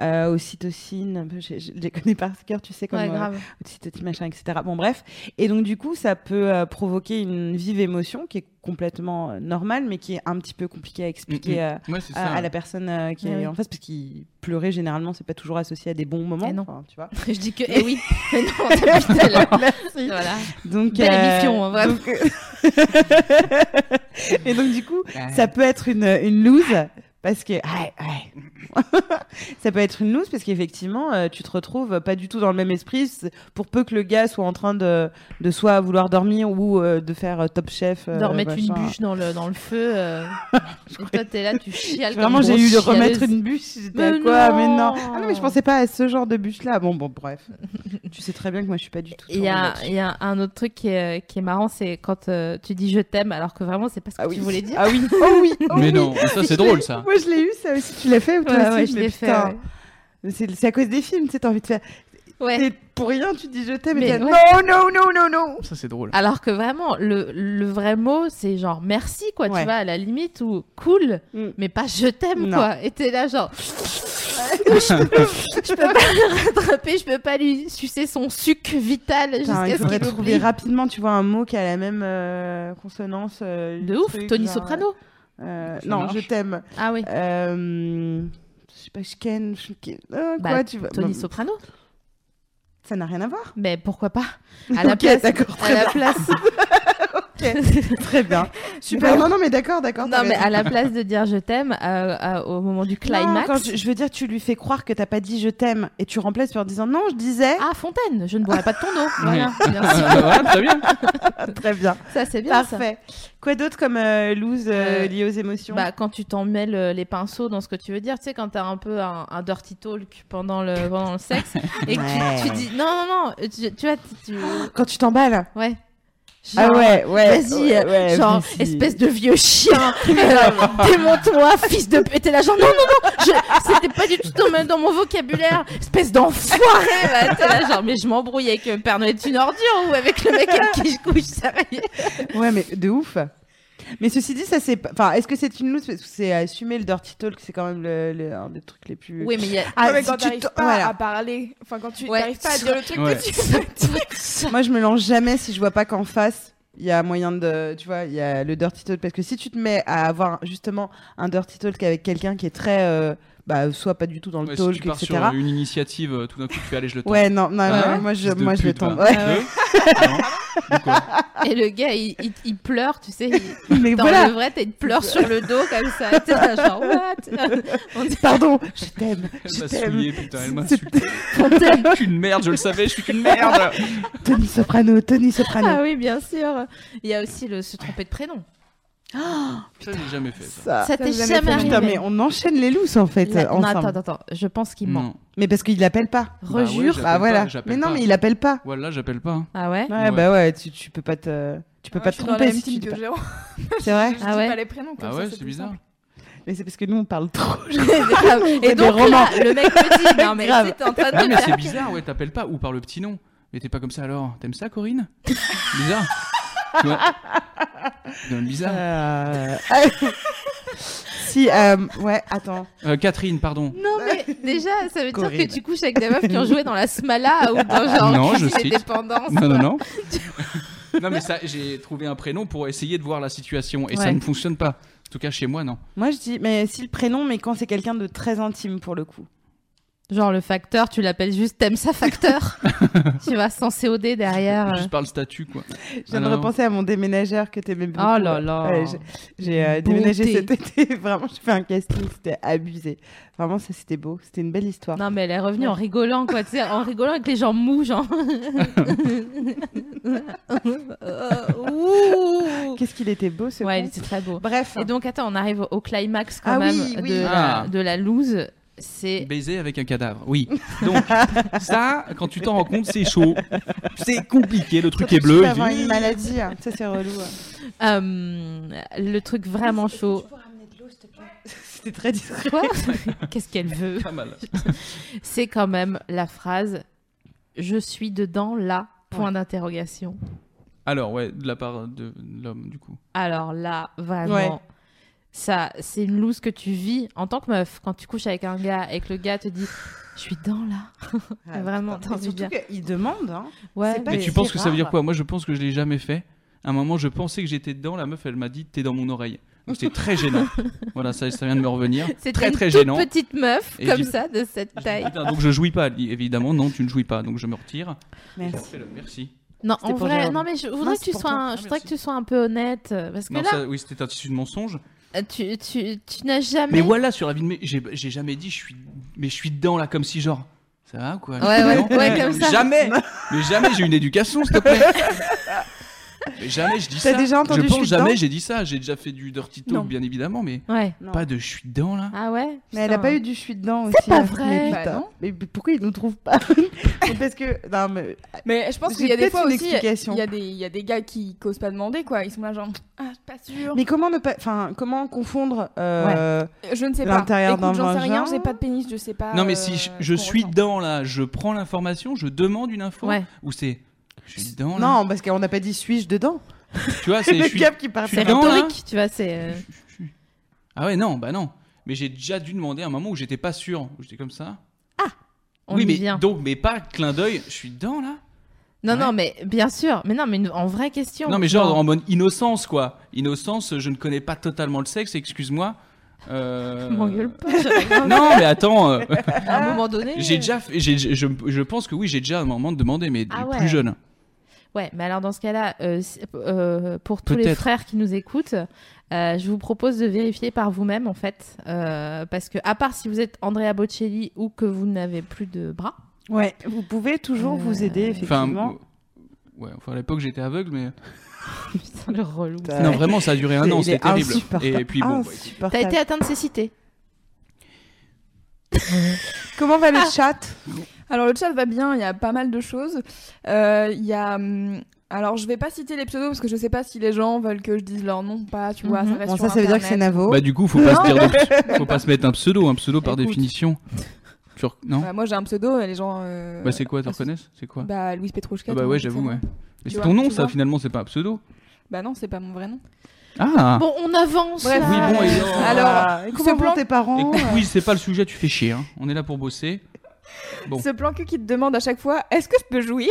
S3: euh, ocytocine, je, je les connais par cœur, tu sais, comme
S1: ouais,
S3: euh,
S1: grave.
S3: ocytocine, machin, etc. Bon, bref. Et donc, du coup, ça peut euh, provoquer une vive émotion qui est complètement euh, normale, mais qui est un petit peu compliquée à expliquer
S4: Mhm.
S3: euh,
S4: Ouais, c'est
S3: à,
S4: ça.
S3: à la personne euh, qui
S1: Ouais,
S3: est
S1: Ah oui.
S3: en face, parce qu'il pleurait généralement, c'est pas toujours associé à des bons moments.
S1: Eh non.
S3: enfin, tu vois.
S1: Je dis que eh oui. [LAUGHS] Mais non, t'as plus de talent.
S3: Merci.
S1: Voilà.
S3: Donc,
S1: Belle émission, hein, vraiment.
S3: donc, [LAUGHS] euh, et donc du coup, ça peut être une, une loose parce que ouais, ouais. [LAUGHS] ça peut être une loose parce qu'effectivement, euh, tu te retrouves pas du tout dans le même esprit c'est- pour peu que le gars soit en train de, de soit vouloir dormir ou euh, de faire euh, top chef. euh,
S1: de remettre une
S3: machin.
S1: bûche dans le, dans le feu.
S3: [LAUGHS]
S1: euh, et toi, t'es là, tu chiales. comme
S3: Vraiment,
S1: une
S3: j'ai
S1: grosse
S3: eu de remettre
S1: chialeuse.
S3: une bûche. J'étais à
S1: Mais
S3: quoi Mais non.
S1: non.
S3: Ah non, mais je pensais pas à ce genre de bûche-là. Bon, bon, bref. tu sais très bien que moi, je suis pas du tout.
S1: Il y,
S3: tournée
S1: a,
S3: là-dessus.
S1: il y a un autre truc qui est, qui est marrant, c'est quand euh, tu dis je t'aime alors que vraiment c'est pas ce que
S3: Ah oui.
S1: tu voulais dire.
S3: Ah oui. Oh
S4: [LAUGHS]
S3: oui. oh
S4: Mais
S3: oui.
S4: non, mais ça, c'est
S3: Je l'ai
S4: drôle,
S3: eu.
S4: ça.
S3: Moi, je l'ai eu, ça aussi. Tu l'as fait ou toi
S1: Ouais,
S3: aussi Ah,
S1: ouais, je
S3: Mais
S1: l'ai fait.
S3: putain.
S1: Ouais.
S3: C'est c'est à cause des films, tu sais, t'as envie de faire.
S1: Ouais.
S3: Et pour rien, tu te dis je t'aime. et
S1: Mais
S3: t'as-
S1: ouais.
S3: Non, non, non, non, non.
S4: Ça, c'est [LAUGHS] drôle.
S1: Alors que vraiment, le, le vrai mot c'est genre merci, quoi,
S3: Ouais.
S1: tu vois, à la limite, ou cool,
S3: Mm.
S1: mais pas je t'aime,
S3: Non.
S1: quoi. Et t'es
S3: [LAUGHS]
S1: là, genre. je, peux, je peux pas le rattraper, je peux pas lui sucer son suc vital
S3: Putain,
S1: jusqu'à
S3: il
S1: ce
S3: faudrait
S1: qu'il
S3: trouver
S1: oublie.
S3: rapidement, tu vois, un mot qui a la même euh, consonance. euh,
S1: De
S3: le
S1: ouf,
S3: truc,
S1: Tony
S3: genre,
S1: Soprano.
S3: euh,
S4: Ça
S3: non,
S4: marche.
S3: je t'aime.
S1: Ah oui,
S3: Euh, je sais pas, je ken. je ken- euh,
S1: Bah,
S3: quoi, tu vois.
S1: Tony
S3: Bon,
S1: Soprano.
S3: ça n'a rien à voir. [LAUGHS]
S1: Mais pourquoi pas À la
S3: Ok,
S1: place.
S3: d'accord,
S1: À
S3: très [LAUGHS]
S1: la place. [LAUGHS]
S3: Très bien. Super. Non, non, mais d'accord, d'accord.
S1: Non,
S3: t'as
S1: mais
S3: raison.
S1: à la place de dire je t'aime euh, euh, au moment du
S3: Non,
S1: climax.
S3: quand je, je veux dire, tu lui fais croire que t'as pas dit je t'aime et tu remplaces par en disant non, je disais.
S1: Ah, Fontaine, je ne boirai pas de
S3: [LAUGHS]
S1: ton eau. Voilà, bien
S4: Ah,
S1: sûr.
S4: bah, voilà, très bien.
S3: Très bien.
S1: Ça, c'est Ah, bien ça.
S3: Parfait. Quoi d'autre comme euh, loose euh,
S1: Euh,
S3: liée aux émotions
S1: Bah, quand tu t'en mêles euh, les pinceaux dans ce que tu veux dire, tu sais, quand t'as un peu un, un dirty talk pendant le, pendant le sexe et que tu- tu,
S3: Ouais.
S1: dis non, non, non, tu, tu vois, tu. tu-
S3: Quand tu t'emballes
S1: Ouais.
S3: Ah
S1: Genre,
S3: ouais, ouais.
S1: Vas-y,
S3: ouais,
S1: euh,
S3: ouais,
S1: genre,
S3: vas-y.
S1: espèce de
S3: [LAUGHS]
S1: vieux chien, euh, démonte-moi, fils de. Et t'es là, genre, non, non, non, je... c'était pas du tout dans, ma- dans mon vocabulaire, espèce d'enfoiré, bah, t'es là, genre, mais je m'embrouille avec euh, Père Noël est une ordure ou avec le mec avec qui je couche, sérieux.
S3: Ouais, mais de ouf. Mais ceci dit, ça c'est. pas- Enfin, est-ce que c'est une loose Parce que c'est assumer le dirty talk, c'est quand même le, le- un des trucs les plus.
S1: Oui, mais il y a.
S3: Ah,
S2: Non, mais
S3: si
S2: quand
S3: tu
S2: t'arrives
S3: t'en-
S2: pas
S3: voilà.
S2: à parler, enfin quand tu
S1: Ouais.
S2: t'arrives pas à dire le truc
S4: Ouais.
S2: que tu veux
S1: [LAUGHS]
S2: dire.
S3: Moi, je me lance jamais si je vois pas qu'en face. Il y a moyen de, tu vois, il y a le dirty talk parce que si tu te mets à avoir justement un dirty talk avec quelqu'un qui est très euh, bah, soit pas du tout dans le
S4: Ouais, si
S3: talk,
S4: tu pars
S3: etc.
S4: sur une initiative, euh, tout d'un coup, tu fais aller, je le tente.
S3: Ouais, non, non,
S4: Ah
S3: non,
S4: ouais
S3: moi je,
S4: Fils de
S3: moi, je vais
S4: pute, Hein va.
S3: tomber. Ouais.
S4: Deux Non Ou quoi
S1: Et le gars, il, il- il pleure, tu sais. il-
S3: Mais
S1: dans
S3: voilà,
S1: le vrai, t'as une pleure sur le dos comme ça. T'es là,
S3: [LAUGHS]
S1: genre, what On dit,
S3: pardon, je t'aime,
S4: Elle
S3: je
S4: m'a
S3: t'aime.
S4: souillé, putain, elle m'a
S3: C'est- [LAUGHS]
S4: insulté. Je suis une merde, je le savais, je suis qu'une merde.
S3: Tony Soprano, Tony Soprano.
S1: Ah oui, bien sûr. Il y a aussi le se tromper de prénom.
S4: Ça, j'ai jamais fait ça.
S3: Ah. Ça.
S1: Ça t'est
S2: vous avez
S1: jamais
S2: fait-
S1: arrivé.
S3: Putain, mais on enchaîne les lousses en fait.
S1: Là-
S3: euh,
S1: non,
S3: ensemble. Hmm.
S1: attends, attends, attends. Je pense qu'il ment.
S4: Non.
S3: Mais parce qu'il l'appelle pas.
S4: ouais,
S1: Rejure.
S4: j'appelle
S3: Bah
S4: pas,
S3: voilà.
S4: j'appelle
S3: Mais non,
S4: pas.
S3: mais il appelle pas.
S4: Voilà, Hmm. j'appelle pas. hein.
S1: Ah ouais
S3: Ouais,
S4: Ouais.
S3: bah ouais, tu, tu peux pas te, tu peux
S2: Ah,
S3: pas
S2: je
S3: te
S2: suis dans la
S3: tromper
S2: même
S3: si tu
S2: team
S3: dis
S2: que
S3: pas.
S2: Jérôme.
S3: C'est vrai.
S2: Je
S1: Ah
S2: dis
S1: ouais.
S2: pas les prénoms comme
S4: Ah
S2: ça,
S4: ouais,
S2: plus
S4: c'est bizarre.
S2: simple.
S3: Mais c'est parce que nous on parle trop. [LAUGHS]
S1: Et
S3: des
S1: donc
S3: romans.
S1: là, le mec me dit, non mais
S3: Grave.
S1: c'est en train de
S4: Non,
S1: me
S4: mais
S1: faire-
S4: c'est bizarre, ouais, t'appelles pas, ou par le petit nom. Mais t'es pas comme ça alors. T'aimes ça, Corinne Bizarre. Tu vois Non, bizarre.
S3: Euh, [LAUGHS] ah, si, euh, ouais, attends.
S4: Euh, Catherine, pardon.
S1: Non mais déjà, ça veut dire
S3: Corinne.
S1: que tu couches avec des meufs qui ont joué dans la Smala ou dans genre
S4: Ah, Non, je
S1: Cuisine et
S4: cite.
S1: dépendance.
S4: Non, non, non. [LAUGHS] non, mais ça, j'ai trouvé un prénom pour essayer de voir la situation et ça
S1: Ouais.
S4: ne fonctionne pas. En tout cas, chez moi, non.
S3: Moi je dis, mais si le prénom, mais quand c'est quelqu'un de très intime pour le coup.
S1: Genre le facteur, tu l'appelles juste t'aimes ça
S4: [LAUGHS]
S1: facteur. tu vas sans COD derrière. euh.
S4: Juste par le statut, quoi.
S3: Je viens de
S4: Alors-
S3: repenser à mon déménageur que t'aimais beaucoup.
S1: Oh là là.
S3: Ouais, j'ai- J'ai euh,
S1: Beauté.
S3: déménagé cet été. [LAUGHS] Vraiment, j'ai fait un casting, c'était abusé. Vraiment, ça c'était beau. C'était une belle histoire.
S1: Non mais elle est revenue en rigolant quoi, tu sais, en rigolant avec les hein. gens
S3: [LAUGHS]
S1: mous genre. Euh, ouh.
S3: Qu'est-ce qu'il était beau ce
S1: Ouais,
S3: con.
S1: c'est très beau.
S3: Bref. hein.
S1: Et donc attends, on arrive au climax quand
S3: Bah, Ah
S1: même
S3: oui, oui.
S1: de
S4: Ah.
S1: la, de la loose. C'est
S4: Baiser avec un cadavre, oui. Donc, ça, quand tu t'en rends compte, c'est chaud. C'est compliqué, le truc
S3: Surtout
S4: est
S3: si
S4: bleu.
S3: tu peux avoir
S4: il dit-
S3: une maladie, hein. ça c'est relou. hein.
S1: euh, le truc
S3: [LAUGHS]
S1: vraiment chaud.
S3: C'était très discret.
S1: Quoi Qu'est-ce qu'elle veut
S4: Pas mal.
S1: C'est quand même la phrase je suis dedans là point
S3: Ouais.
S1: d'interrogation.
S4: Alors, ouais, de la part de l'homme, du coup.
S1: Alors là, vraiment,
S3: Ouais.
S1: ça, c'est une loose que tu vis en tant que meuf. Quand tu couches avec un gars et que le gars te dit, je suis dedans là. Vraiment,
S3: Ah, putain.
S1: t'as
S3: Mais
S1: envie
S3: surtout
S1: de
S3: qu'il demande. hein.
S1: Ouais,
S3: C'est pas
S4: Mais
S3: Mais
S4: tu penses
S3: c'est
S4: que ça veut dire
S3: rare.
S4: quoi Moi, je pense que je l'ai jamais fait. À un moment, je pensais que j'étais dedans. La meuf, elle m'a dit T'es dans mon oreille. Donc, c'était
S3: [LAUGHS]
S4: très gênant. voilà, ça, ça vient de me revenir.
S1: c'est
S4: Très,
S1: une
S4: très
S1: toute
S4: gênant.
S1: petite meuf
S4: Et
S1: comme
S4: j'ai-
S1: ça de
S4: [LAUGHS]
S1: cette taille.
S4: Putain, donc, je jouis pas. Elle dit, Évidemment, non, tu ne jouis pas. Donc, je me retire.
S3: Merci.
S4: Fais-le, Merci.
S1: Non,
S3: C'était
S1: en
S3: pour
S1: vrai,
S3: Jérôme.
S1: non mais je voudrais
S3: Non,
S1: que
S3: c'est
S1: tu
S3: pour
S1: sois,
S3: toi.
S1: un-
S4: Ah,
S1: je voudrais que
S4: merci.
S1: tu sois un peu honnête euh, parce que
S4: Non,
S1: là,
S4: ça, oui, c'était un tissu de mensonge.
S1: euh, tu, tu, tu n'as jamais.
S4: Mais voilà, sur la vie de mes. J'ai j'ai jamais dit je suis... Mais je suis dedans, là, comme si genre. Ça va ou quoi
S1: Ouais, ouais,
S4: Non.
S1: ouais, comme ça.
S4: Jamais Mais jamais j'ai une éducation, s'il te plaît Mais jamais je dis ça.
S3: T'as déjà entendu je
S4: je pense
S3: suis
S4: jamais
S3: dedans
S4: j'ai dit ça. J'ai déjà fait du dirty talk,
S2: Non.
S4: bien évidemment, mais
S1: Ouais.
S3: Non.
S4: pas de je suis dedans là.
S1: Ah ouais.
S3: Mais elle a
S1: Putain.
S3: pas eu du je suis dedans aussi. C'est
S1: pas vrai.
S3: Mais,
S2: Bah,
S3: putain.
S2: non.
S3: Mais pourquoi ils nous trouvent pas [LAUGHS] Mais Parce que non mais
S2: Mais je pense
S3: J'ai
S2: qu'il y a des
S3: peut-être
S2: fois
S3: une
S2: aussi,
S3: explication.
S2: il y, a des- il y a des gars qui n'osent pas demander, quoi. Ils sont là, genre, ah, je suis pas sûr.
S3: mais comment ne pas enfin comment confondre euh,
S2: Je ne sais pas.
S3: L'intérieur
S2: Écoute,
S3: d'un
S2: J'en sais rien,
S3: vagin.
S2: j'ai pas de pénis, je sais pas.
S4: non,
S2: euh,
S4: mais si je, je
S2: ce qu'on
S4: suis
S2: ressent.
S4: dedans là, je prends l'information, je demande une info,
S1: Ouais.
S4: ou c'est je suis dedans là.
S3: non parce qu'on n'a pas dit suis-je dedans.
S4: Tu vois,
S3: C'est
S4: c'est
S3: [LAUGHS]
S4: je
S3: le
S4: suis-
S3: cap qui parle.
S4: je
S1: C'est
S4: suis dedans, là.
S1: rhétorique, tu vois. C'est. euh,
S4: Ah ouais, non, bah non. Mais j'ai déjà dû demander à un moment où j'étais pas sûr, où j'étais comme ça.
S1: On
S4: oui,
S1: y
S4: mais
S1: vient.
S4: donc, mais pas clin d'œil, je suis dedans là.
S1: Non,
S4: Ouais.
S1: non, mais bien sûr. Mais non, mais une- en vraie question.
S4: Non, mais genre en mode innocence quoi. Innocence, je ne connais pas totalement le sexe, excuse-moi.
S1: [LAUGHS]
S4: Euh... [LAUGHS]
S1: M'engueule
S3: [LAUGHS]
S1: pas. j'aurais grave-
S4: Non, mais attends. euh,
S1: À un moment donné.
S4: J'ai déjà, fait- j'ai- j'ai- je, je pense que oui, j'ai déjà un moment de demander, mais du
S1: Ah ouais.
S4: plus jeune.
S1: Ouais, mais alors dans ce cas-là, euh, si- euh, pour tous les
S4: Peut-être.
S1: frères qui nous écoutent, euh, je vous propose de vérifier par vous-même en fait, euh, parce que à part si vous êtes Andrea Bocelli ou que vous n'avez plus de bras,
S3: Ouais, vous pouvez toujours vous aider effectivement.
S4: Enfin, euh, ouais, enfin à l'époque j'étais aveugle, mais
S1: putain le relou.
S3: Putain.
S4: non
S3: Ouais.
S4: vraiment ça a duré un
S3: Euh, Il
S4: an,
S3: est
S4: c'était terrible.
S3: insupportable.
S4: Et puis bon, bah,
S1: T'as
S3: Insupportable.
S1: été atteint de cécité.
S3: Comment va le chat
S2: Alors le chat va bien, il y a pas mal de choses. Euh, Il y a hum, alors je vais pas citer les pseudos parce que je sais pas si les gens veulent que je dise leur nom ou pas, tu vois,
S1: Mhm.
S2: ça reste
S3: Bon
S2: sur
S3: ça ça veut dire que c'est
S2: Internet.
S3: Navo.
S4: Bah du coup, faut pas se
S2: Non.
S4: dire de- faut pas se mettre un pseudo, un pseudo par
S2: Écoute.
S4: définition. Tu rec- Non
S2: Bah, moi j'ai un pseudo et les gens euh,
S4: Bah c'est quoi, tu
S2: ah, si.
S4: reconnais C'est quoi
S2: Bah Louise Petrouchka.
S4: Ah
S2: tout
S4: Bah
S2: le
S4: ouais,
S2: monde
S4: j'avoue
S2: sait.
S4: ouais.
S2: Tu
S4: Mais c'est
S2: vois,
S4: ton nom
S2: tu
S4: ça
S2: vois.
S4: finalement, c'est pas un pseudo.
S2: hein. Bah non, c'est pas mon vrai nom.
S4: Ah
S1: Bon, on avance.
S2: Bref.
S1: là.
S4: Oui, bon, et-
S3: Alors, euh,
S2: Alors,
S3: comment
S2: ce
S3: vont
S2: plan-
S3: tes parents Euh,
S4: Écoute, oui, c'est pas le sujet, tu fais chier hein. On est là pour bosser. Bon.
S2: Ce plan cul qui te demande à chaque fois est-ce que je peux jouir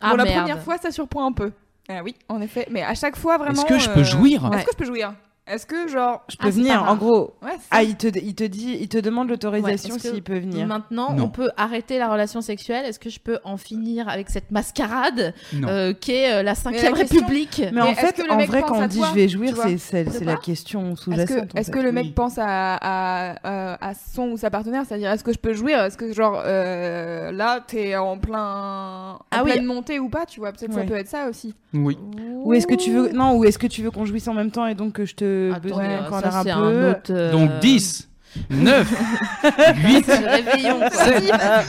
S1: Ah,
S2: Pour la
S1: merde.
S2: première fois, ça surprend un peu. Ah oui, en effet, mais à chaque fois vraiment
S4: Est-ce que je peux
S2: euh,
S4: jouir
S2: Est-ce que je peux jouir Est-ce que genre.
S3: Je
S1: Ah,
S3: peux
S1: c'est pas
S3: venir, en
S1: grave.
S3: gros.
S2: Ouais, c'est-
S3: Ah, il te, il te dit, il te demande l'autorisation
S1: Ouais, est-ce que
S3: s'il peut venir.
S1: Maintenant,
S4: Non.
S1: on peut arrêter la relation sexuelle. Est-ce que je peux en finir avec cette mascarade
S4: Non.
S1: euh, qu'est euh, la 5
S2: la question-
S1: République
S3: Mais, en
S2: est-ce
S3: fait,
S2: que le
S3: en
S2: mec
S3: vrai,
S2: pense
S3: quand
S2: à
S3: on dit
S2: toi
S3: je vais jouer,
S2: Tu vois
S3: c'est c'est-
S1: sais
S3: c'est
S1: pas
S3: la question
S2: Est-ce
S3: sous-jacente.
S2: que, est-ce que
S3: en fait.
S2: le mec
S4: Oui.
S2: pense à, à, à- à son ou sa partenaire C'est-à-dire, est-ce que je peux jouer Est-ce que, genre, euh, là, t'es en plein. En
S1: Ah oui.
S2: pleine montée ou pas, tu vois Peut-être que
S3: Ouais.
S2: ça peut être ça aussi.
S4: Oui.
S3: Ou est-ce que tu veux non ou est-ce que tu veux qu'on jouisse en même temps et donc que je te
S1: Attends,
S3: besogne
S1: euh,
S3: encore
S1: ça,
S3: un
S1: c'est
S3: peu
S1: un autre, euh,
S4: Donc
S1: [LAUGHS]
S4: 10,
S3: euh. [LAUGHS]
S4: 9,
S2: [LAUGHS]
S4: 8,
S1: Réveillons. quoi.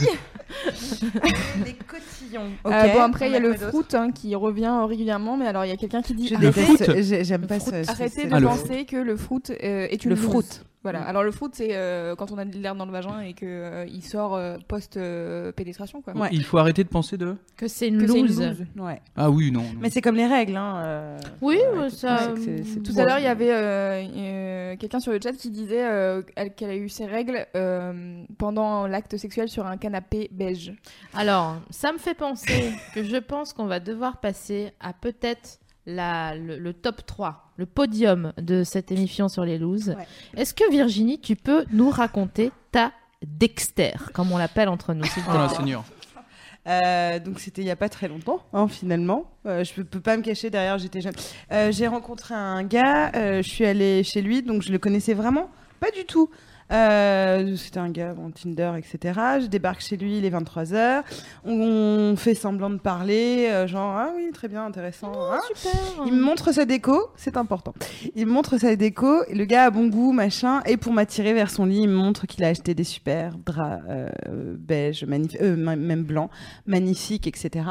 S3: Les cotillons.
S2: Euh, bon, après, il y a le fruit hein, qui revient euh, régulièrement, mais alors, il y a quelqu'un qui dit
S3: Je
S4: Le
S3: déteste.
S4: fruit.
S3: j'ai- J'aime pas
S1: fruit.
S3: ce. ce-
S2: Arrêtez
S3: ce-
S2: de
S4: Ah, le
S2: penser que le fruit euh, est une
S3: Le
S2: loose.
S3: fruit.
S2: Voilà. Alors le fruit c'est euh, quand on a de l'air dans le vagin et que euh, il sort euh, post euh, pénétration quoi.
S3: Ouais.
S4: Il faut arrêter de penser de.
S1: Que c'est une
S2: Que c'est une
S1: loose.
S2: loose.
S3: Ouais.
S4: Ah oui, non. non.
S3: Mais c'est comme les règles, hein. euh,
S1: Oui,
S3: voilà,
S1: ouais,
S3: tout-
S1: ça.
S3: c'est- c'est- c'est
S2: Tout
S3: Bon.
S2: à l'heure, il y avait euh, euh, quelqu'un sur le chat qui disait euh, elle- qu'elle a eu ses règles euh, pendant l'acte sexuel sur un canapé beige.
S1: Alors, ça me fait penser que je pense qu'on va devoir passer à peut-être la, le, le top 3, le podium de cette émission sur les looses.
S3: Ouais.
S1: Est-ce que Virginie, tu peux nous raconter ta Dexter, comme on l'appelle entre nous s'il te
S4: Oh là,
S1: plaît.
S4: Seigneur.
S3: Euh, donc c'était il y a pas très longtemps, hein, finalement. Euh, je peux, peux pas me cacher derrière, j'étais jeune. Euh, J'ai rencontré un gars, euh, je suis allée chez lui, donc je le connaissais vraiment pas du tout. Euh, c'était un gars en Tinder, etc. Je débarque chez lui, il est 23h. On, on fait semblant de parler, euh, genre, ah oui, très bien, intéressant. hein.
S1: Super.
S3: Il me montre sa déco, c'est important. Il me montre sa déco, et le gars a bon goût, machin, et pour m'attirer vers son lit, il me montre qu'il a acheté des super draps euh, beige, magnif- euh, ma- même blanc, magnifiques, etc.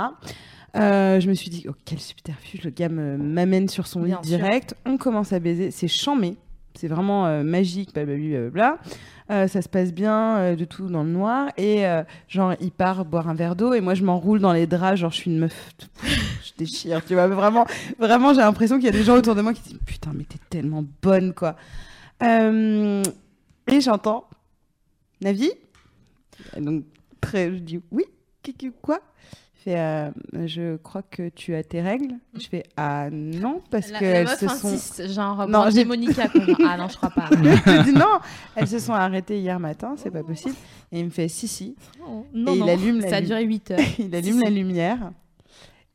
S3: Euh, je me suis dit, oh, quel subterfuge, le gars me- m'amène sur son
S1: Bien
S3: lit
S1: sûr.
S3: direct, on commence à baiser, c'est chamé, c'est vraiment euh, magique, blablabla. blablabla. Euh, ça se passe bien, euh, de tout dans le noir, et euh, genre, il part boire un verre d'eau, et moi, je m'enroule dans les draps, genre, je suis une meuf, je déchire, tu vois, vraiment, vraiment, j'ai l'impression qu'il y a des gens autour de moi qui disent, putain, mais t'es tellement bonne, quoi. Euh, et j'entends, Navi Et Donc, très, je dis, oui, qui- qui- quoi Il fait, euh, je crois que tu as tes règles. Je fais, ah non, parce
S1: Mm. La- la
S3: qu'elles
S1: meuf hein,
S3: se sont...
S1: insiste, genre
S3: Non,
S1: Brandy
S3: j'ai-
S1: Monica. qu'on- Ah non, je
S3: [LAUGHS]
S1: crois pas.
S3: je lui dis, non, elles se sont arrêtées hier matin, c'est pas
S1: Oh.
S3: possible. Et il me fait, si,
S1: [LAUGHS]
S3: si.
S1: Non, non,
S3: et
S1: non.
S3: il allume la
S1: Ça a
S3: lumière.
S1: duré 8 heures.
S3: Il allume la lumière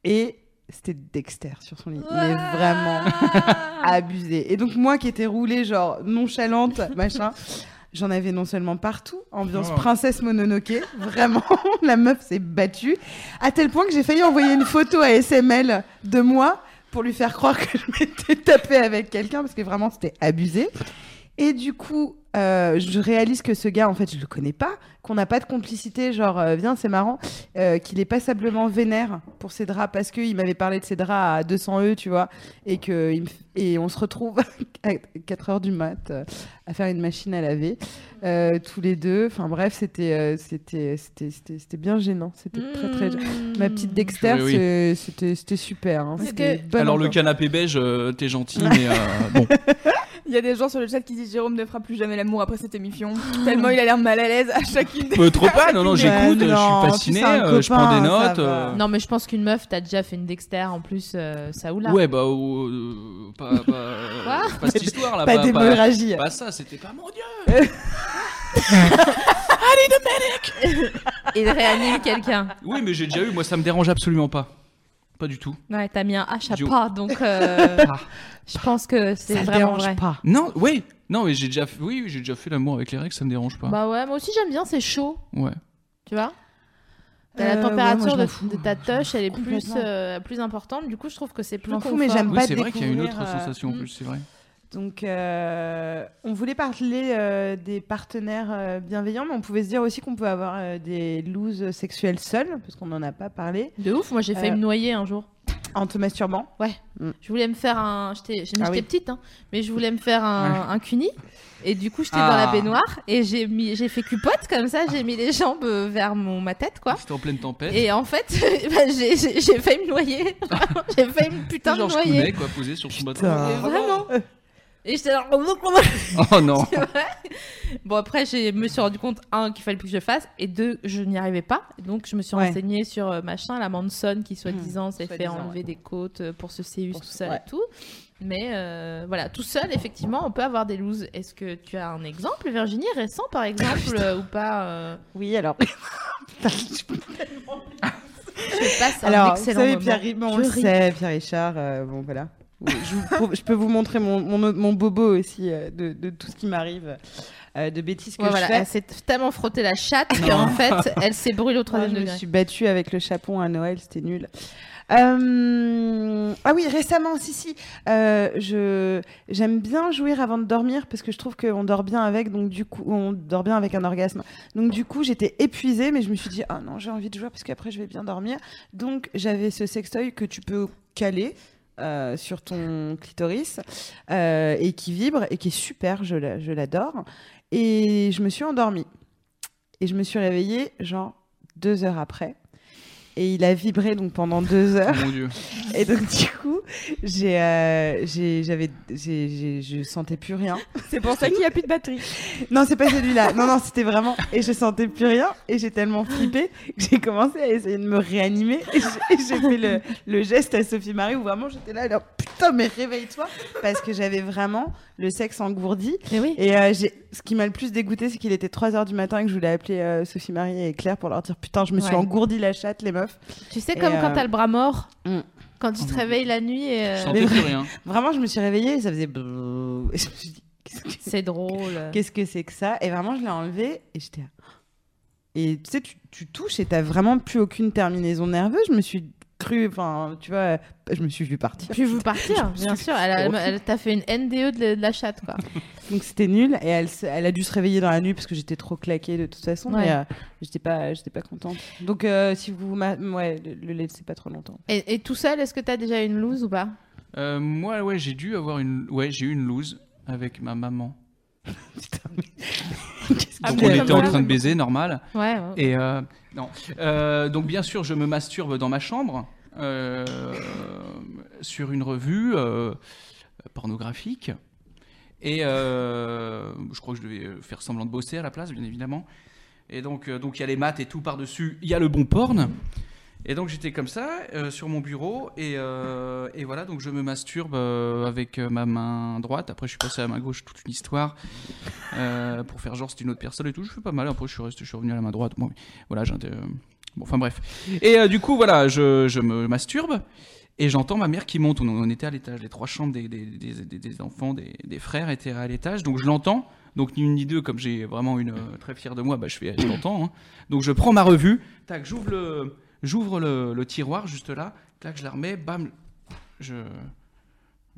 S3: et c'était Dexter sur son lit. [LAUGHS] Mais vraiment
S1: Ah,
S3: Ah, abusé. Et donc moi qui étais roulée genre nonchalante, [LAUGHS] machin, j'en avais non seulement partout, ambiance
S4: Oh.
S3: princesse Mononoke, vraiment, [LAUGHS] la meuf s'est battue, à tel point que j'ai failli envoyer une photo à SML de moi pour lui faire croire que je m'étais tapée avec quelqu'un parce que vraiment c'était abusé. Et du coup, euh, je réalise que ce gars, en fait, je le connais pas, qu'on n'a pas de complicité, genre, euh, viens, c'est marrant, euh, qu'il est passablement vénère pour ses draps parce qu'il m'avait parlé de ses draps à 200 E, tu vois, et, que il me f- et on se retrouve [LAUGHS] à 4 heures du mat euh, à faire une machine à laver, euh, tous les deux. Enfin bref, c'était euh, c'était- c'était- c'était c'était bien gênant, c'était très très
S1: Mmh.
S3: gênant. Ma petite Dexter,
S4: Oui, oui.
S3: c'est- c'était c'était super. hein,
S1: Est-ce
S3: c'était
S1: que-
S3: bonne
S4: Alors le
S3: ambiance.
S4: canapé beige, euh, t'es gentil, mais
S3: [LAUGHS]
S4: euh, bon.
S2: Il y a des gens sur le chat qui disent Jérôme ne fera plus jamais l'amour après cette émission tellement il a l'air mal à l'aise à chacune.
S4: [LAUGHS]
S2: des-
S4: Euh, trop pas, non, non, j'écoute,
S3: Ouais,
S4: je
S3: non,
S4: suis
S3: puis
S4: fasciné,
S3: c'est un
S4: euh, je prends des
S3: copain, ça
S4: notes.
S3: va.
S4: euh,
S1: Non, mais je pense qu'une meuf, t'as déjà fait une Dexter en plus, euh, ça ou là.
S4: Ouais, bah, euh, pas, pas,
S1: Quoi
S4: pas cette histoire là,
S3: Pas
S4: pas, pas,
S3: d'hémorragie.
S4: pas ça, c'était pas mon dieu.
S1: Il réanime quelqu'un.
S4: Oui, mais j'ai déjà eu, moi ça me dérange absolument pas. Pas du tout.
S1: Ouais, t'as mis un H à
S4: Idiot.
S1: pas, donc euh,
S4: Ah.
S1: je pense que
S3: Ça
S1: c'est
S3: le
S1: vraiment
S3: dérange
S1: vrai.
S3: pas.
S4: Non, oui, non, mais j'ai déjà, fait- oui, oui, j'ai déjà fait l'amour avec les règles, ça me dérange
S3: hein.
S4: pas.
S1: Bah ouais, moi aussi j'aime bien, c'est chaud,
S4: Ouais.
S1: tu vois. T'as la
S3: Euh, ouais, moi, je
S1: température
S3: m'en
S1: de-
S3: fous.
S1: de, ta touche, elle est plus,
S3: Complètement.
S1: euh, plus importante, du coup je trouve que c'est plus
S3: m'en
S1: confort.
S3: fous, mais j'aime
S4: Oui,
S3: Pas
S4: c'est vrai qu'il y a une autre
S3: découvrir, euh,
S4: sensation en
S1: hmm.
S4: plus, c'est vrai.
S3: Donc, euh, on voulait parler euh, des partenaires euh, bienveillants, mais on pouvait se dire aussi qu'on peut avoir euh, des looses sexuelles seules, parce qu'on n'en a pas parlé,
S1: De ouf, moi j'ai failli
S3: Euh.
S1: me noyer un jour.
S3: en te masturbant.
S1: Je voulais me faire un. J'étais j'étais-
S3: Ah
S1: j'étais
S3: oui.
S1: petite, hein, mais je voulais me faire un, un cuni. Et du coup, j'étais dans
S4: Ah.
S1: la baignoire et j'ai mis... j'ai fait cupote comme ça, j'ai mis les jambes euh, vers mon... ma tête, quoi.
S4: C'était en pleine tempête.
S1: Et en fait, [LAUGHS] bah, j'ai- j'ai j'ai failli me noyer. [LAUGHS] j'ai failli me putain de
S4: Georges
S1: noyer.
S4: Clooney, quoi, posé sur son bateau.
S3: Putain.
S1: Mais vraiment
S3: Ah
S1: Et j'étais là.
S3: [LAUGHS]
S1: [LAUGHS]
S4: Oh non.
S1: tu vois. bon, après, je me suis rendu compte, un, qu'il fallait plus que je fasse, et deux, je n'y arrivais pas. Donc, je me suis
S3: Ouais. Hmm.
S1: renseignée sur euh, machin, la Manson qui, soi-disant, s'est fait
S3: soi-disant,
S1: enlever
S3: ouais.
S1: des côtes euh, pour se séduire
S3: Pour
S1: tout
S3: se-
S1: seul
S3: ouais.
S1: et tout. Mais euh, voilà, tout seul, effectivement, on peut avoir des looses. Est-ce que tu as un exemple, Virginie, récent par
S3: [LAUGHS] Ah,
S1: exemple, ou pas euh,
S3: Oui, alors. Putain, je peux-
S1: Je passe un
S3: Alors, vous
S1: excellent
S3: savez,
S1: moment.
S3: Pierre, mais on
S1: Je
S3: le
S1: ris.
S3: sait, Pierre Richard, euh, bon voilà. Je, vous prouve- je peux vous montrer mon, mon, mon bobo aussi euh, de, de tout ce qui m'arrive, euh, de bêtises que
S1: Ouais,
S3: je
S1: voilà,
S3: fais.
S1: elle s'est tellement frottée la chatte qu'en fait, elle s'est
S3: [LAUGHS]
S1: brûlée au
S3: Ah,
S1: troisième
S3: je me
S1: degré.
S3: suis battue avec le chapon à Noël, c'était nul. Euh, Ah oui, récemment, si, si. euh, je... J'aime bien jouir avant de dormir parce que je trouve qu'on dort bien avec, donc du coup, on dort bien avec un orgasme. Donc du coup, j'étais épuisée, mais je me suis dit, ah non, j'ai envie de jouer parce qu'après, je vais bien dormir. Donc j'avais ce sextoy que tu peux caler. euh, sur ton clitoris euh, et qui vibre et qui est super, je la- je l'adore. Et je me suis endormie. Et je me suis réveillée genre deux heures après. Et il a vibré donc pendant deux heures.
S4: Mon dieu.
S3: Et donc du coup, j'ai, euh, j'ai- j'avais, j'ai- j'ai- je sentais plus rien.
S2: C'est pour ça qu'il n'y a plus de batterie.
S3: Non, c'est pas celui-là. Non, non, c'était vraiment. Et je sentais plus rien. Et j'ai tellement flippé que j'ai commencé à essayer de me réanimer. Et j'ai- et j'ai fait le, le geste à Sophie Marie où vraiment j'étais là, alors putain, mais réveille-toi parce que j'avais vraiment le sexe engourdi.
S1: Mais oui.
S3: Et euh, j'ai- ce qui m'a le plus dégoûté, c'est qu'il était 3h du matin et que je voulais appeler euh, Sophie Marie et Claire pour leur dire Putain, je me suis
S1: Ouais.
S3: engourdi la chatte, les meufs.
S1: Tu sais,
S3: Et,
S1: comme quand
S3: euh,
S1: t'as le bras mort,
S3: Mm.
S1: quand tu te
S4: Oh.
S1: réveilles la nuit, et, euh,
S4: Je sentais plus rien.
S3: Vraiment, je me suis réveillée et ça faisait. brrr. Et je me suis dit Qu'est-ce que c'est
S1: c'est drôle.
S3: Qu'est-ce que, c'est que ça Et vraiment, je l'ai enlevé et j'étais. là. Et tu sais, tu, tu touches et t'as vraiment plus aucune terminaison nerveuse. Je me suis cru. Enfin, tu vois, je me suis vu partir.
S1: Puis vous partir, bien sûr. Elle, a-
S3: c'est horrible.
S1: elle t'a fait une NDE de la, de la chatte, quoi.
S3: Donc c'était nul et elle, se- elle a dû se réveiller dans la nuit parce que j'étais trop claquée de toute façon.
S1: Ouais.
S3: Mais euh, j'étais pas, j'étais pas contente. Donc euh, si vous, m'a- ouais, le, le laissez pas trop longtemps.
S1: Et, et tout seul, est-ce que t'as déjà une loose ou pas
S4: Euh, moi, ouais, j'ai dû avoir une. Ouais, j'ai eu une loose avec ma maman.
S3: Putain,
S1: Ah,
S4: Donc
S1: mais
S4: on
S1: comme
S4: était en
S1: ça.
S4: train de baiser, normal.
S1: Ouais. ouais.
S4: Et euh, non. Euh, donc bien sûr, je me masturbe dans ma chambre euh, sur une revue euh, pornographique. Et euh, je crois que je devais faire semblant de bosser à la place, bien évidemment. Et donc, euh, donc il y a les maths et tout par-dessus. Il y a le bon porn. Et donc j'étais comme ça euh, sur mon bureau et, euh, et voilà donc je me masturbe euh, avec euh, ma main droite. Après je suis passé à ma gauche toute une histoire euh, pour faire genre c'est une autre personne et tout. Je fais pas mal. Après je suis resté, je suis revenu à la main droite. Bon mais voilà j'ai un dé- euh, bon enfin bref. Et euh, du coup voilà je, je me masturbe et j'entends ma mère qui monte. On, on était à l'étage. Les trois chambres des, des, des- des- des enfants des, des frères étaient à l'étage donc je l'entends. Donc ni une ni deux comme j'ai vraiment une euh, très fière de moi bah je fais je l'entends. hein. Donc je prends ma revue. Tac j'ouvre le J'ouvre le, le tiroir juste là, clac, je la remets, bam, je,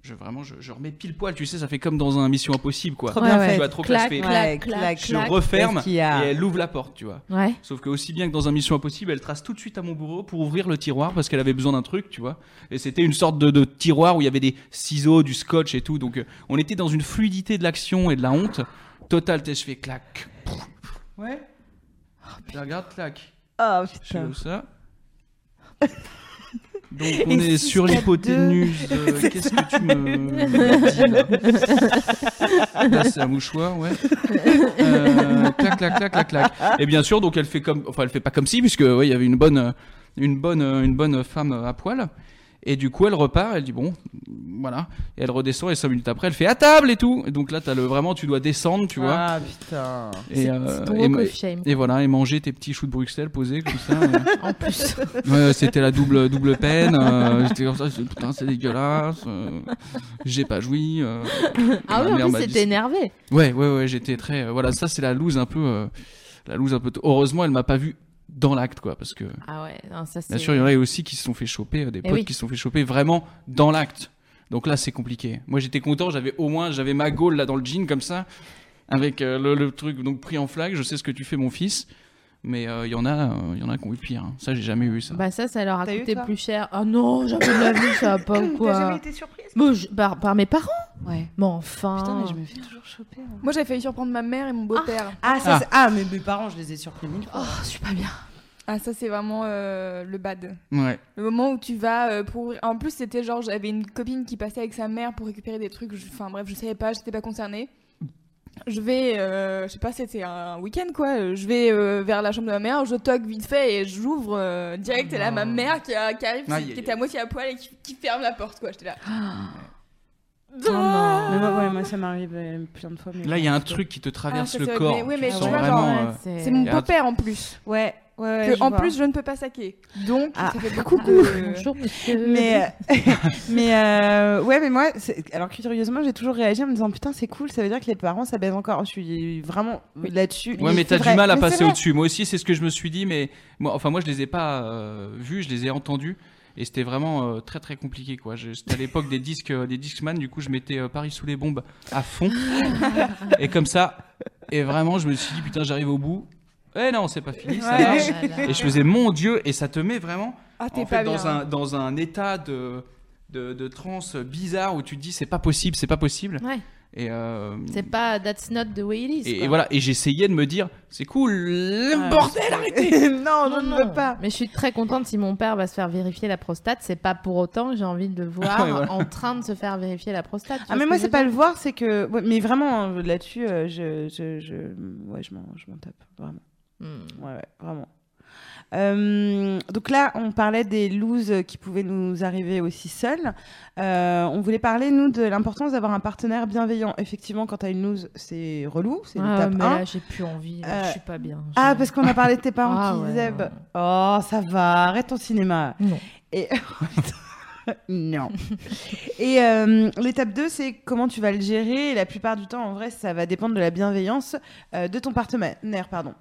S4: je vraiment, je, je remets pile poil, tu sais, ça fait comme dans un Mission Impossible, quoi.
S3: Trop
S1: Ouais,
S3: bien
S1: ouais.
S3: fait.
S4: Tu vois, trop
S1: Clac,
S4: classe, fait,
S1: clac,
S3: Ouais,
S1: clac,
S3: clac,
S4: je
S1: clac.
S4: referme
S3: Qu'est-ce qu'il
S4: et
S3: y a
S4: elle ouvre la porte, tu vois.
S1: Ouais.
S4: Sauf que aussi bien que dans un Mission Impossible, elle trace tout de suite à mon bureau pour ouvrir le tiroir parce qu'elle avait besoin d'un truc, tu vois. Et c'était une sorte de, de tiroir où il y avait des ciseaux, du scotch et tout, donc euh, on était dans une fluidité de l'action et de la honte totale. t'sais, Je fais clac,
S3: Ouais.
S4: je la regarde, clac.
S3: Oh
S4: Je
S3: putain.
S4: fais
S3: [LAUGHS]
S4: ça. Donc on
S3: Et
S4: est
S3: six
S4: sur
S3: fois [LAUGHS]
S4: l'hypoténuse. euh,
S3: C'est
S4: Qu'est-ce que tu me dis là Là, c'est un
S3: [LAUGHS]
S4: mouchoir, ouais. Euh, clac, clac, clac, clac, clac. Et bien sûr, donc elle fait comme, enfin elle fait pas comme si, puisque ouais, il y avait une bonne, euh, une bonne, euh, une bonne femme euh, à poil. Et du coup, elle repart, elle dit bon, voilà. Et elle redescend et cinq minutes après, elle fait à table et tout. Et donc là, t'as le vraiment, tu dois descendre, tu vois.
S3: Ah putain.
S4: Et,
S1: C'est-
S4: euh,
S1: c'est ton
S4: et
S1: walk
S4: ma-
S1: of shame.
S4: et voilà, et manger tes petits choux de Bruxelles posés comme
S1: [LAUGHS]
S4: ça. euh.
S1: En
S4: [LAUGHS]
S1: plus.
S4: Ouais, c'était la double, double peine. euh, J'étais comme ça, je dis, putain, c'est dégueulasse. euh, J'ai pas joui. euh.
S1: Ah
S4: Ma
S1: oui,
S4: mère
S1: en
S4: m'a
S1: plus,
S4: dit-
S1: c'était énervé.
S4: Ouais, ouais, ouais, j'étais très. euh, voilà, ça, c'est la loose un peu. euh, la loose un peu. tôt. Heureusement, elle m'a pas vu dans l'acte, quoi, parce que.
S1: Ah ouais, non, ça c'est.
S4: Bien sûr, il y en a aussi qui se sont fait choper, euh, des
S1: Eh
S4: potes
S1: oui.
S4: qui se sont fait choper vraiment dans l'acte. Donc là, c'est compliqué. Moi, j'étais content, j'avais au moins, j'avais ma gaule là dans le jean comme ça, avec euh, le, le truc donc pris en flag. Je sais ce que tu fais, mon fils. Mais euh, il y en a, euh, il y en a qui ont eu pire. hein. Ça, j'ai jamais eu ça.
S1: Bah ça, ça leur a
S3: T'as eu,
S1: coûté
S3: toi
S1: plus cher. Ah non, jamais de la vie, ça va
S3: [LAUGHS]
S1: pas ou quoi.
S3: été surprise
S1: Bon, je- par, par mes parents
S3: Ouais.
S1: Mais enfin.
S3: Putain, mais je me fais toujours choper. hein.
S2: Moi, j'ai failli surprendre ma mère et mon beau-père.
S3: Ah, ça,
S4: Ah.
S3: c'est- ah. mais mes parents, je les ai surpris mille fois.
S1: Oh, je suis pas bien.
S2: Ah, ça, c'est vraiment euh, le bad.
S1: Bah.
S4: Ouais.
S2: Le moment où tu vas euh, pour. En plus, c'était genre, j'avais une copine qui passait avec sa mère pour récupérer des trucs. je- Enfin, bref, je savais pas, j'étais pas concernée. Je vais, euh, je sais pas, c'était un week-end quoi. euh, Je vais euh, vers la chambre de ma mère, je toque vite fait et j'ouvre euh, direct. Et là, ma mère qui, a- qui arrive,
S4: Aïe,
S2: qui
S4: aïe,
S2: était à
S4: aïe.
S2: Ah. moitié à poil et qui, qui ferme la porte quoi. J'étais là.
S3: Ah. Oh
S2: Oh.
S3: Mais moi, ouais, moi, ça m'arrive euh, plein de fois. mais
S4: Là, il y a
S3: bon,
S4: un
S3: c'est-
S4: truc qui te traverse
S2: Ah, ça,
S4: le
S2: c'est vrai,
S4: corps.
S2: mais- oui,
S4: Tu
S2: mais
S4: te
S2: tu
S4: sens
S2: vois,
S4: vraiment,
S2: genre,
S4: euh,
S2: C'est mon
S4: y a un-
S2: beau-père en plus.
S3: Ouais, ouais, ouais,
S2: que
S3: je
S2: en
S3: vois.
S2: plus, je ne peux pas saquer. Donc,
S3: Ah, [LAUGHS]
S2: ça fait beaucoup
S3: coucou.
S2: de...
S1: Bonjour, monsieur.
S3: Mais, euh, [LAUGHS] mais euh, ouais, mais moi, c'est- alors curieusement, j'ai toujours réagi en me disant putain, c'est cool, ça veut dire que les parents ça baise encore. Je suis vraiment là-dessus.
S4: Ouais, mais
S3: c'est
S4: t'as
S3: vrai.
S4: du mal à
S3: Mais c'est
S4: passer
S3: vrai.
S4: au-dessus. Moi aussi, c'est ce que je me suis dit, mais moi, enfin, moi, je les ai pas euh, vus, je les ai entendus, et c'était vraiment euh, très très compliqué, quoi. Je- C'était à l'époque des disques, euh, des Discman, du coup, je mettais euh, Paris sous les bombes à fond, et comme ça, et vraiment, je me suis dit, putain, j'arrive au bout. Eh non, c'est pas fini, ça
S3: Ouais.
S4: marche.
S3: [LAUGHS]
S1: Voilà.
S4: Et je faisais mon Dieu, et ça te met vraiment
S2: Ah, t'es
S4: en
S2: pas
S4: fait,
S2: bien.
S4: dans, un, dans un état de, de, de transe bizarre où tu te dis c'est pas possible, c'est pas possible.
S1: Ouais.
S4: Et, euh,
S1: C'est pas That's not the way it is.
S4: et, et
S1: quoi.
S4: voilà, et j'essayais de me dire c'est cool, le
S3: Ouais,
S4: bordel, arrêtez
S3: [LAUGHS] non, je
S1: Non,
S3: ne
S1: non.
S3: veux pas.
S1: Mais je suis très contente si mon père va se faire vérifier la prostate. C'est pas pour autant que j'ai envie
S4: [LAUGHS]
S1: de le voir
S4: Ouais, voilà.
S1: en train de se faire vérifier la prostate.
S3: Ah
S1: tu vois
S3: mais
S1: ce
S3: moi
S1: que je
S3: c'est
S1: veux
S3: pas
S1: dire
S3: le voir, c'est que ouais, mais vraiment euh, là-dessus euh, je je je ouais je m'en je m'en tape vraiment
S1: Hmm.
S3: ouais, ouais, vraiment. Euh, donc là, on parlait des looses qui pouvaient nous arriver aussi seuls. on voulait parler, nous, de l'importance d'avoir un partenaire bienveillant. Effectivement, quand t'as une loose, c'est relou, c'est
S1: Ah,
S3: l'étape
S1: mais
S3: 1.
S1: là, j'ai plus envie. là,
S3: Euh,
S1: Je suis pas bien.
S3: Ah,
S1: Je-
S3: parce qu'on a parlé de tes parents
S1: Ah,
S3: qui
S1: ouais,
S3: disaient
S1: non,
S3: bah, Oh, ça va, arrête ton cinéma.
S1: Non.
S3: Et. [LAUGHS] non. Et euh, l'étape 2, c'est comment tu vas le gérer. Et la plupart du temps, en vrai, ça va dépendre de la bienveillance euh, de ton partenaire. Pardon.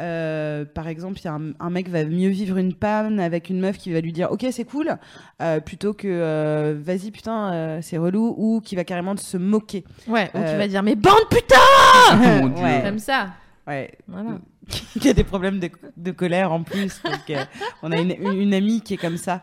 S3: Euh, par exemple, il y a un, un mec va mieux vivre une panne avec une meuf qui va lui dire ok c'est cool euh, plutôt que euh, vas-y putain euh, c'est relou ou qui va carrément se moquer.
S1: Ouais, ou
S3: Euh,
S1: tu vas dire, mais bande putain
S4: mon Dieu.
S3: Ah, Ouais.
S1: Comme ça.
S3: Ouais,
S1: Voilà.
S3: [LAUGHS] qui a des problèmes de, de colère en plus. Donc, euh, on a une, une amie qui est comme ça.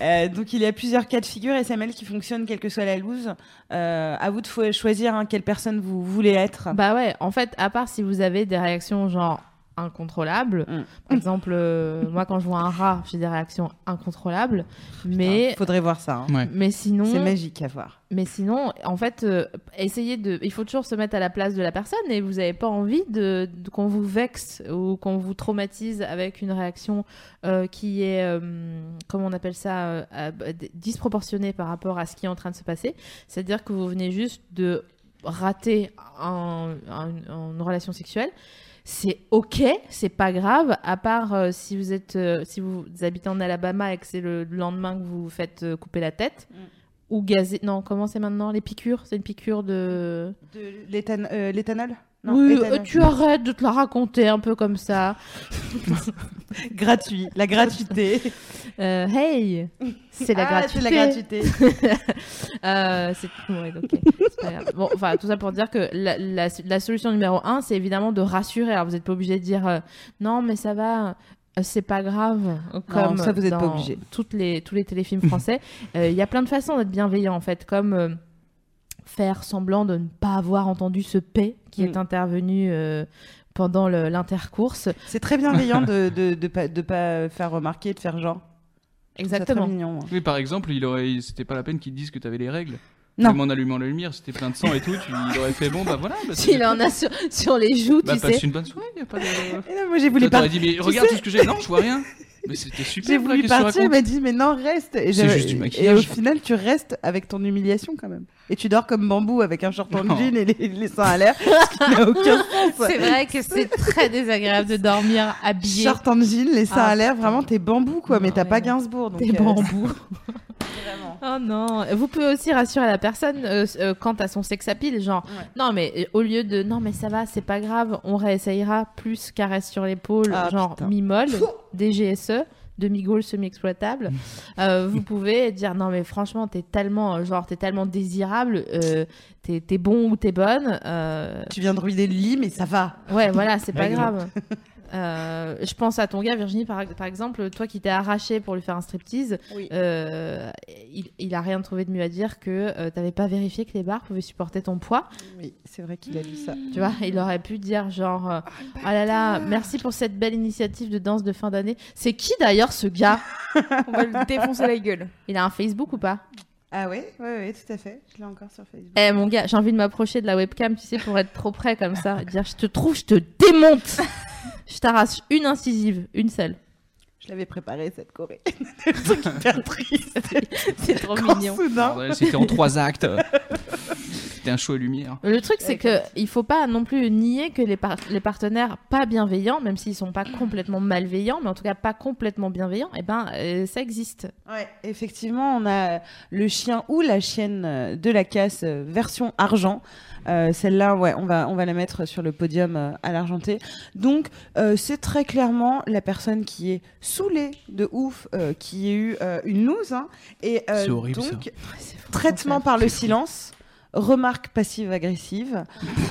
S3: Euh, donc, il y a plusieurs cas de figure SML qui fonctionnent, quelle que soit la loose. Euh, à vous de fo- choisir hein, quelle personne vous voulez être.
S1: Bah ouais, en fait, à part si vous avez des réactions genre incontrôlables.
S3: Mm.
S1: Par exemple, euh, moi quand je vois un rat, j'ai des réactions incontrôlables. Mais,
S3: faudrait voir ça. hein.
S4: Ouais.
S1: mais sinon,
S3: C'est magique à voir.
S1: Mais sinon, en fait, euh, essayez de. Il faut toujours se mettre à la place de la personne et vous n'avez pas envie de, de- qu'on vous vexe ou qu'on vous traumatise avec une réaction euh, qui est, euh, comment on appelle ça, euh, à- bah, d- disproportionnée par rapport à ce qui est en train de se passer. C'est-à-dire que vous venez juste de rater un- un- une relation sexuelle. C'est ok, c'est pas grave, à part euh, si vous êtes, euh, si vous habitez en Alabama et que c'est le lendemain que vous vous faites euh, couper la tête ou gazé. Non, comment c'est maintenant Les piqûres C'est une piqûre de.
S3: De l'éthan- euh, L'éthanol Non,
S1: oui,
S3: éthanol.
S1: euh, tu arrêtes de te la raconter un peu comme ça.
S3: [LAUGHS] Gratuit, la gratuité.
S1: Euh, hey C'est la
S3: Ah, [LAUGHS]
S1: gratuité.
S3: c'est la gratuité.
S1: Euh, c'est ouais, ok, c'est pas grave. Bon, enfin, tout ça pour dire que la, la- la solution numéro un, c'est évidemment de rassurer. Alors, vous n'êtes pas obligé de dire euh, non, mais ça va. euh, C'est pas grave, comme
S3: ça, vous êtes pas
S1: dans
S3: obligé.
S1: toutes les, tous les téléfilms [LAUGHS] français. Euh, Il y a plein de façons d'être bienveillant, en fait, comme euh, faire semblant de ne pas avoir entendu ce P qui est
S3: Mm.
S1: intervenu euh, pendant le- l'intercourse.
S3: [LAUGHS] C'est très bienveillant de de, de pas, de pas faire remarquer, de faire genre. Je trouve ça très
S1: Exactement.
S3: mignon, moi.
S4: Oui, par exemple, il aurait, il- c'était pas la peine qu'ils disent que t'avais les règles.
S3: Non.
S4: Même en allumant la lumière, c'était plein de sang et tout, tu, il aurait fait bon, bah voilà. Bah, c'est-
S1: S'il en a sur, sur les joues,
S4: bah,
S1: tu
S4: passe
S1: sais.
S4: une bonne soirée, y a pas de.
S3: Et là, moi, j'ai voulu
S4: Toi,
S3: pas
S4: t'aurais
S3: [LAUGHS]
S4: dit, mais regarde
S3: sais-
S4: tout ce que j'ai. Non, je vois rien. Mais c'était super.
S3: J'ai
S4: là,
S3: voulu
S4: qu'est-ce que tu
S3: partir, il
S4: racontes
S3: m'a dit mais non reste. Et,
S4: C'est
S3: j'avais-
S4: juste du
S3: et au
S4: maquillage.
S3: final tu restes avec ton humiliation quand même. Et tu dors comme bambou avec un short en
S4: Non.
S3: jean et les, les seins à l'air, [LAUGHS] ce qui n'a aucun sens.
S1: C'est vrai que c'est très désagréable de dormir habillé.
S3: Short en jean, les seins
S1: Ah,
S3: à l'air,
S1: putain.
S3: vraiment t'es bambou quoi, mais
S1: Non,
S3: t'as
S1: ouais,
S3: pas
S1: non.
S3: Gainsbourg. Donc,
S1: Des
S3: euh,
S1: bambous. Oh non. Vous pouvez aussi rassurer la personne euh, s- euh, quant à son sex appeal, genre
S3: Ouais.
S1: non mais euh, au lieu de non mais ça va, c'est pas grave, on réessayera plus caresse sur l'épaule,
S3: Ah,
S1: genre
S3: putain.
S1: mi-molle, DGSE. Demi-gaule E, semi-exploitable, Euh, vous pouvez dire non mais franchement t'es tellement euh, genre t'es tellement désirable, euh, t'es t'es bon ou t'es bonne, euh,
S3: tu viens de ruiner le lit, mais ça va.
S1: Ouais, voilà, c'est pas
S3: Règle.
S1: grave. Euh, je pense à ton gars, Virginie, par, par exemple, toi qui t'es arraché pour lui faire un striptease,
S3: Oui.
S1: euh, il, il a rien trouvé de mieux à dire que euh, t'avais pas vérifié que les bars pouvaient supporter ton poids.
S3: Oui, c'est vrai qu'il a dit ça.
S1: Tu vois, il aurait pu dire genre, euh, ah là là, merci pour cette belle initiative de danse de fin d'année. C'est qui d'ailleurs ce gars
S2: [LAUGHS] On va le défoncer la gueule.
S1: Il a un Facebook ou pas
S3: Ah ouais, ouais, ouais, tout à fait. Je l'ai encore sur Facebook.
S1: Eh mon gars, j'ai envie de m'approcher de la webcam, tu sais, pour être trop près comme ça, et dire je te trouve, je te
S2: [LAUGHS]
S1: démonte. Je t'arrache une incisive, une seule.
S3: Je l'avais préparé cette Corée. [LAUGHS] le truc hyper triste.
S1: C'est trop
S3: Quand [LAUGHS]
S1: Oh, mignon.
S3: soudain, [LAUGHS]
S4: Bordel, C'était en trois actes. C'était un show à lumière.
S1: Le truc, c'est que il faut pas non plus nier que les, par- les partenaires pas bienveillants, même s'ils sont pas complètement malveillants, mais en tout cas pas complètement bienveillants, et ben euh, ça existe.
S3: Ouais, effectivement, on a le chien ou la chienne euh, de la casse euh, version argent. Euh, Celle-là, ouais, on va, on va la mettre sur le podium euh, à l'argenté. Donc, euh, c'est très clairement la personne qui est saoulée de ouf, euh, qui a eu euh, une loose. hein, et euh,
S4: C'est horrible, ça.
S3: donc, traitement par le silence, remarque passive-agressive.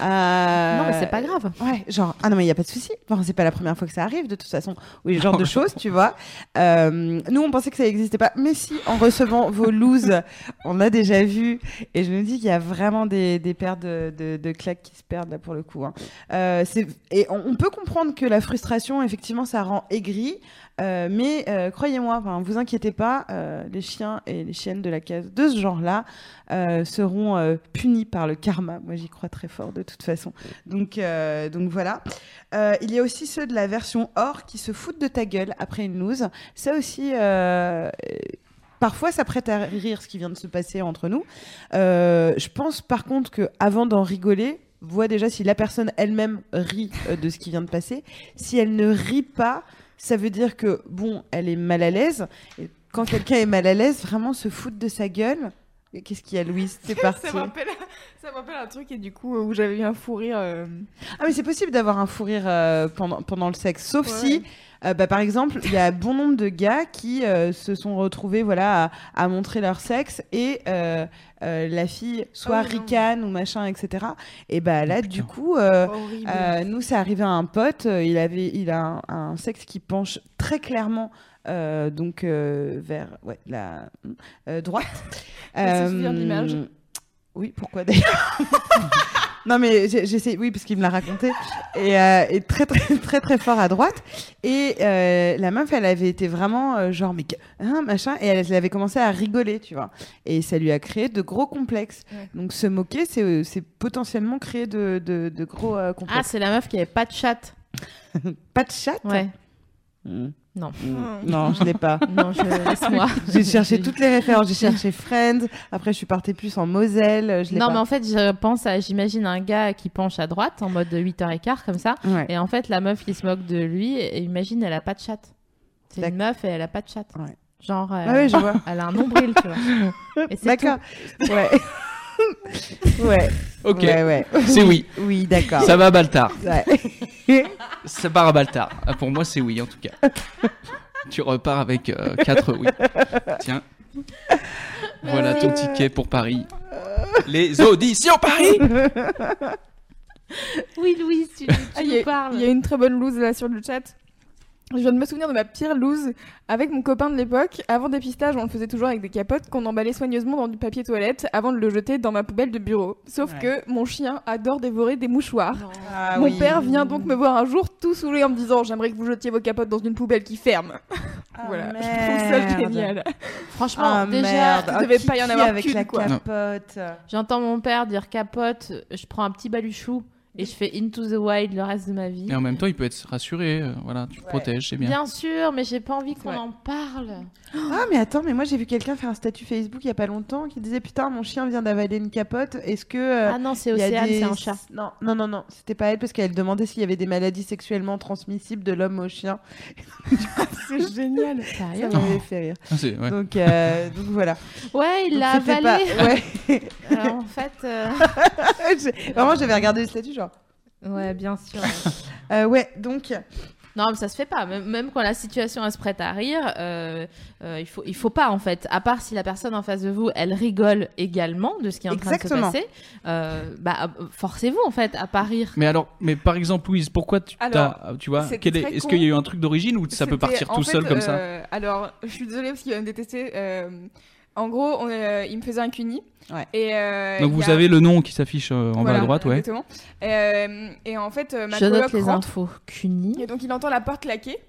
S3: euh,
S1: Non, mais c'est pas grave.
S3: Ouais, genre, ah non, mais il n'y a pas de souci. Enfin, c'est pas la première fois que ça arrive, de toute façon. Oui, ce genre de choses, tu vois. Euh, nous, on pensait que ça n'existait pas. Mais si, en recevant vos looses, [LAUGHS] on a déjà vu. Et je me dis qu'il y a vraiment des, des paires de, de- de claques qui se perdent, là, pour le coup. hein. Euh, c'est- et on, on peut comprendre que la frustration, effectivement, ça rend aigri. Euh, mais euh, croyez-moi, enfin, vous inquiétez pas, euh, les chiens et les chiennes de la case de ce genre-là euh, seront euh, punis par le karma. Moi, j'y crois très fort, de toute façon. Donc, euh, donc voilà. Euh, il y a aussi ceux de la version or qui se foutent de ta gueule après une loose. Ça aussi, euh, euh, parfois, ça prête à rire ce qui vient de se passer entre nous. Euh, je pense par contre que avant d'en rigoler, vois déjà si la personne elle-même rit euh, de ce qui vient de passer. Si elle ne rit pas, ça veut dire que bon, elle est mal à l'aise. Et quand quelqu'un est mal à l'aise, vraiment se foutre de sa gueule. Qu'est-ce qu'il y a, Louise C'est parti.
S2: Ça me rappelle, ça me rappelle un truc et du coup euh, où j'avais eu un fou rire. euh,
S3: Ah mais c'est possible d'avoir un fou rire euh, pendant, pendant le sexe, sauf
S2: Ouais.
S3: si, euh, bah, par exemple, il y a bon nombre de gars qui euh, se sont retrouvés voilà à, à montrer leur sexe et euh, euh, la fille soit
S2: Ah oui, non.
S3: ricane ou machin, etc. Et bah là, du
S4: putain.
S3: coup, euh,
S1: Oh,
S2: horrible.
S3: euh, nous, c'est arrivé à un pote. euh, Il avait, il a un, un sexe qui penche très clairement euh, donc euh, vers ouais, la euh,
S2: [LAUGHS]
S3: droite. Euh,
S2: Merci de souvenir de l'image.
S3: Oui, pourquoi d'ailleurs [LAUGHS] Non mais j'ai- j'essaie, oui parce qu'il me l'a raconté et, euh, et très très très très fort à droite et euh, la meuf elle avait été vraiment euh, genre mais que- hein, machin et elle, elle avait commencé à rigoler tu vois et ça lui a créé de gros complexes
S2: Ouais.
S3: donc se moquer c'est c'est potentiellement créer de, de, de gros euh, complexes.
S1: Ah, c'est la meuf qui avait pas de chatte.
S3: Pas de chat
S1: Ouais. Non.
S3: Mm. Non, je l'ai pas.
S1: [LAUGHS] Non, je laisse-moi.
S3: [LAUGHS] J'ai cherché toutes les références. J'ai [LAUGHS] cherché Friends. Après, je suis partie plus en Moselle. Je l'ai
S1: Non, mais
S3: pas.
S1: en fait, je pense à, j'imagine un gars qui penche à droite en mode 8h15 comme ça.
S3: Ouais.
S1: Et en fait, la meuf qui se moque de lui, et imagine, elle a pas de chatte. C'est
S3: D'accord.
S1: une meuf et elle a pas de chatte.
S3: Ouais.
S1: Genre, euh,
S3: Ah ouais, je
S2: [LAUGHS]
S3: vois.
S1: elle a un nombril,
S3: [LAUGHS]
S1: tu vois. Et c'est
S3: D'accord.
S1: tout.
S3: Ouais. ouais.
S4: Ok,
S3: Ouais, Ah. ouais.
S4: c'est oui.
S3: Oui, d'accord.
S4: Ça va, Baltar.
S3: Ouais.
S4: Ça part à Baltar. Ah, Pour moi, c'est oui, en tout cas. tu repars avec 4 oui. Tiens. Voilà
S2: Euh.
S4: ton ticket pour Paris. Les auditions Paris
S1: Oui, Louise, tu, tu
S2: Ah,
S1: nous
S2: y a-
S1: parles.
S2: Il y a une très bonne loose là sur le chat. Je viens de me souvenir de ma pire loose avec mon copain de l'époque. Avant dépistage, on le faisait toujours avec des capotes qu'on emballait soigneusement dans du papier toilette avant de le jeter dans ma poubelle de bureau. Sauf que mon chien adore dévorer des mouchoirs.
S3: Ah
S2: mon
S3: oui.
S2: père vient donc me voir un jour tout saoulé en me disant J'aimerais que vous jetiez vos capotes dans une poubelle qui ferme.
S3: Ah,
S2: voilà,
S3: merde.
S2: je trouve ça génial.
S1: Euh, Franchement,
S3: Ah,
S1: déjà,
S3: merde.
S2: Oh, il
S3: Ah,
S2: devait
S3: qui-
S2: pas y en
S3: qui
S2: avoir
S3: avec
S2: qu'une,
S3: la
S2: quoi.
S3: capote.
S1: j'entends mon père dire capote, je prends un petit baluchou et je fais Into the Wild le reste de ma vie.
S4: Et en même temps, il peut être rassuré. euh, Voilà, tu te protèges, c'est
S1: bien.
S4: bien.
S1: sûr, mais j'ai pas envie qu'on
S2: Ouais.
S1: en parle.
S3: Ah mais attends, mais moi j'ai vu quelqu'un faire un statut Facebook il y a pas longtemps qui disait putain mon chien vient d'avaler une capote. Est-ce que euh,
S1: Ah non, c'est
S3: Il y a
S1: Océane,
S3: des-
S1: c'est un chat.
S3: Non, non, non, non, c'était pas elle parce qu'elle demandait s'il y avait des maladies sexuellement transmissibles de l'homme au chien. [LAUGHS]
S2: C'est génial.
S3: Ça
S1: Sérieux
S3: m'avait fait rire.
S4: Ah, c'est- ouais.
S3: Donc, euh, donc voilà.
S1: Ouais, il
S3: Donc,
S1: l'a
S3: c'était
S1: avalé.
S3: pas- [LAUGHS] ouais.
S1: Alors, en fait,
S3: [LAUGHS]
S1: euh,
S3: J'ai- Vraiment, j'avais regardé le statut, genre.
S1: ouais, bien sûr.
S3: Euh, ouais, donc.
S1: [LAUGHS] Non, mais ça se fait pas. Même, même quand la situation elle se prête à rire, euh, euh, il faut il faut pas en fait. À part si la personne en face de vous, elle rigole également de ce qui est en
S3: Exactement.
S1: train de se passer. euh, bah euh, forcez-vous en fait à pas rire.
S4: Mais alors, mais par exemple, Louise, pourquoi tu
S2: Alors,
S4: t'as- euh, tu vois,
S2: c'est
S4: quel est-
S2: très
S4: est-ce
S2: con.
S4: qu'il y a eu un truc d'origine ou ça peut
S2: C'était-
S4: partir
S2: en
S4: tout
S2: fait,
S4: seul comme ça
S2: euh, Alors, je suis désolée parce qu'il va me détester. euh, en gros, on, euh, il me faisait un cuni.
S3: Ouais.
S2: Et, euh,
S4: Donc
S2: il y
S4: vous
S2: a-
S4: avez le nom qui s'affiche euh, en bas à
S2: Voilà, [LAUGHS]
S4: droite, ouais.
S2: exactement. Euh, et en fait, euh, ma
S1: Je note
S2: coloc
S1: les
S2: rentre.
S1: infos. Cuny.
S2: Et donc, il entend la porte claquer.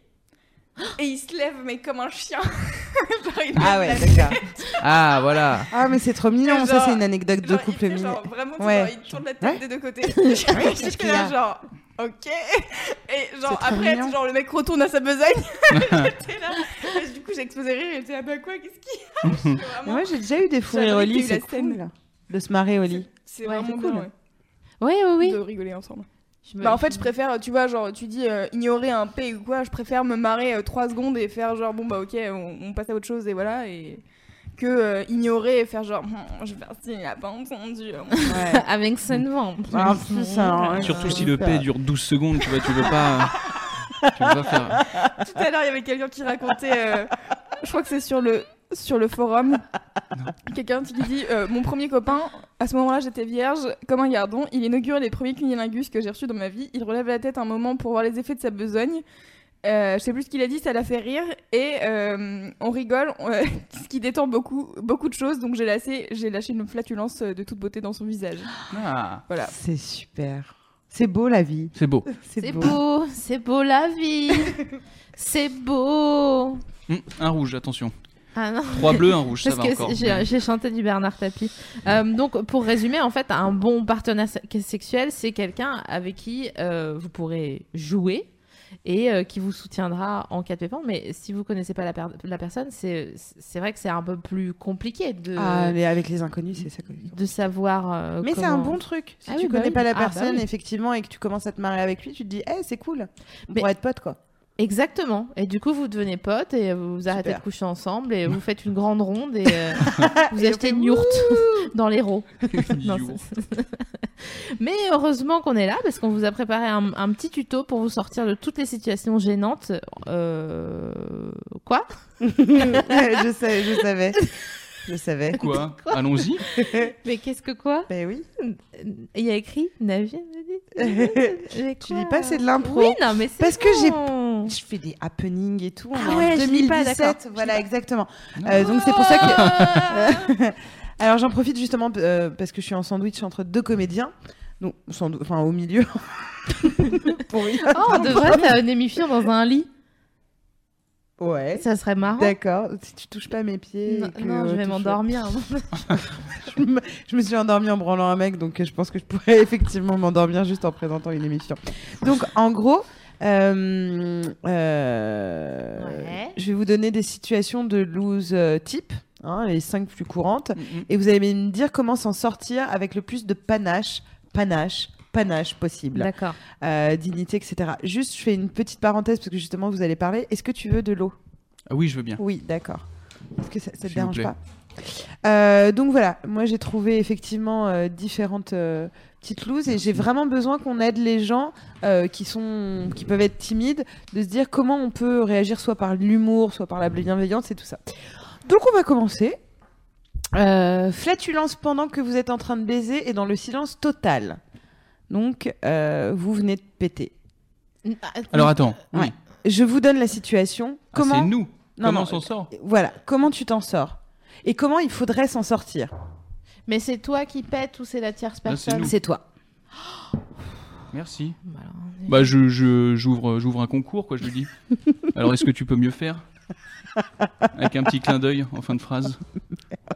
S2: Et il se lève, mais comme un chien. [LAUGHS] Genre, il
S3: Ah
S2: lève
S3: ouais,
S2: la-
S3: d'accord.
S4: Ah voilà.
S3: [LAUGHS] Ah, mais c'est trop mignon.
S2: Genre-
S3: ça, c'est une anecdote de
S2: genre, il-
S3: couple
S2: tu sais,
S3: mignon.
S2: genre, Vraiment, tu
S3: Ouais.
S2: vois, il tourne la tête
S3: Ouais.
S2: des
S3: [LAUGHS]
S2: deux côtés. J'étais
S3: qu'il y
S2: là,
S3: a
S2: genre, ok. Et
S3: C'est
S2: genre,
S3: trop
S2: après,
S3: mignon.
S2: genre, le mec retourne à
S3: [LAUGHS]
S2: sa besogne. [LAUGHS] J'étais là. Et du coup, j'ai explosé rire. Et j'étais, ah bah quoi, qu'est-ce qu'il y a J'étais
S3: Mais
S2: vraiment-
S3: moi, j'ai déjà eu des fous
S2: J'avais
S3: rires au
S2: été
S3: lit,
S2: eu la
S3: c'est
S2: scène. [LAUGHS]
S3: cool. De se marrer au lit.
S2: C'est
S1: Ouais,
S2: vraiment
S1: c'est cool.
S2: bien, ouais,
S1: Oui, oui, oui.
S2: de rigoler ensemble.
S1: Je me-
S2: Bah, en fait, je préfère, tu vois, genre, tu dis euh, ignorer un P ou quoi, je préfère me marrer 3 secondes et faire genre, bon bah ok, on, on passe à autre chose et voilà, et que euh, ignorer et faire genre, Hum, je vais faire si, il a pas entendu. euh,
S1: [LAUGHS] avec son vent.
S3: euh, [LAUGHS] Ah, c'est ça, hein.
S4: Surtout
S3: Ouais,
S4: si le
S3: ça.
S4: P dure 12 secondes, tu vois, tu veux pas. hein. tu veux pas faire.
S2: Tout à l'heure, il y avait quelqu'un qui racontait, euh, je crois que c'est sur le, sur le forum, quelqu'un qui dit euh, Mon premier copain, à ce moment-là, j'étais vierge, comme un gardon, il inaugure les premiers cunilingus que j'ai reçus dans ma vie, il relève la tête un moment pour voir les effets de sa besogne. Euh, je sais plus ce qu'il a dit, ça l'a fait rire et euh, on rigole, on- [LAUGHS] ce qui détend beaucoup, beaucoup de choses. Donc j'ai lâché, j'ai lâché une flatulence de toute beauté dans son visage.
S4: Ah,
S2: Voilà.
S3: C'est super. C'est beau la vie.
S4: c'est beau.
S1: C'est beau, c'est beau la
S3: [LAUGHS]
S1: vie. c'est beau.
S4: Hum, un rouge, attention.
S1: Ah non.
S4: Trois bleus, un rouge, ça
S1: Parce
S4: va
S1: que
S4: encore.
S1: c'est-
S4: [LAUGHS]
S1: j'ai j'ai chanté du Bernard Tapie. Euh, donc, pour résumer, en fait, un bon partenaire se- sexuel, c'est quelqu'un avec qui euh, vous pourrez jouer et euh, qui vous soutiendra en cas de pépin. Mais si vous connaissez pas la, per- la personne, c'est c'est vrai que c'est un peu plus compliqué de,
S3: Ah, mais avec les inconnus, c'est ça. que-
S1: de savoir. euh,
S3: Mais c'est
S1: comment-
S3: un bon truc. Si
S1: Ah
S3: tu
S1: oui, bah
S3: connais
S1: oui.
S3: pas
S1: Ah,
S3: la
S1: bah
S3: personne,
S1: oui.
S3: effectivement, et que tu commences à te marier avec lui, tu te dis, eh, c'est cool. On
S1: Mais-
S3: pourrait être potes,
S1: [LAUGHS]
S3: quoi.
S1: Exactement. Et du coup, vous devenez potes et vous vous arrêtez
S3: Super.
S1: de coucher ensemble et vous faites une grande ronde et
S3: [LAUGHS]
S1: euh, vous
S3: Et on
S1: achetez
S3: fait
S1: une yourte dans l'héros. [LAUGHS] Non,
S4: Yo.
S1: c'est- [LAUGHS] Mais heureusement qu'on est là parce qu'on vous a préparé un, un petit tuto pour vous sortir de toutes les situations gênantes. Euh... Quoi
S3: je, sais, je savais. Je savais.
S4: Quoi Allons-y.
S1: Mais qu'est-ce que quoi
S3: Ben oui.
S1: Il y a écrit Navi.
S3: [LAUGHS] Tu dis pas, c'est de l'impro.
S1: Oui, non, mais c'est
S3: Parce que j'ai-
S1: bon.
S3: Je fais des happenings et tout. on
S1: Ah
S3: est en
S1: ouais, je lis pas, Ah
S3: 2017.
S1: d'accord.
S3: voilà, exactement. Euh, donc c'est pour ça que. [LAUGHS] Alors j'en profite justement euh, parce que je suis en sandwich entre deux comédiens. Donc, sans doute- enfin, au milieu. [LAUGHS] Pour
S1: [LAUGHS]
S3: rien.
S1: [LAUGHS] Oh, on devrait faire une émission dans un lit.
S3: Ouais.
S1: Ça serait marrant.
S3: D'accord. Si tu touches pas mes pieds. et
S1: Non,
S3: que,
S1: non, je
S3: euh,
S1: vais
S3: tu
S1: m'endormir. hein.
S3: Je me- je me suis endormie en branlant un mec, donc euh, je pense que je pourrais [LAUGHS] effectivement m'endormir juste en présentant une émission. Donc, en gros, euh, euh,
S1: Ouais.
S3: je vais vous donner des situations de lose euh, type, hein, les cinq plus courantes,
S4: Mm,
S3: [LAUGHS]
S4: mm.
S3: et vous allez me dire comment s'en sortir avec le plus de panache, panache, panache possible,
S1: D'accord.
S3: Euh, dignité, etc. Juste, je fais une petite parenthèse parce que justement, vous allez parler. Est-ce que tu veux de l'eau
S4: Ah oui, je veux bien.
S3: oui, d'accord. Est-ce que ça, ça
S4: S'il
S3: te
S4: vous
S3: dérange
S4: plaît.
S3: pas Euh, donc voilà, moi j'ai trouvé effectivement euh, différentes euh, petites looses et j'ai vraiment besoin qu'on aide les gens euh, qui sont qui peuvent être timides de se dire comment on peut réagir soit par l'humour, soit par la bienveillance et tout ça. Donc on va commencer. Euh, flatulence pendant que vous êtes en train de baiser et dans le silence total. Donc euh, vous venez de péter.
S1: Bah, ah,
S4: Alors attends. Oui.
S3: Ouais. Je vous donne la situation.
S4: Ah, c'est
S3: Comment
S4: nous.
S3: Non,
S4: Comment
S3: non,
S4: on s'en sort
S3: voilà, comment tu t'en sors et comment il faudrait s'en sortir.
S1: Mais c'est toi qui pète ou c'est la tierce
S4: Là, c'est
S1: personne
S4: nous.
S3: C'est toi.
S4: Merci.
S1: Bah, alors,
S4: Bah, je, je- j'ouvre, j'ouvre un concours, quoi, je lui dis. Alors, est-ce que tu peux mieux faire Avec un petit clin d'œil en fin de phrase.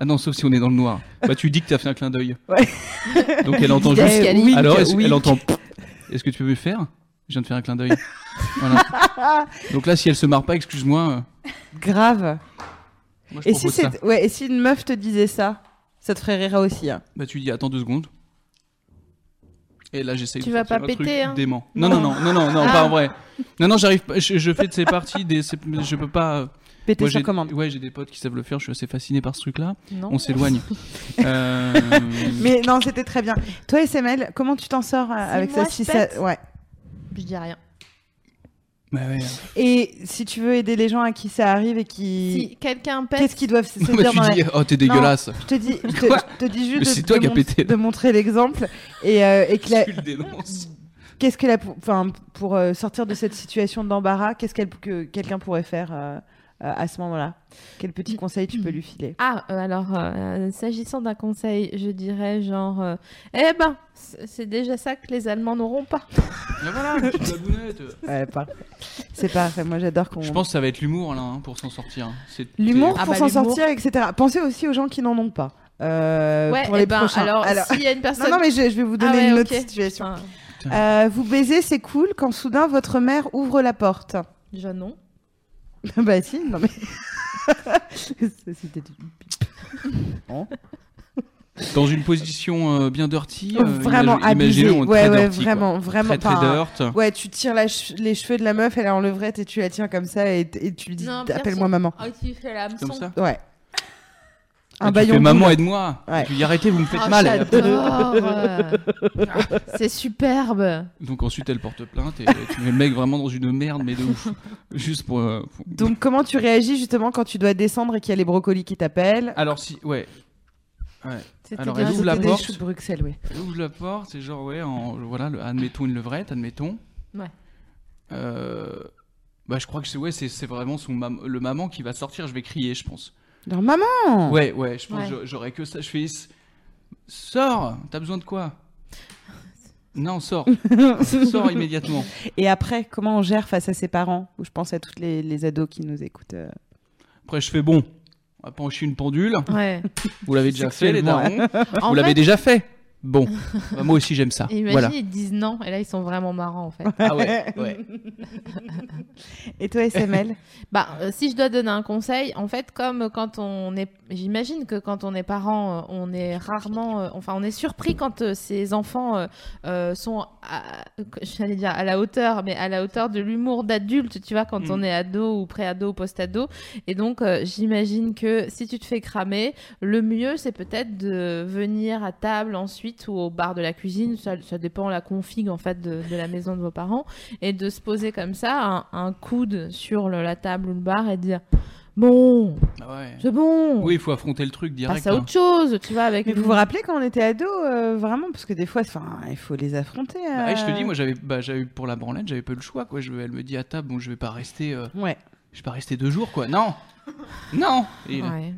S4: Ah non, sauf si on est dans le noir. Bah, tu dis que t'as fait un clin d'œil.
S3: Ouais.
S4: Donc, elle entend
S3: Eh,
S4: juste.
S3: wink,
S4: Alors, est-ce,
S3: wink.
S4: elle entend. Est-ce que tu peux mieux faire Je viens de faire un clin d'œil. Voilà. Donc là, si elle se marre pas, excuse-moi. euh,
S3: Grave.
S4: moi, je
S3: Et si,
S4: propose ça.
S3: c'est... Ouais, et si une meuf te disait ça, ça te ferait rire aussi. hein.
S4: Bah, tu dis, attends deux secondes. Et là, j'essaye
S1: Tu
S4: de
S1: vas
S4: sortir
S1: pas
S4: un
S1: péter,
S4: truc
S1: hein.
S4: dément. Non, non, non, non, non, non,
S1: Ah.
S4: pas en vrai. Non, non, j'arrive pas. Je, je fais de ces parties, des, ces- je peux pas.
S3: Péter
S4: Moi,
S3: sur
S4: j'ai-
S3: commande.
S4: Ouais, j'ai des potes qui savent le faire, je suis assez fasciné par ce truc-là.
S1: non.
S3: [LAUGHS]
S4: On s'éloigne. Euh,
S3: Mais non, c'était très bien. Toi, SML, comment tu t'en sors euh, avec
S1: moi,
S3: ça, si
S1: je
S3: ça-
S1: pète
S3: ouais.
S1: Je dis rien.
S4: bah ouais.
S3: Et si tu veux aider les gens à qui ça arrive et qui.
S1: Si quelqu'un
S3: Qu'est-ce
S1: pète,
S3: qu'ils doivent
S4: [LAUGHS]
S3: se
S4: Non, mais
S3: dire dans la-
S4: tu dis, oh, t'es dégueulasse.
S3: Je te dis, je te,
S4: Quoi
S3: je te dis juste de,
S4: Mais c'est toi
S3: de
S4: qui as
S3: mont-
S4: pété, là.
S3: de montrer l'exemple et, euh, et que la-
S4: Tu le dénonces.
S3: qu'est-ce que la, enfin pour euh, sortir de cette situation d'embarras, qu'est-ce qu'elle- que quelqu'un pourrait faire euh, euh, à ce moment-là Quel petit
S1: Mmh.
S3: conseil tu peux lui
S1: [LAUGHS]
S3: filer
S1: Ah, euh, alors, euh, s'agissant d'un conseil, je dirais genre, euh, eh ben, c'est c'est déjà ça que les Allemands n'auront pas.
S4: Ah, voilà, la petite babounette.
S3: Ouais, parfait. C'est parfait. Moi, j'adore qu'on.
S4: Je pense que ça va être l'humour, là, hein, pour s'en sortir. C'est-
S3: L'humour
S1: Ah
S3: pour
S1: bah,
S3: s'en
S1: l'humour.
S3: sortir, etc. Pensez aussi aux gens qui n'en ont pas. euh,
S1: ouais,
S3: pour
S1: eh
S3: les
S1: ben,
S3: prochains.
S1: alors, s'il y a une
S3: Non,
S1: personne.
S3: non, mais je, je vais vous
S1: Ah
S3: donner
S1: ouais,
S3: une
S1: ok.
S3: autre
S1: Ah,
S3: situation.
S1: Enfin,
S3: Euh, vous baisez, c'est cool, quand soudain votre mère ouvre la porte. [LAUGHS]
S1: déjà non.
S3: bah si, [LAUGHS] non mais. Ça, C'était du bip. Hein
S4: Dans une position euh, bien dirty. euh,
S3: vraiment
S4: imagine- imaginez,
S3: abusé.
S4: on est
S3: Ouais,
S4: très
S3: ouais,
S4: dirty, quoi.
S3: vraiment, vraiment. hein.
S4: Très, très
S3: enfin,
S4: dirt.
S3: Ouais, tu tires la che- les cheveux de la meuf, elle est en levrette et tu la tiens comme ça et, t- et tu lui dis
S1: Non, pire,
S3: appelle-moi
S1: c'est-
S3: maman.
S1: Oh, tu fais l'hameçon.
S4: Comme ça.
S3: Ouais.
S4: Et
S3: Un
S4: Ah, tu
S3: baillon.
S4: fais, maman, aide-moi.
S3: Ouais.
S4: Tu dis arrêtez, vous me faites
S1: Ah,
S4: mal. Et après-
S1: j'adore. C'est superbe.
S4: Donc ensuite, elle porte plainte et tu mets le mec vraiment dans une merde, mais de ouf. Juste pour. euh, pour-
S3: Donc comment tu réagis justement quand tu dois descendre et qu'il y a les brocolis qui t'appellent
S4: Alors, si. Ouais.
S6: C'était
S4: Alors,
S6: des-
S4: elle ouvre la
S6: c'était des
S4: porte.
S6: choux de Bruxelles, oui.
S4: Elle ouvre la porte, c'est genre, ouais, en- voilà, le- admettons une levrette, admettons.
S1: Ouais.
S4: Euh, bah, je crois que c'est ouais, c'est c'est vraiment son mam- le maman qui va sortir. Je vais crier, je pense.
S3: Leur [LAUGHS] maman
S4: Ouais, ouais, je pense
S1: Ouais.
S4: que j'a- j'aurais que ça. Je fais. S- Sors T'as besoin de quoi Non, sors. sors immédiatement.
S3: Et après, comment on gère face à ses parents Ou je pense à toutes les, les ados qui nous écoutent. euh.
S4: Après, je fais bon. On va pas en chier une pendule.
S1: Ouais.
S4: Vous l'avez déjà fait, les
S3: Sexuellement,
S4: darons.
S1: En
S4: Vous l'avez
S1: fait,
S4: déjà fait. Bon,
S1: [LAUGHS]
S4: Bah, moi aussi j'aime ça.
S1: imagine,
S4: Voilà.
S1: ils disent non, et là, ils sont vraiment marrants, en fait.
S4: Ah ouais, ouais.
S3: Et toi, SML
S1: Bah, euh, si je dois donner un conseil, en fait, comme quand on est, j'imagine que quand on est parent, euh, on est rarement, euh, enfin, on est surpris quand euh, ses enfants euh, euh, sont, à- que- j'allais dire à la hauteur, mais à la hauteur de l'humour d'adulte, tu vois, quand
S4: Mm.
S1: on est ado ou pré-ado ou post-ado. Et donc, euh, j'imagine que si tu te fais cramer, le mieux, c'est peut-être de venir à table ensuite ou au bar de la cuisine, ça, ça dépend la config en fait de- de la maison de vos parents et de se poser comme ça, un, un coude sur le- la table ou le bar et dire bon,
S4: Ah ouais.
S1: c'est bon,
S4: Oui, il faut affronter le truc direct.
S1: passe à
S4: hein.
S1: autre chose, tu vois, avec
S3: Mais
S1: une-
S3: vous vous rappelez quand on était ado, euh, vraiment Parce que des fois, enfin, il faut les affronter.
S4: Bah ouais, je te
S3: euh.
S4: dis, moi j'avais, bah, j'avais pour la branlette, j'avais pas eu le choix quoi. Je, elle me dit à table, bon, je vais pas rester, euh,
S3: Ouais.
S4: je vais pas rester deux jours quoi. Non, non. Et, euh,
S1: Ouais.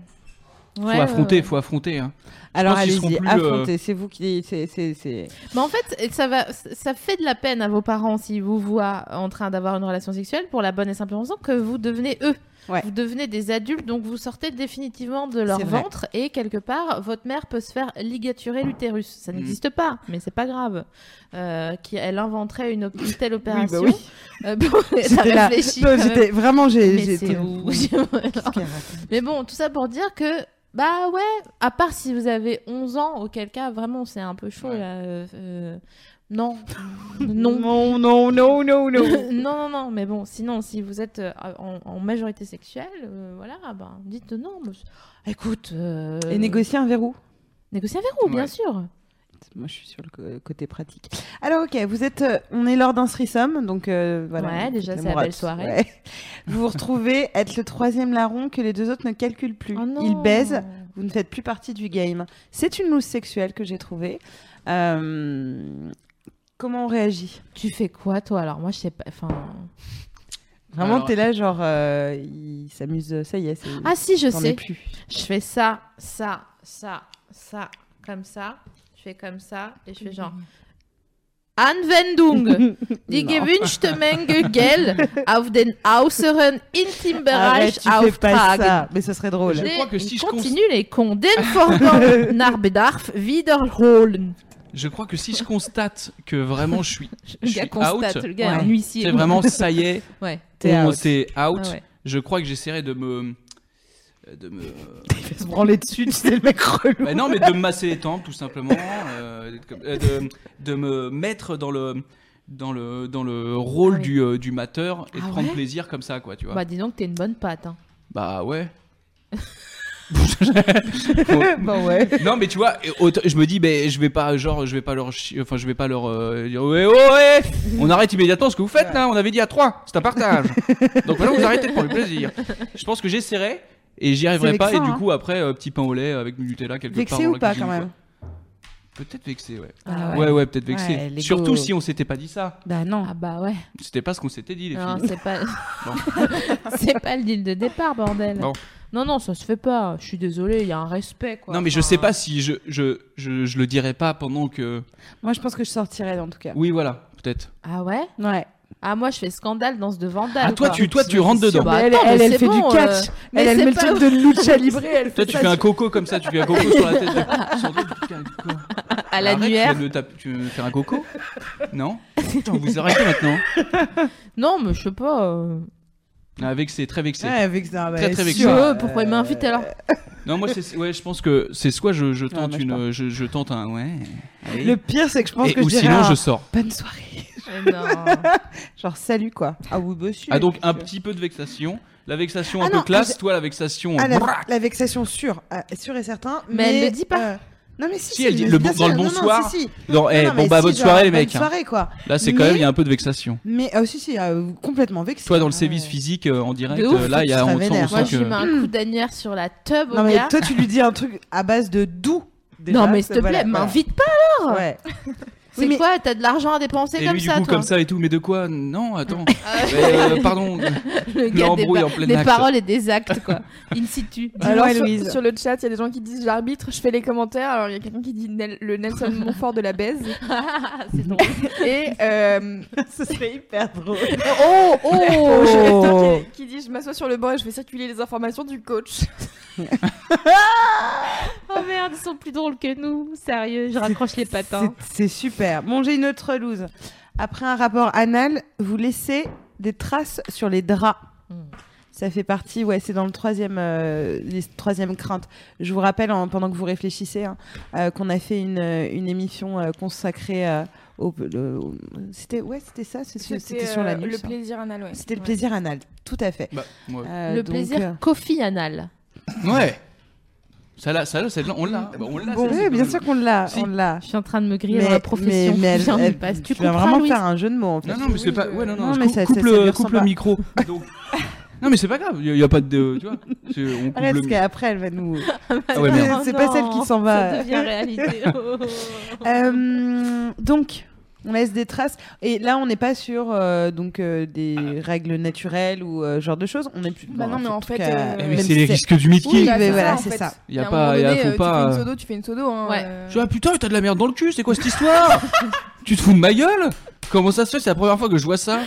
S4: Faut
S1: Ouais, ouais,
S4: affronter,
S1: ouais.
S4: faut affronter. hein.
S3: Alors
S4: pense qu'ils seront
S3: allez-y,
S4: plus, euh,
S3: affrontez. C'est vous qui. c'est- c'est- c'est-
S4: [LAUGHS]
S1: Mais en fait, ça va, ça fait de la peine à vos parents s'ils vous voient en train d'avoir une relation sexuelle pour la bonne et simple raison que vous devenez eux.
S3: Ouais.
S1: Vous devenez des adultes, donc vous sortez définitivement de leur
S3: C'est vrai.
S1: ventre et quelque part, votre mère peut se faire ligaturer l'utérus. Ça
S3: Mm.
S4: Mhm.
S1: n'existe pas, mais c'est pas grave. Euh, qui, elle inventerait une, op- une telle
S3: Oui, bah
S1: opération.
S3: oui.
S1: Euh, bon, [LAUGHS] t'as
S3: J'étais là.
S1: réfléchi
S3: Non,
S1: quand même.
S3: j'étais- Vraiment, j'ai.
S1: Mais
S3: j'étais-
S1: c'est [LAUGHS] où
S4: [LAUGHS]
S1: Mais bon, tout ça pour dire que, bah ouais, à part si vous avez 11 ans, auquel cas, vraiment, c'est un peu chaud,
S4: Ouais.
S1: là. euh, euh,
S3: [LAUGHS]
S1: non. non.
S3: Non, non,
S1: [LAUGHS]
S3: non, non, non.
S1: non, non, non, mais bon, sinon, si vous êtes euh, en, en majorité sexuelle, euh, voilà, bah, dites non. mais c'est- Écoute. euh,
S3: Et négocier un verrou.
S1: Négocier un verrou, bien
S4: Ouais.
S1: sûr.
S3: Moi, je suis sur le co- côté pratique. Alors, ok, vous êtes, euh, on est lors d'un threesome, donc euh, voilà.
S1: Ouais,
S3: donc,
S1: déjà,
S3: faites
S1: c'est la
S3: l'amour à
S1: belle
S3: tous.
S1: soirée.
S3: Ouais. Vous vous retrouvez être le troisième larron que les deux autres ne calculent plus.
S1: Oh non.
S3: Ils baisent, vous ne faites plus partie du game. C'est une loose sexuelle que j'ai trouvée. Euh, Comment on réagit
S1: Tu fais quoi, toi Alors, moi, je sais pas. Enfin.
S3: Vraiment,
S4: Alors-
S3: t'es là, genre, euh, il s'amuse, euh, ça y est, c'est.
S1: Ah, si, je
S3: t'en es
S1: sais.
S3: plus.
S1: Je fais ça, ça, ça, ça, comme ça. Je fais comme ça et je
S3: [LAUGHS]
S1: fais genre. Anwendung, die
S3: Non.
S1: gewünschte Menge Geld auf den äußeren Intimbereich
S3: Arrête, tu fais pas
S1: auftragen.
S3: ça, mais ce serait drôle.
S4: Je crois que
S1: Et
S4: si je cons-
S1: continue les cons,
S4: [LAUGHS]
S1: den Vorgang nach Bedarf wiederholen.
S4: Je crois que si je constate que vraiment je suis, je
S1: Le
S4: suis
S1: gars constate,
S4: out,
S1: le gars est
S3: Ouais.
S1: un huissier.
S4: c'est vraiment ça y est,
S1: Ouais.
S3: T'es
S4: on
S3: out.
S4: c'est out.
S1: Ah ouais.
S4: Je crois que j'essaierai de me, de me,
S3: Il va se branler dessus, tu sais, le mec relou.
S4: Bah non, mais de me masser les tempes, tout simplement. euh, d'être comme- euh, de, de me mettre dans le, dans le, dans le rôle
S1: Ah oui.
S4: du, euh, du mateur et de
S1: Ah
S4: prendre
S1: ouais
S4: plaisir comme ça, quoi, tu vois.
S1: Bah, dis donc, t'es une bonne patte. Hein.
S4: Bah ouais.
S3: [LAUGHS] bah ouais.
S4: non mais tu vois et autant- je me dis ben je vais pas genre je vais pas leur chi- enfin je vais pas leur euh, dire ouais ouais on arrête immédiatement ce que vous faites là on avait dit à 3 c'est
S3: [LAUGHS]
S4: un partage donc maintenant vous arrêtez de prendre le plaisir je pense que j'essaierai et j'y arriverai pas
S3: vexant,
S4: et du
S3: hein.
S4: coup après euh, petit pain au lait avec du Nutella quelque part
S3: Vexé
S4: dans
S3: ou
S4: la
S3: pas,
S4: cuisine,
S3: quand
S4: quoi.
S3: même
S4: peut-être vexé ouais
S1: Ah
S4: Ouais, ouais, peut-être vexé.
S3: Ouais, l'ego.
S4: Surtout si on s'était pas dit ça.
S3: Bah non.
S1: Ah bah ouais.
S4: C'était pas ce qu'on s'était dit, les
S1: Non,
S4: filles.
S1: c'est pas...
S4: [LAUGHS] Bon.
S1: [LAUGHS] c'est pas le deal de départ, bordel.
S4: Bon.
S1: Non, non, ça se fait pas. Je suis désolée, il y a un respect, quoi.
S4: Non, mais je
S1: Enfin,
S4: sais
S3: euh.
S4: pas si je, je, je, je le dirais pas pendant que.
S3: Moi, je pense que je sortirais, en tout cas.
S4: Oui, voilà, peut-être.
S1: Ah ouais
S3: Ouais.
S1: Ah, moi, je fais scandale dans ce de vandale.
S4: Ah, toi,
S1: quoi.
S4: tu, toi, tu rentres dedans.
S1: Bah,
S3: elle,
S1: attends,
S3: elle,
S1: mais
S3: elle
S1: c'est
S3: fait
S1: bon,
S3: du catch.
S1: euh,
S3: Elle,
S1: mais
S3: elle
S1: c'est
S3: met le
S1: pas-
S3: truc de lucha libre. Elle fait
S4: Toi, tu
S3: ça.
S4: fais un coco comme ça, tu fais un coco sur la
S3: [LAUGHS]
S4: tête. de- Sans doute, tu fais un coco.
S1: À
S4: Arrête, tu viens
S1: l'annuaire.
S4: de taper- Tu veux me faire un coco Non Putain, vous arrêtez maintenant.
S1: Non, mais je sais pas. euh,
S4: Ah, vexé, très
S3: [LAUGHS]
S4: vexé.
S3: Ouais, Euh, avec ça, bah,
S4: Très, très
S3: sûr.
S4: vexé. euh, [LAUGHS]
S1: Dieu, pourquoi il m'invite alors
S4: Non, moi, c'est- ouais, je pense que c'est soit je, je tente
S7: moi, je
S4: une, je, je tente un, ouais. allez.
S3: Le pire, c'est que je pense
S4: Et-
S3: que je
S4: ou
S3: dirais
S4: sinon,
S3: un
S4: je sors.
S3: bonne soirée.
S1: Eh non.
S3: Genre salut quoi. Ah oui, monsieur.
S4: Ah, donc un petit peu de vexation. La vexation un
S3: Ah
S4: peu
S3: non,
S4: classe,
S3: ah,
S4: toi, la vexation.
S3: Ah, la,
S4: braque.
S3: la vexation sûre, ah, sûre et certain. Mais,
S1: Mais elle le dit pas.
S3: euh, non mais si,
S4: Si, elle dit le bon-
S3: bien
S4: dans le
S3: sûr, non,
S4: bonsoir.
S3: Non, si, si.
S4: Dans,
S3: Non,
S4: eh,
S3: non,
S4: bon,
S3: mais
S4: bah,
S3: si,
S4: bonne
S3: genre,
S4: soirée, les mecs. hein.
S3: Bonne soirée quoi.
S4: Là, c'est quand
S3: Mais-
S4: même, il y a un peu de vexation.
S3: Mais ah, si, si, ah, vous- complètement vexé.
S4: Toi, dans le
S3: Ah,
S4: sévice
S3: ouais.
S4: physique, euh, en direct,
S3: De ouf,
S4: euh, là, il y a,
S3: tu seras
S4: on sent, on
S3: vénère.
S4: sent
S1: Moi,
S4: que.
S1: je lui mets un coup d'annuaire sur la tub
S3: Non
S1: au
S3: mais
S1: gars.
S3: toi, tu lui dis un truc à base de doux. déjà,
S1: non, mais s'il te
S3: voilà,
S1: plaît,
S3: voilà.
S1: m'invite pas. alors.
S3: Ouais. [LAUGHS]
S1: C'est
S3: mais-
S1: quoi T'as de l'argent à dépenser
S4: Et
S1: comme
S4: lui, du
S1: ça,
S4: coup,
S1: toi
S4: comme ça et tout, mais de quoi Non, attends. Mais, euh, pardon.
S1: Le
S4: Il
S1: gars des
S4: embrouille
S1: pa-
S4: en plein
S1: des
S4: acte.
S1: paroles et des actes,
S4: [LAUGHS]
S1: quoi. In situ. [LAUGHS]
S3: Dis-moi,
S2: Alors, sur,
S3: Héloïse.
S2: sur le chat, il y a des gens qui disent j'arbitre, je fais les commentaires. Alors, il y a quelqu'un qui dit Nel- le
S3: [LAUGHS]
S2: Nelson Montfort de la baise.
S1: c'est drôle.
S2: Et euh,
S3: Ce serait hyper drôle.
S2: Oh, [LAUGHS] oh Je reste un qui, qui dit Je m'assois sur le banc et je fais circuler les informations du coach.
S1: [LAUGHS] Oh merde, ils sont plus drôles que nous. Sérieux, je raccroche les patins.
S3: C'est- C'est super. Bon, j'ai une autre loose. Après un rapport anal, vous laissez des traces sur les draps.
S1: Mm.
S3: Ça fait partie, ouais, c'est dans le troisième, euh, les troisième crainte. Je vous rappelle, en- pendant que vous réfléchissez, hein, euh, qu'on a fait une, euh, une émission euh, consacrée euh, au, le- au- c'était, ouais, c'était ça, ce- c'était, sur
S1: euh,
S3: la
S2: euh, Le plaisir anal, ouais.
S3: C'était le plaisir anal, tout à fait.
S4: Bah, ouais.
S3: Euh,
S1: Le
S3: donc, euh,
S1: plaisir coffee anal.
S4: Ouais. Ça là, ça là, celle-là, on l'a. Bah, on l'a.
S3: bon,
S4: celle-là,
S3: ouais,
S4: c'est
S3: bien
S4: pas
S3: sûr qu'on l'a,
S4: Si.
S3: on l'a.
S1: Je suis en train de me griller dans la profession.
S3: mais elle-
S1: J'en ai
S3: elle-
S1: pas. Tu
S3: tu vas
S1: comprends,
S3: vraiment
S1: Louise
S3: faire un jeu de mots. En fait.
S4: Non, non, mais c'est
S2: Oui,
S4: pas.
S2: euh,
S4: Ouais, non,
S3: non,
S4: non, je
S3: mais
S4: cou-
S3: ça- ça-
S4: coupe,
S3: ça lui
S4: le,
S3: ressemble
S4: coupe le
S3: pas.
S4: micro. Donc- Non, mais c'est pas grave, il n'y a, pas de. Tu vois, c'est- on coupe
S3: Arrête,
S4: le
S3: Ah, parce qu'après, elle va nous.
S4: Ah
S3: C'est-
S4: ouais, merde.
S3: c'est pas celle qui s'en va.
S1: Ça
S3: [LAUGHS]
S1: devient réalité. Oh, oh, oh.
S3: Euh, donc, on laisse des traces. Et là, on n'est pas sur euh, donc, euh, des
S4: Ah.
S3: règles naturelles ou euh, ce genre de choses. On est plus.
S2: Bah
S3: bon,
S2: non, mais
S3: en
S2: en
S3: tout
S2: fait,
S3: cas,
S2: euh,
S4: Eh,
S3: même
S4: mais
S3: si
S4: c'est les risques du
S3: Oui,
S4: métier.
S3: mais voilà,
S2: en
S3: c'est
S2: fait.
S3: ça.
S4: Il y a
S2: Et à un
S4: pas.
S2: moment
S4: il y a-
S2: donné, euh,
S4: faut pas.
S2: Tu fais une sodo, tu fais une sodo. Hein,
S1: Ouais.
S2: euh.
S4: Tu vois, putain, t'as de la merde dans le cul, c'est quoi
S3: [LAUGHS]
S4: cette histoire Tu te fous de ma gueule Comment ça se fait C'est la première fois que je vois ça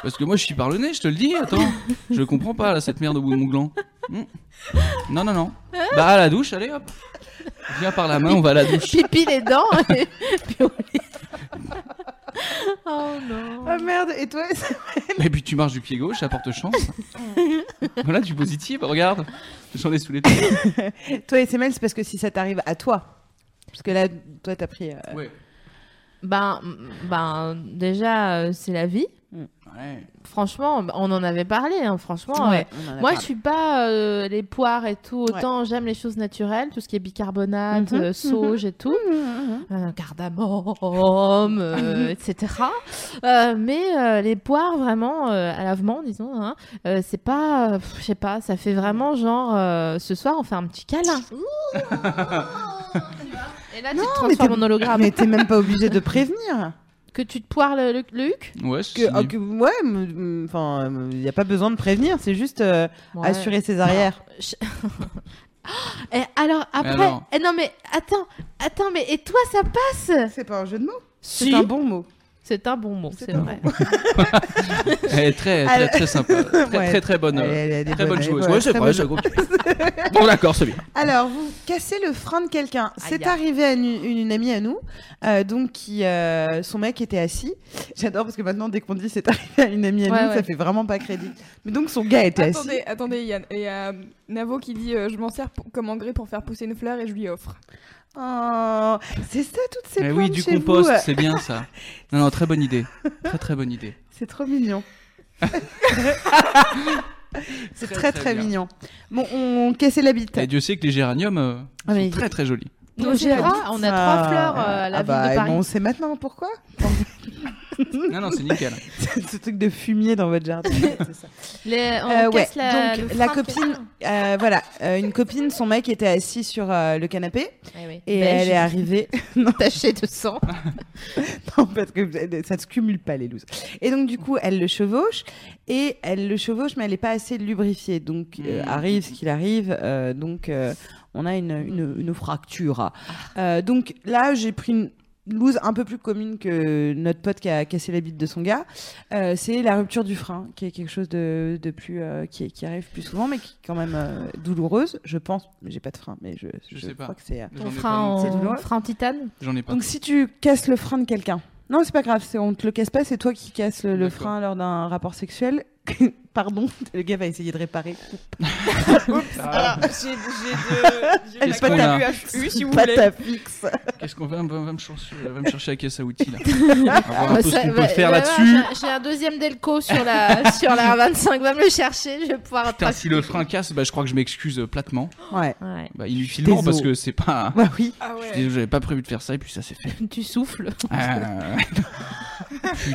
S4: Parce que moi, je suis par le nez, je te le dis, attends. Je comprends pas, là, cette merde au bout de mon gland. Hmm. Non, non, non. Bah, à la douche, allez, hop. Viens par la main, on va à
S3: [LAUGHS]
S4: la douche.
S1: Pipi les dents. et [LAUGHS] puis on les- oh non.
S3: Ah merde, et toi
S4: Et puis tu marches du pied gauche, ça porte chance. voilà, du positif, regarde. J'en ai sous les pieds.
S3: [LAUGHS] Toi, SML, c'est parce que si ça t'arrive à toi. Parce que là, toi, t'as pris. euh,
S4: Ouais.
S1: Ben, ben déjà, euh, c'est la vie.
S4: Ouais.
S1: Franchement, on en avait parlé. hein, franchement, euh,
S3: on en a
S1: Moi, je
S3: parlé.
S1: suis pas euh, les poires et tout. Autant j'aime les choses naturelles, tout ce qui est bicarbonate,
S3: Mhm,
S1: euh, sauge et tout, euh, cardamome, [LAUGHS] euh, etc. Euh, mais euh, les poires, vraiment, euh, à l'avement, disons, hein, euh, c'est pas, euh, pff, je sais pas, ça fait vraiment genre, euh, ce soir, on fait un petit câlin. [LAUGHS] et là, tu te
S3: mais
S1: transformes
S3: t'es-
S1: en hologramme.
S3: Mais t'es même pas obligé de
S4: [LAUGHS]
S3: prévenir.
S1: Que tu te poires le, le, le huc
S4: Ouais, c'est
S3: Que, ah,
S4: fini.
S3: que- ouais, m- m- enfin, il n'y a pas besoin de prévenir, c'est juste euh,
S1: Ouais.
S3: assurer ses arrières.
S1: Et alors, après,
S4: alors
S1: eh non, mais attends, attends, mais et toi, ça passe
S3: C'est pas un jeu de mots
S1: Si.
S3: C'est un bon mot.
S1: C'est un bon mot, c'est
S3: un
S1: vrai.
S4: Elle est Eh, très, très, très sympa.
S3: [LAUGHS]
S4: Très,
S3: Ouais.
S4: très, très bonne.
S3: Elle-
S4: euh,
S3: elle a des
S4: Très bonne
S3: bonnes-
S4: joueuse.
S3: ouais,
S4: Ouais, c'est
S3: très
S4: vrai,
S3: bonne
S4: c'est Bon, d'accord, c'est bien.
S3: Alors, vous cassez le frein de quelqu'un. C'est arrivé à une, une- une amie à nous, euh, donc qui, euh, son mec était assis. J'adore parce que maintenant, dès qu'on dit c'est arrivé à une amie à
S1: Ouais,
S3: nous,
S1: ouais.
S3: ça fait vraiment pas crédit. Mais donc, son gars était assis.
S2: Attendez, attendez, il y a, il y a Navo qui dit euh, Je m'en sers pour- comme engrais pour faire pousser une fleur et je
S3: [LAUGHS]
S2: lui offre.
S3: Oh, c'est ça, toutes ces
S4: Eh
S3: plantes
S4: oui, du
S3: chez
S4: compost,
S3: vous.
S4: c'est bien ça. Non, non, très bonne idée. Très, très bonne idée.
S3: C'est trop
S4: [LAUGHS]
S3: mignon. c'est très,
S4: Très,
S3: très,
S4: très bien.
S3: mignon. Bon, on cassait la bite.
S4: Et Dieu sait que les géraniums euh,
S1: Ah, mais-
S4: sont très, très jolis.
S1: Nos Gérard, on a trois
S3: Ah,
S1: fleurs euh, à la
S3: ah
S1: ville
S3: bah,
S1: de Paris.
S3: On sait maintenant pourquoi. [LAUGHS]
S4: Non, non, c'est nickel.
S3: Ce truc de fumier dans votre
S1: [LAUGHS]
S3: jardin. c'est ça.
S1: Les- on
S3: Euh, ouais.
S1: casse la,
S3: Donc
S1: le
S3: la
S1: frein de
S3: copine,
S1: quelqu'un.
S3: euh, voilà, euh, une copine, son mec était assis sur euh, le canapé
S1: [LAUGHS] Eh oui.
S3: et
S1: Belge,
S3: elle est arrivée. [LAUGHS] non,
S1: tachée de sang.
S3: [LAUGHS] non, parce que ça ne se cumule pas les looses. Et donc du coup, elle le chevauche et elle le chevauche, mais elle n'est pas assez lubrifiée. Donc euh,
S4: Mmh.
S3: arrive ce qu'il arrive. euh, donc euh, on a une, une- une fracture. Euh, donc là, j'ai pris une loose un peu plus commune que notre pote qui a cassé la bite de son gars. Euh, c'est la rupture du frein, qui est quelque chose de, de plus euh, qui, est- qui arrive plus souvent, mais qui est quand même euh, douloureuse, je pense. J'ai pas de frein, mais je,
S4: Je sais pas.
S3: crois que c'est. euh,
S4: J'en
S1: Ton
S4: ai
S1: frein
S4: pas, non.
S3: C'est
S1: en,
S3: douloureux.
S1: frein en titane.
S4: J'en ai pas.
S3: Donc si tu casses le frein de quelqu'un, non c'est pas grave, c'est on te le casse pas, c'est toi qui casses le, le
S4: D'accord.
S3: frein lors d'un rapport sexuel. [LAUGHS] Pardon, le gars va essayer de [LAUGHS] réparer.
S2: Oups, alors, j'ai j'ai de. J'ai
S3: Elle
S2: ma
S3: se patte à-
S2: UHU, si vous
S3: Pas
S2: voulez.
S3: ta
S2: [LAUGHS]
S3: fixe.
S4: Qu'est-ce qu'on va, va- va me chercher, va me chercher la caisse à outils là. On va voir un peu
S1: Bah, Ah,
S4: ce
S1: Ça-
S4: qu'on peut
S1: ouais,
S4: faire
S1: ouais,
S4: là-dessus.
S1: ouais, j'ai- J'ai un deuxième Delco sur [LAUGHS] la, sur la 25. Va me le chercher, je vais pouvoir.
S4: Putain, si le frein casse, bah, je crois que je m'excuse euh, platement.
S3: Ouais.
S1: Ouais. [LAUGHS]
S4: Bah, inutilement,
S3: Désolé.
S4: parce que c'est pas.
S3: Bah oui.
S2: Ah ouais.
S4: Je dis, J'avais pas prévu de faire ça et puis ça s'est fait.
S1: Tu souffles.
S4: Ah. [LAUGHS]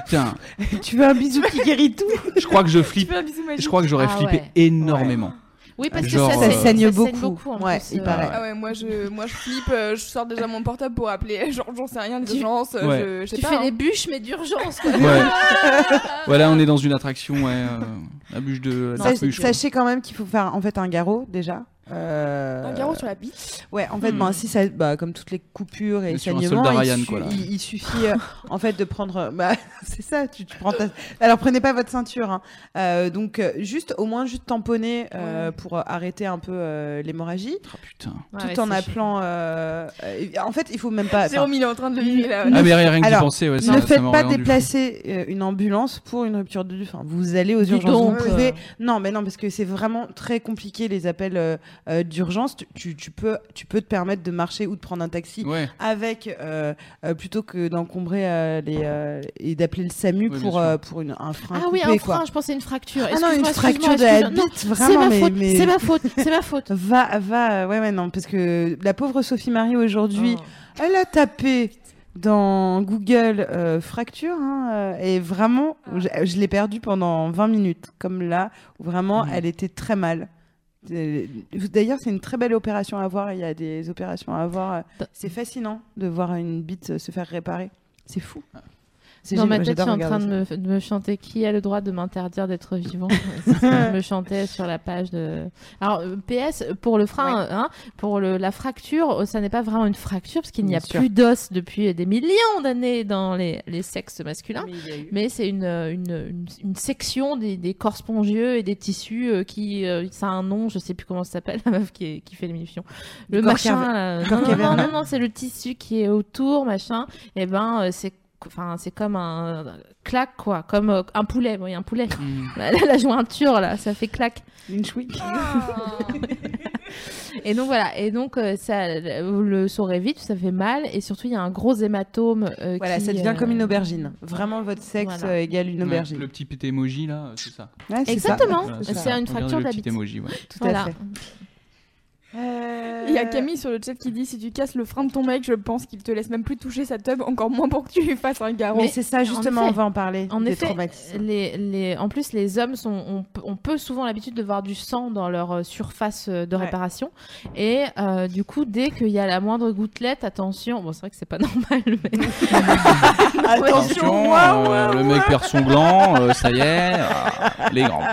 S4: Putain,
S3: Tu veux un bisou qui guérit tout
S4: je crois que je flippe.
S2: fais un bisou magique.
S4: Je crois que j'aurais
S1: Ah
S4: flippé
S1: ouais.
S4: énormément.
S1: Oui, parce
S4: Genre,
S1: que ça,
S4: euh,
S1: saigne-
S4: Ça
S3: saigne beaucoup.
S1: en
S3: Ouais,
S1: plus,
S3: il
S1: euh,
S3: paraît.
S2: Ah ouais, moi je, moi je flippe, euh, je sors déjà mon portable pour appeler, [LAUGHS] genre j'en sais rien, d'urgence, euh,
S4: Ouais.
S2: je, je sais
S1: Tu
S2: pas.
S1: fais
S2: hein.
S1: les bûches, mais d'urgence. quoi. [LAUGHS]
S4: Ouais. voilà, on est dans une attraction, ouais, euh, la bûche de la
S3: Sach-
S4: bûche.
S3: Sachez quand même qu'il faut faire en fait un garrot déjà. Euh,
S2: Un garrot sur la bite.
S3: Ouais, en fait,
S4: Hmm.
S3: bon, si ça, bah, comme toutes les coupures et
S4: Mais
S3: les
S4: sur un
S3: saignements,
S4: soldat
S3: il,
S4: Ryan,
S3: su-
S4: quoi, là.
S3: il- il suffit euh, [LAUGHS] en fait de prendre. euh, Bah, [LAUGHS] c'est ça, tu, tu prends ta. Alors prenez pas votre ceinture. hein. Euh, donc euh, juste, au moins juste tamponner euh, pour euh, arrêter un peu euh, l'hémorragie,
S4: Ah, putain.
S1: Ouais,
S3: tout
S1: ouais,
S3: en
S1: c'est
S3: appelant. euh, euh, en fait, il faut même pas. enfin,
S2: Jérôme, il est en train de le vivre là.
S4: Ah, mais rien, rien que d'y
S3: Alors,
S4: penser, ouais, ça,
S3: ne
S4: ça
S3: faites
S4: m'a
S3: pas
S4: rendu fou.
S3: déplacer euh, une ambulance pour une rupture de. Enfin, vous allez aux
S1: Dis
S3: urgences.
S1: donc,
S3: vous pouvez.
S1: euh.
S3: Non, mais non, parce que c'est vraiment très compliqué les appels euh, euh, d'urgence. Tu, tu- tu peux, tu peux te permettre de marcher ou de prendre un taxi
S4: Ouais,
S3: avec euh, euh, plutôt que d'encombrer euh, les euh, et d'appeler le SAMU
S4: Oui, bien
S3: pour
S4: sûr.
S3: euh, pour une, un frein
S1: Ah
S3: coupé
S1: oui, un
S3: quoi.
S1: frein, je pensais une fracture.
S3: ah non, une
S1: Excuse-moi,
S3: fracture
S1: excuse-moi,
S3: de la
S1: excuse-moi. Non,
S3: bite, vraiment
S1: c'est ma
S3: mais,
S1: faute,
S3: mais-
S1: c'est ma faute, c'est ma [LAUGHS] faute.
S3: va va ouais ouais non parce que la pauvre Sophie Marie
S1: Oh.
S3: aujourd'hui, elle a tapé dans Google euh, fracture hein, euh, et vraiment
S1: Ah.
S3: je, je l'ai perdue pendant 20 minutes comme là où vraiment
S1: Mm.
S4: Mhm.
S3: elle était très mal. Euh, D'ailleurs, c'est une très belle opération à voir. Il y a des opérations à voir. euh,
S1: T'as-
S3: C'est fascinant de voir une bite euh, se faire réparer. C'est fou. C'est
S1: Ah. Dans ma
S3: génial,
S1: tête, je suis
S3: j'adore
S1: en train de
S3: regarder
S1: me, de me chanter qui a le droit de m'interdire
S3: [LAUGHS]
S1: d'être vivant. C'est ce que je me chantais sur la page de. Alors euh, PS pour le frein, hein, pour le, la fracture, euh, ça n'est pas vraiment une fracture parce qu'il n'y
S3: Bien
S1: a
S3: sûr.
S1: plus d'os depuis des millions d'années dans les, les sexes masculins. Mais c'est une, euh, une, une, une section des, des corps spongieux et des tissus euh, qui euh, ça a un nom, je sais plus comment ça s'appelle [LAUGHS] la meuf qui, est- qui fait l'émission. Le
S3: corps
S1: machin.
S3: cave-
S1: là.
S3: corps
S1: Non, non, non,
S3: caverneux.
S1: non, non, c'est le tissu qui est autour, machin. Et ben euh, c'est enfin c'est comme un un claque quoi, comme euh, un poulet, bon, il y a un poulet. [LAUGHS]
S4: Mm.
S1: la, la jointure là, ça fait claque.
S3: ça. Lynch Week.
S1: Ah. Et donc voilà, et donc euh, ça vous le saurez vite, ça fait mal et surtout il y a un gros hématome euh,
S3: Voilà,
S1: qui,
S3: ça devient
S1: euh,
S3: comme une aubergine. Vraiment, votre sexe
S1: voilà.
S3: euh, égale une
S4: Ouais,
S3: aubergine.
S4: le petit petit emoji là, euh, c'est ça.
S3: Ouais, c'est ça.
S1: Exactement.
S4: Voilà,
S1: C'est
S4: ça.
S1: une
S4: Regardez
S1: fracture de
S4: le
S1: la
S4: petit
S1: bite.
S4: emoji, ouais.
S3: Tout à
S1: Voilà.
S3: fait.
S2: [LAUGHS]
S3: Euh,
S2: Il y a Camille sur le chat qui dit si tu casses le frein de ton mec, je pense qu'il te laisse même plus toucher sa teub, encore moins pour que tu lui fasses un garrot.
S3: Mais c'est ça, justement,
S1: effet-
S3: on va en parler.
S1: en
S3: des
S1: effet,
S3: traumatismes.
S1: Les, les, en plus, les hommes, sont, on, peut- on peut souvent l'habitude de voir du sang dans leur euh, surface euh, de
S3: Ouais.
S1: réparation. Et euh, du coup, dès qu'il y a la moindre gouttelette, attention, bon, c'est vrai que c'est pas [LAUGHS] normal, mais
S3: Ah,
S4: Attention, euh, le mec perd son gland, euh, ça y est, ah, les grands.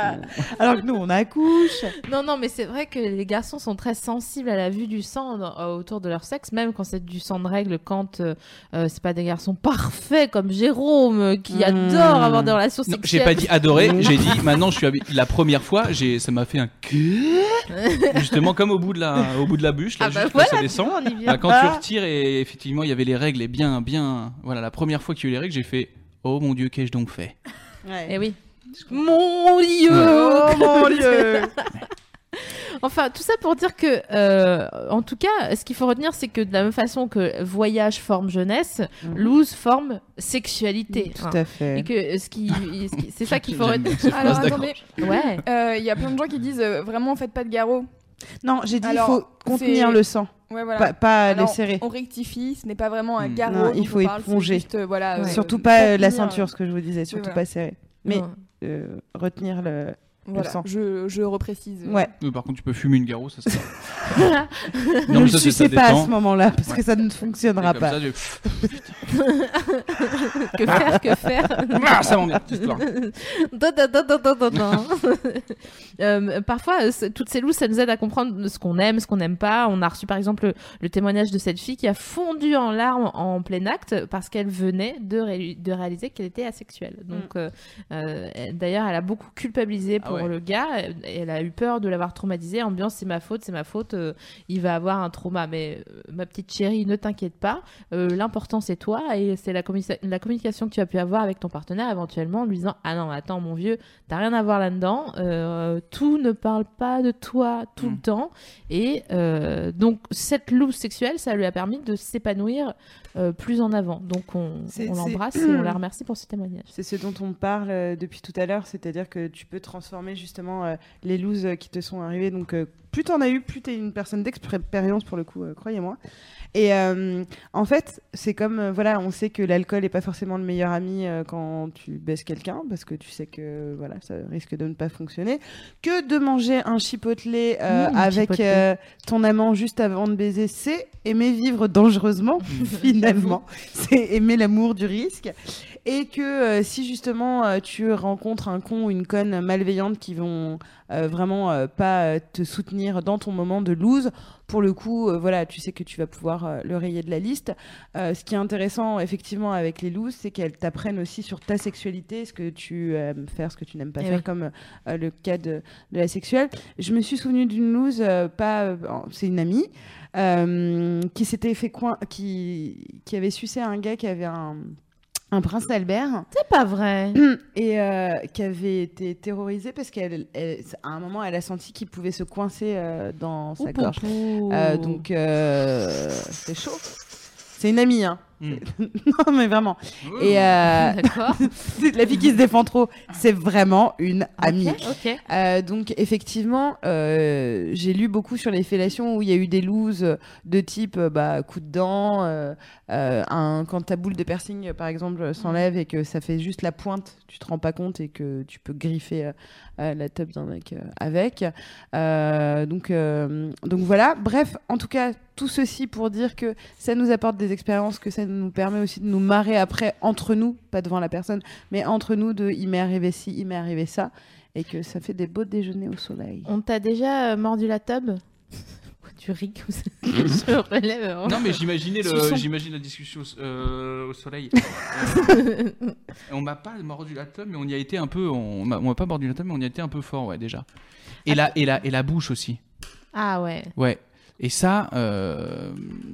S3: Alors que nous, on accouche.
S1: Non, non, mais c'est vrai que les garçons sont très sensibles à la vue du sang dans- euh, autour de leur sexe, même quand c'est du sang de règle, quand euh, euh, c'est pas des garçons parfaits comme Jérôme euh, qui
S3: Mmh.
S1: adore avoir des relations
S4: Hmm. Non,
S1: sexuelles. [LAUGHS]
S4: J'ai pas dit adoré, j'ai dit maintenant je suis habi- la première fois, j'ai ça m'a fait un
S1: [LAUGHS]
S4: que justement comme au bout de la au bout de la bûche là,
S1: Ah bah
S4: juste quand
S1: voilà,
S4: ça
S1: tu
S4: descend.
S1: vois, on y vient.
S4: Bah, quand tu retires et effectivement il y avait les règles et bien bien voilà la première fois qu'il y a eu les règles j'ai fait oh mon dieu qu'ai-je donc fait Ah.
S1: Eh oui. Mon Dieu
S3: Oh
S4: [LAUGHS]
S3: mon dieu
S1: Enfin, tout ça pour dire que, euh, en tout cas, ce qu'il faut retenir, c'est que de la même façon que voyage forme jeunesse,
S4: Hmm.
S3: Mhm.
S1: loose forme sexualité.
S3: Tout
S1: hein.
S3: à fait.
S1: Et que ce qui, ce qui- c'est ça qu'il faut
S4: [LAUGHS] J'aime
S1: retenir.
S4: bien cette
S2: Alors
S4: phrase
S2: attendez,
S4: d'accroche.
S1: Ouais.
S2: euh, il y a plein de gens qui disent euh, vraiment faites pas de garrot.
S3: Non, j'ai dit, il
S2: Alors,
S3: faut contenir
S2: c'est-
S3: le sang,
S2: Ouais voilà.
S3: pas, pas
S2: Alors,
S3: le serrer.
S2: On rectifie, ce n'est pas vraiment un
S4: Hmm.
S2: garrot.
S3: Non,
S2: dont
S3: il
S2: on
S3: faut
S2: parle, c'est
S3: éponger.
S2: juste, euh, voilà,
S1: Ouais.
S2: euh,
S3: Surtout pas euh, la
S2: tenir,
S3: ceinture, ce que je vous disais, surtout
S2: voilà.
S3: pas serrer. Mais
S1: Non. [LAUGHS]
S3: euh, retenir le.
S2: voilà.
S3: sang.
S2: Je, je reprécise.
S3: Ouais.
S4: Euh, par contre tu peux fumer une garrot ça sert.
S3: Ne
S4: mais
S3: le
S4: ça, c'est-
S3: sucez
S4: ça
S3: pas à
S4: détend.
S3: ce moment-là, parce que
S4: Ouais.
S3: ça ne
S4: Et
S3: fonctionnera
S4: comme
S3: pas.
S4: ça, j'ai-
S1: que faire, que faire
S4: [LAUGHS] Ah, ça m'emmerde
S1: [LAUGHS]
S4: cette histoire.
S1: Da, da, da, da, da, da, da. [LAUGHS] Euh, parfois, euh, c'est- toutes ces loups, ça nous aide à comprendre ce qu'on aime, ce qu'on n'aime pas. On a reçu par exemple le, le témoignage de cette fille qui a fondu en larmes en plein acte parce qu'elle venait de, ré- de réaliser qu'elle était asexuelle. Donc, euh, euh, elle- d'ailleurs, elle a beaucoup culpabilisé
S4: Mm. Ah
S1: pour pour
S4: ouais.
S1: le gars. Elle- Elle a eu peur de l'avoir traumatisé en me disant c'est ma faute, c'est ma faute, euh, il va avoir un trauma. Mais euh, ma petite chérie, ne t'inquiète pas, euh, l'important c'est toi et c'est la, communi- la communication que tu as pu avoir avec ton partenaire éventuellement en lui disant ah non attends mon vieux, t'as rien à voir là-dedans, euh, tout ne parle pas de toi tout
S4: Mm.
S1: le temps. Et euh, donc cette loose sexuelle, ça lui a permis de s'épanouir euh, plus en avant. Donc on,
S3: C'est-
S1: on
S3: c'est-
S1: l'embrasse et on la remercie pour ce témoignage.
S3: C'est ce dont on parle euh, depuis tout à l'heure, c'est-à-dire que tu peux transformer justement euh, les looses euh, qui te sont arrivées. Donc, euh, plus t'en as eu, plus t'es une personne d'expérience pour le coup, euh, croyez-moi. Et euh, en fait, c'est comme, euh, voilà, on sait que l'alcool n'est pas forcément le meilleur ami euh, quand tu baisses quelqu'un, parce que tu sais que, voilà, ça risque de ne pas fonctionner. Que de manger un chipotle euh,
S1: Mmh,
S3: avec
S1: chipotle.
S3: euh, ton amant juste avant de baiser, c'est aimer vivre dangereusement,
S1: Mmh.
S3: [LAUGHS] finalement. c'est aimer l'amour du risque et que euh, si justement euh, tu rencontres un con ou une conne malveillante qui vont euh, vraiment euh, pas euh, te soutenir dans ton moment de lose, pour le coup, euh, voilà, tu sais que tu vas pouvoir euh, le rayer de la liste. Euh, ce qui est intéressant effectivement avec les looses, c'est qu'elles t'apprennent aussi sur ta sexualité, ce que tu aimes faire, ce que tu n'aimes pas
S1: Eh
S3: faire,
S1: oui.
S3: comme euh, le cas de, de la sexuelle. Je me suis souvenue d'une loose, euh, pas, euh, c'est une amie. euh, qui s'était fait coin, qui, qui avait sucé un gars qui avait un, un prince Albert
S1: C'est pas vrai.
S3: [CLEARS THROAT] et euh, qui avait été terrorisée parce qu'elle, elle- à un moment, elle a senti qu'il pouvait se coincer euh, dans sa gorge. Euh, donc, euh, c'est chaud. C'est une amie, hein.
S4: Mm.
S3: [LAUGHS] non, mais vraiment. Et euh, [LAUGHS]
S1: [LAUGHS] D'accord.
S3: c'est la fille qui se défend trop, c'est vraiment une amie.
S1: ok.
S3: Euh, donc effectivement, euh, j'ai lu beaucoup sur les fellations où il y a eu des looses de type euh, bah, coup de dent, euh, euh, un, quand ta boule de piercing euh, par exemple euh, s'enlève et que ça fait juste la pointe, tu te rends pas compte et que tu peux griffer euh, euh, la tête d'un mec euh, avec. Euh, donc, euh, donc voilà, bref, en tout cas, tout ceci pour dire que ça nous apporte des expériences, que ça nous permet aussi de nous marrer après entre nous, pas devant la personne, mais entre nous de il m'est arrivé ci, il m'est arrivé ça, et que ça fait des beaux déjeuners au soleil.
S1: On t'a déjà euh, mordu la [LAUGHS] tub Tu ris comme ça. Je relève. vraiment.
S4: Non mais j'imaginais
S1: Sous
S4: le,
S1: son-
S4: j'imagine la discussion au- euh, au soleil. Euh, on m'a pas mordu la tome, mais on y a été un peu, on m'a on m'a pas mordu la tome, mais on y a été un peu fort, ouais déjà. Et la, et la, et la bouche aussi.
S1: [LAUGHS] ah ouais.
S4: Ouais. Et ça, euh,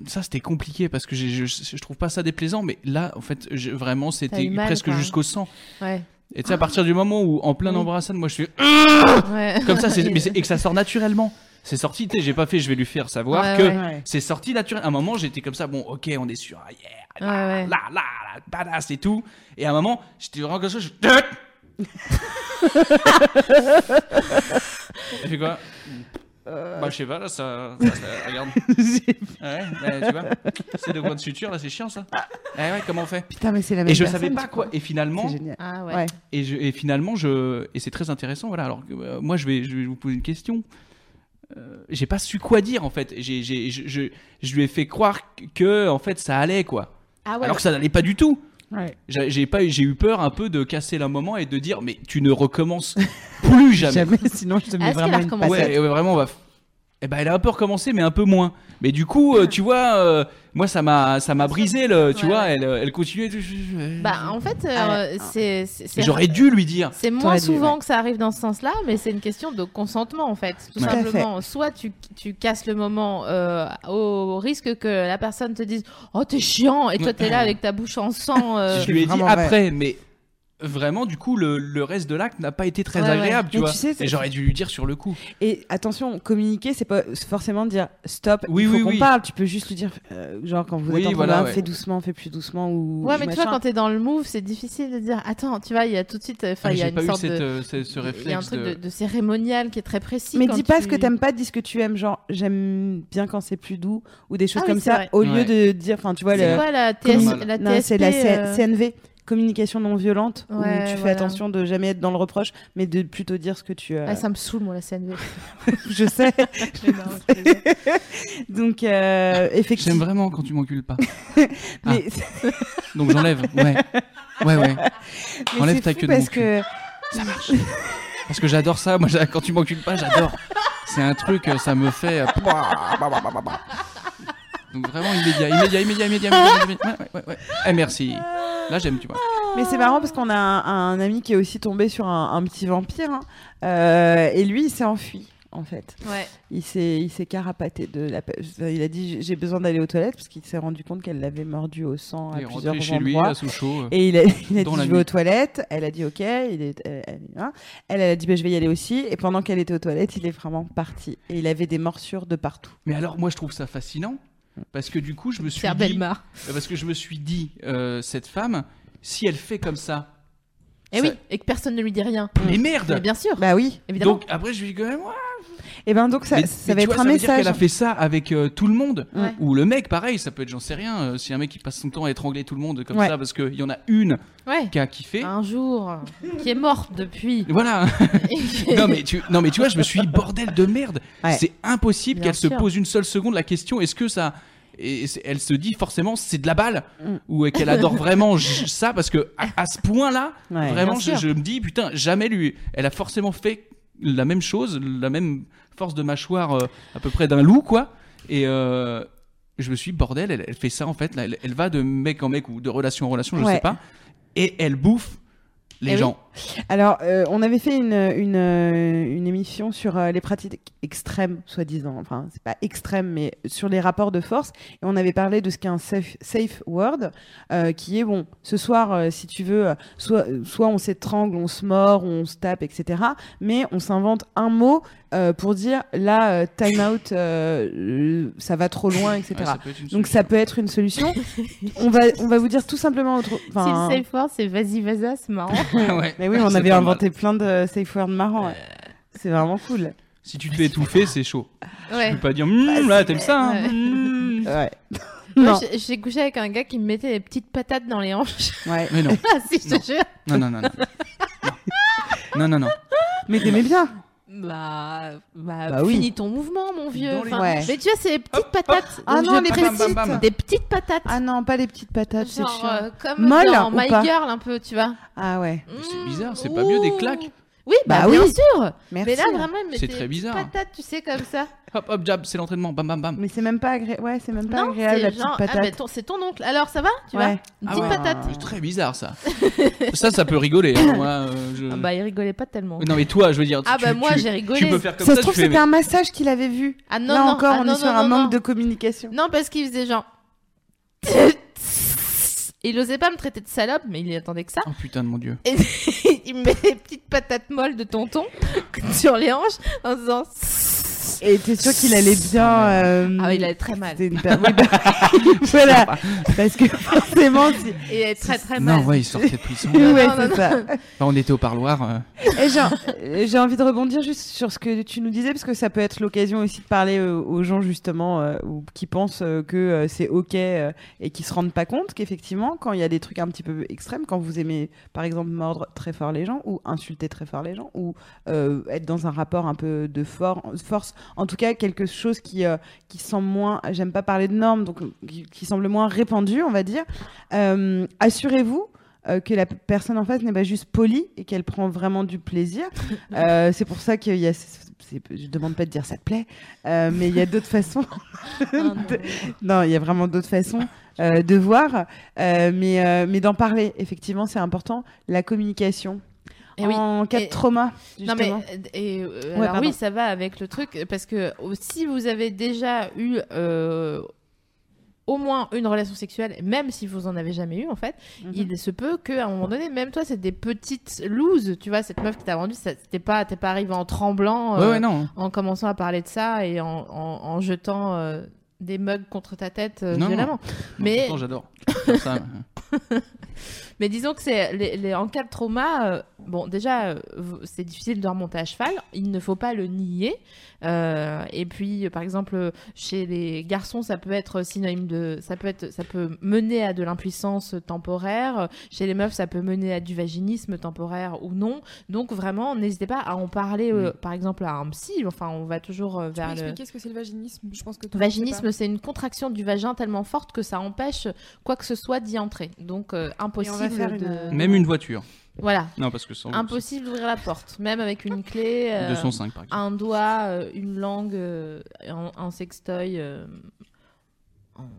S4: ça c'était compliqué parce que j'ai- je, je trouve pas ça déplaisant, mais là, en fait, je- vraiment,
S1: T'as
S4: c'était
S1: eu mal,
S4: presque
S1: quoi.
S4: jusqu'au sang.
S1: Ouais.
S4: Et tu sais, à partir du moment où, en plein
S1: Oui.
S4: embrassade, moi je suis
S1: ouais.
S4: comme
S1: [LAUGHS]
S4: ça, c'est- mais c'est- et que ça sort naturellement. C'est sorti, tu sais, j'ai pas fait, je vais lui faire savoir
S1: Ouais,
S4: que
S1: ouais.
S4: c'est sorti naturellement. À un moment, j'étais comme ça, bon, ok, on est sûr, ah, yeah, là,
S1: Ouais, ouais.
S4: là, là, là, badass et tout. Et à un moment, j'étais vraiment comme ça, je.
S1: [LAUGHS]
S4: J'ai fait quoi
S1: Euh.
S4: Bah, je sais pas, là, ça. ça-
S1: [LAUGHS]
S4: ça- regarde. ouais, bah, tu vois, c'est de quoi de suture, là, c'est chiant ça. Ah Ouais, ouais, comment on fait
S3: Putain, mais c'est la même
S4: Et je
S3: personne,
S4: savais pas
S3: tu crois
S4: quoi. Et finalement,
S3: C'est génial.
S1: Ah ouais.
S3: Ouais.
S4: et, je- et finalement, je, et c'est très intéressant. Voilà. Alors, que, euh, moi, je vais, je vais vous poser une question. Euh, j'ai pas su quoi dire en fait. J'ai, j'ai- je, je- je lui ai fait croire que en fait ça allait quoi.
S1: Ah ouais.
S4: Alors que ça n'allait pas du tout.
S3: Ouais.
S4: J'ai, j'ai pas, eu- j'ai eu peur un peu de casser le moment et de dire mais tu ne recommences
S1: [LAUGHS]
S4: plus jamais.
S3: Jamais, sinon je te mets
S1: Est-ce qu'elle
S3: vraiment
S1: a
S3: une
S1: recommencé
S4: Ouais, ouais, vraiment, on va. f- Eh ben, elle a un peu recommencé, mais un peu moins. Mais du coup, euh, tu vois, euh, moi, ça m'a, ça m'a brisé le. Tu
S1: Ouais,
S4: vois,
S1: ouais.
S4: elle, euh, elle continuait. de-
S1: Bah en fait, euh,
S3: Ouais.
S1: c'est c'est- c'est-
S4: J'aurais dû lui dire.
S1: C'est moins
S3: T'aurais dû,
S1: souvent que ça arrive dans ce sens-là, mais c'est une question de consentement en fait. Tout
S3: Ouais. Tout à
S1: simplement, soit tu, tu casses le moment euh, au risque que la personne te dise Oh, t'es chiant, et toi t'es là avec ta bouche en
S3: [LAUGHS]
S1: sang. euh,
S4: je lui ai dit
S3: Vraiment vrai.
S4: après, mais vraiment, du coup, le, le reste de l'acte n'a pas été très
S1: Ouais, ouais.
S4: agréable, tu
S3: Mais
S4: vois.
S3: tu sais, c'est-
S4: et j'aurais dû lui dire sur le coup.
S3: Et attention, communiquer, c'est pas forcément dire stop,
S4: Oui,
S3: il faut
S4: oui,
S3: qu'on
S4: oui.
S3: parle. Tu peux juste lui dire, euh, genre quand vous
S4: Oui,
S3: êtes en train
S4: voilà,
S3: de-
S4: ouais.
S3: fais doucement, fais plus doucement ou.
S1: Ouais,
S3: ou
S1: mais tu
S3: machin.
S1: vois, quand t'es dans le move, c'est difficile de dire Attends, tu vois, il y a tout de suite. euh, Enfin,
S4: Ah,
S1: il y a
S4: J'ai pas
S1: une
S4: eu
S1: sorte
S4: cette,
S1: de.
S4: euh, ce, ce réflexe.
S1: Il y a un truc
S4: de-
S1: de, de cérémonial qui est très précis.
S3: Mais
S1: quand
S3: dis pas
S1: tu-
S3: ce que t'aimes pas, dis ce que tu aimes. Genre, j'aime bien quand c'est plus doux ou des choses
S1: Ah oui,
S3: comme
S1: c'est
S3: ça,
S1: vrai.
S3: au
S4: Ouais.
S3: lieu de dire, enfin, tu vois,
S1: C'est
S3: le-
S1: quoi la,
S4: Comme-
S1: TS, la
S3: Non, c'est
S1: TSP,
S3: la C-
S1: euh,
S3: CNV, communication non violente, où
S1: Ouais,
S3: tu fais
S1: voilà.
S3: attention de jamais être dans le reproche, mais de plutôt dire ce que tu. euh,
S1: Ah, ça me saoule, moi, la CNV.
S3: [LAUGHS] je sais. Donc, euh,
S4: J'aime
S3: effectivement.
S4: vraiment quand tu m'encules pas.
S3: Mais,
S4: Ah, Donc
S1: [LAUGHS]
S4: j'enlève. Ouais. Ouais, ouais.
S3: [LAUGHS] mais
S4: Enlève
S3: c'est
S4: ta
S3: fou
S4: queue de mon
S3: parce
S4: cul.
S3: que
S4: Parce que j'adore ça. Moi, j'a- quand tu m'encules pas, j'adore. C'est un truc, euh, ça me fait. euh, pouah, bah, bah, bah, bah, bah. Donc vraiment immédiat, immédiat, immédiat, immédiat, immédiat, immédiat. Ouais, ouais, ouais, ouais. Eh, merci. Là, j'aime, tu vois.
S3: Mais c'est marrant parce qu'on a un, un ami qui est aussi tombé sur un, un petit vampire. hein. Euh, et lui, il s'est enfui, en fait.
S1: Ouais.
S3: Il s'est il s'est carapaté de la. pe- Il a dit J'ai- J'ai besoin d'aller aux toilettes parce qu'il s'est rendu compte qu'elle l'avait mordu au sang à
S4: Il est
S3: plusieurs
S4: rentré
S3: endroits.
S4: chez lui à Sochaux.
S3: Et il a, [LAUGHS] il a
S4: Dans
S3: dit
S4: la
S3: je vais
S4: nuit.
S3: aux toilettes. Elle a dit ok. Il est, elle, elle y va. Elle, elle a dit bah, je vais y aller aussi. Et pendant qu'elle était aux toilettes, il est vraiment parti. Et il avait des morsures de partout.
S4: Mais alors, moi, je trouve ça fascinant parce que du coup, je me suis
S1: Pierre
S4: dit,
S1: Belmar.
S4: Euh, parce que je me suis dit, euh, cette femme, si elle fait comme ça,
S1: Et
S4: Ça-
S1: Eh oui, et que personne ne lui dit rien.
S4: mais
S1: Mais
S4: merde.
S1: bien sûr,
S3: Mm. Bah oui.
S1: évidemment.
S4: Donc après, je lui dis quand même. ouais.
S3: Et ben donc ça,
S4: Mais-
S3: ça va
S4: mais tu
S3: être
S4: vois,
S3: un
S4: veut dire
S3: message.
S4: qu'elle a fait ça avec euh, tout le monde.
S1: Ouais.
S4: Ou le mec, pareil, ça peut être, j'en sais rien. euh, si un mec qui passe son temps à étrangler tout le monde comme
S3: Ouais. Ah.
S4: ça, parce qu'il y en a une
S1: ouais.
S4: qui a kiffé.
S1: Un jour, [LAUGHS] qui est morte depuis.
S3: [LAUGHS]
S4: Voilà. non mais tu, non mais tu vois, je me suis dit, bordel de merde.
S3: Ouais.
S4: C'est impossible
S1: Bien
S4: qu'elle se
S1: sûr.
S4: pose une seule seconde la question. Est-ce que ça et c'est- elle se dit forcément c'est de la balle
S3: Mm.
S4: ou qu'elle adore vraiment j- ça parce que à, à ce point-là
S3: Ouais.
S4: vraiment
S1: Bien
S4: je,
S1: sûr.
S4: je me dis putain jamais lui elle a forcément fait la même chose la même force de mâchoire euh, à peu près d'un loup quoi et euh, je me suis dit, bordel elle, elle fait ça en fait là, elle, elle va de mec en mec ou de relation en relation je
S3: Ouais.
S4: sais pas et elle bouffe les
S1: Eh oui.
S4: gens
S3: Alors euh, on avait fait une, une, euh, une émission sur euh, les pratiques extrêmes, soi-disant. Enfin c'est pas extrême, mais sur les rapports de force. Et on avait parlé de ce qu'est un safe, safe word, euh, qui est bon. Ce soir, euh, si tu veux, euh, soit, euh, soit on s'étrangle, on se mord, on se tape, etc. Mais on s'invente un mot euh, pour dire là, euh, time out, euh, euh, ça va trop loin, etc.
S4: Ouais, ça peut être une
S3: Donc ça peut être une solution. on va on va vous dire tout simplement autre. enfin, hein.
S1: Si le safe word, c'est vas-y, vas-y, c'est marrant.
S4: solution. [LAUGHS] Ouais.
S3: mais oui, on
S4: C'est
S3: avait
S4: pas mal.
S3: inventé plein de safe words marrants. ouais. C'est vraiment cool.
S4: si tu te fais
S3: [LAUGHS]
S4: étouffer c'est chaud
S1: [LAUGHS] Ouais.
S4: Tu peux pas dire, Hum, là, t'aimes ça,
S1: [LAUGHS]
S4: hein
S1: Ouais.
S4: Hum.
S3: [LAUGHS] Ouais.
S1: Moi,
S3: non.
S1: j'ai- j'ai couché avec un gars qui me mettait des petites patates dans les hanches. [LAUGHS]
S3: Ouais.
S4: Mais non,
S1: Ah, si je
S4: Non.
S1: te jure.
S4: non, non, non.
S3: [LAUGHS]
S4: Non, non, non. non.
S3: Mais t'aimais bien.
S1: Bah, bah,
S3: Bah oui.
S1: finis ton mouvement, mon vieux.
S4: Dans les
S1: Enfin,
S3: hanches.
S1: Mais tu vois, c'est les petites patates.
S3: Ah
S1: Je
S3: non, les
S1: précise,
S4: bam, bam, bam.
S1: Des petites patates.
S3: Ah non, pas les petites patates, c'est
S1: genre,
S3: chiant.
S1: euh, comme
S3: Molle
S1: dans
S3: ou
S1: My
S3: pas
S1: Girl, un peu, tu vois.
S3: Ah ouais.
S4: c'est
S1: Mmh,
S4: bizarre, c'est pas mieux des claques
S1: Oui, bah,
S3: Bah
S1: bien
S3: oui.
S1: sûr.
S3: Merci.
S1: Mais là, vraiment, il me
S4: C'est
S1: mettait
S4: très
S1: des petites
S4: bizarre.
S1: patates, tu sais, comme ça.
S4: Hop, hop, jab, c'est l'entraînement, bam, bam, bam.
S3: Mais c'est même pas agré... ouais, c'est même pas
S1: non,
S3: agréable la
S1: c'est
S3: petite
S1: genre, ah,
S3: patate.
S1: bah, ton- c'est ton oncle. Alors, ça va Tu vois
S3: Ouais.
S1: Une
S4: Ah
S1: petite
S4: ouais.
S1: patate.
S4: C'est très bizarre, ça. [LAUGHS] ça, ça peut rigoler. hein. Moi, euh, je-
S1: Ah bah, il rigolait pas tellement.
S4: Non, mais toi, je veux dire.
S1: Ah
S4: tu-
S1: bah,
S4: tu-
S1: moi,
S4: tu-
S1: j'ai rigolé.
S4: Tu peux faire comme
S3: ça
S4: ça,
S3: se trouve
S4: tu fais,
S3: c'était un massage qu'il avait vu.
S1: Ah non,
S3: Là
S1: non,
S3: encore,
S1: ah
S3: on
S1: non,
S3: est sur
S1: non,
S3: un
S1: non,
S3: manque de
S1: non.
S3: communication.
S1: Non, parce qu'il faisait genre. [LAUGHS] Il osait pas me traiter de salope, mais il attendait que ça.
S4: mais- Oh putain de mon dieu.
S1: Et [LAUGHS] il me met des petites patates molles de tonton [LAUGHS] sur les hanches en faisant.
S3: Et t'es sûr qu'il
S1: [LAUGHS]
S3: allait bien euh,
S1: Ah, il allait [LAUGHS] très mal.
S3: c'était une per- oui, bah- [LAUGHS] voilà, parce que [LAUGHS] forcément, si...
S1: Il allait très très
S4: non,
S1: mal.
S4: ouais, il sortait de prison.
S1: [LAUGHS]
S4: là.
S3: ouais,
S1: non,
S3: c'est
S1: non,
S3: ça.
S4: Là, on était au parloir. euh,
S3: Et j'ai- euh, j'ai envie de rebondir juste sur ce que tu nous disais, parce que ça peut être l'occasion aussi de parler euh, aux gens justement euh, ou qui pensent euh, que euh, c'est ok euh, et qui se rendent pas compte qu'effectivement, quand il y a des trucs un petit peu extrêmes, quand vous aimez par exemple mordre très fort les gens ou insulter très fort les gens ou euh, être dans un rapport un peu de for- force, en tout cas quelque chose qui euh, qui semble moins, j'aime pas parler de normes, donc euh, qui, qui semble moins répandu, on va dire. Euh, Assurez-vous euh, que la p- personne en face n'est pas juste polie et qu'elle prend vraiment du plaisir.
S1: [LAUGHS]
S3: Euh, c'est pour ça qu'il y a. c'est- c'est- Je demande pas de dire ça te plaît, euh, mais il y a d'autres façons. [LAUGHS]
S1: Ah non.
S3: de- non, il y a vraiment d'autres façons euh, de voir, euh, mais euh, mais d'en parler. Effectivement, c'est important. La communication
S1: Eh oui.
S3: en cas
S1: Et-
S3: de trauma.
S1: Non
S3: Justement.
S1: mais euh, et, euh,
S3: Ouais,
S1: alors
S3: pardon.
S1: oui ça va avec le truc parce que euh, si vous avez déjà eu euh, au moins une relation sexuelle même si vous en avez jamais eu en fait
S3: Mhm.
S1: il se peut qu'à un moment donné même toi c'est des petites looses tu vois cette meuf qui t'a vendu ça- t'es pas t'es pas arrivé en tremblant
S4: Ouais,
S1: euh,
S4: ouais, non.
S1: en commençant à parler de ça et en, en- en jetant euh, des mugs contre ta tête euh,
S4: Non, non.
S1: violemment
S4: Mais...
S1: mais
S4: j'adore. Comme ça, euh,
S1: mais disons que c'est les, les- en cas de trauma, euh, bon déjà euh, v- c'est difficile de remonter à cheval, il ne faut pas le nier. Euh, et puis euh, par exemple euh, chez les garçons ça peut être synonyme de, ça peut être, ça peut mener à de l'impuissance temporaire. Euh, Chez les meufs ça peut mener à du vaginisme temporaire ou non. Donc vraiment n'hésitez pas à en parler, euh, par exemple à un psy. Enfin on va toujours euh,
S2: Tu peux
S1: vers le
S2: expliquer ce que c'est le vaginisme Je pense que tout le monde sait
S1: Vaginisme, c'est une contraction du vagin tellement forte que ça empêche quoi que ce soit d'y entrer. Donc euh, impossible
S3: faire
S1: de
S3: une-
S4: Même une voiture.
S1: voilà,
S4: Non, parce que sans.
S1: impossible d'ouvrir la porte, même avec une clé, euh,
S4: 205 par exemple.
S1: un doigt, euh, une langue, euh, un, un sextoy. euh,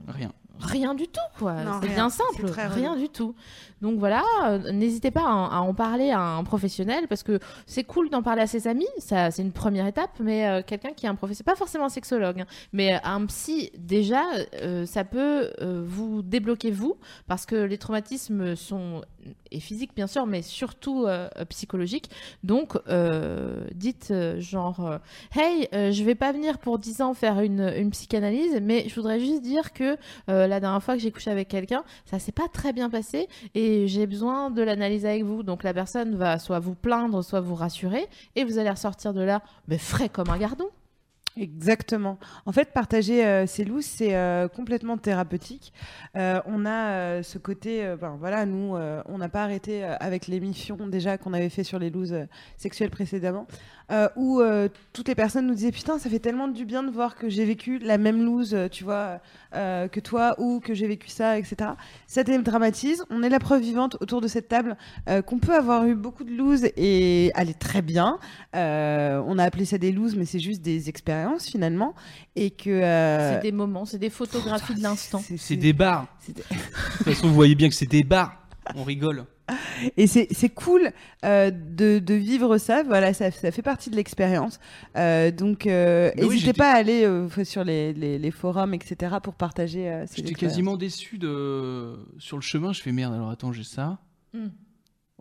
S4: Rien.
S1: rien du tout, quoi.
S3: Non,
S1: C'est
S3: rien.
S1: bien
S3: C'est
S1: simple,
S3: très relou.
S1: rien du tout. Donc voilà, euh, n'hésitez pas à, en- à en parler à un professionnel parce que c'est cool d'en parler à ses amis, ça c'est une première étape, mais euh, quelqu'un qui est un professionnel, pas forcément un sexologue, hein, mais un psy déjà, euh, ça peut euh, vous débloquer vous parce que les traumatismes sont et physiques bien sûr, mais surtout euh, psychologiques. Donc euh, dites euh, genre euh, Hey, euh, je vais pas venir pour 10 ans faire une, une psychanalyse, mais je voudrais juste dire que euh, la dernière fois que j'ai couché avec quelqu'un, ça s'est pas très bien passé et j'ai besoin de l'analyse avec vous. Donc la personne va soit vous plaindre, soit vous rassurer et vous allez ressortir de là, mais frais comme un gardon.
S3: Exactement. En fait, partager euh, ses loups, c'est euh, complètement thérapeutique. Euh, on a euh, ce côté, euh, ben, voilà, nous, euh, on n'a pas arrêté euh, avec l'émission déjà qu'on avait fait sur les loups euh, sexuelles précédemment, euh, où euh, toutes les personnes nous disaient putain, ça fait tellement du bien de voir que j'ai vécu la même loose, euh, tu vois, euh, que toi ou que j'ai vécu ça, etc. Ça dédramatise. On est la preuve vivante autour de cette table euh, qu'on peut avoir eu beaucoup de loose et aller très bien. Euh, on a appelé ça des looses, mais c'est juste des expériences finalement. Et que. euh, Ah,
S1: C'est des moments, c'est des photographies de l'instant.
S3: [LAUGHS] c'est-
S4: C'est
S3: c'est-
S4: des bars.
S3: c'est des-
S4: De toute façon, vous voyez bien que c'est des bars. On rigole.
S3: Et c'est c'est cool euh, de, de vivre ça. Voilà, ça, ça fait partie de l'expérience. Euh, donc, euh,
S4: Mais oui,
S3: n'hésitez
S4: j'étais-
S3: pas à aller euh, sur les, les- les forums, etc., pour partager. euh, ces
S4: J'étais
S3: expériences.
S4: quasiment déçu de. Sur le chemin, je fais merde, alors attends, j'ai ça.
S1: Hmm.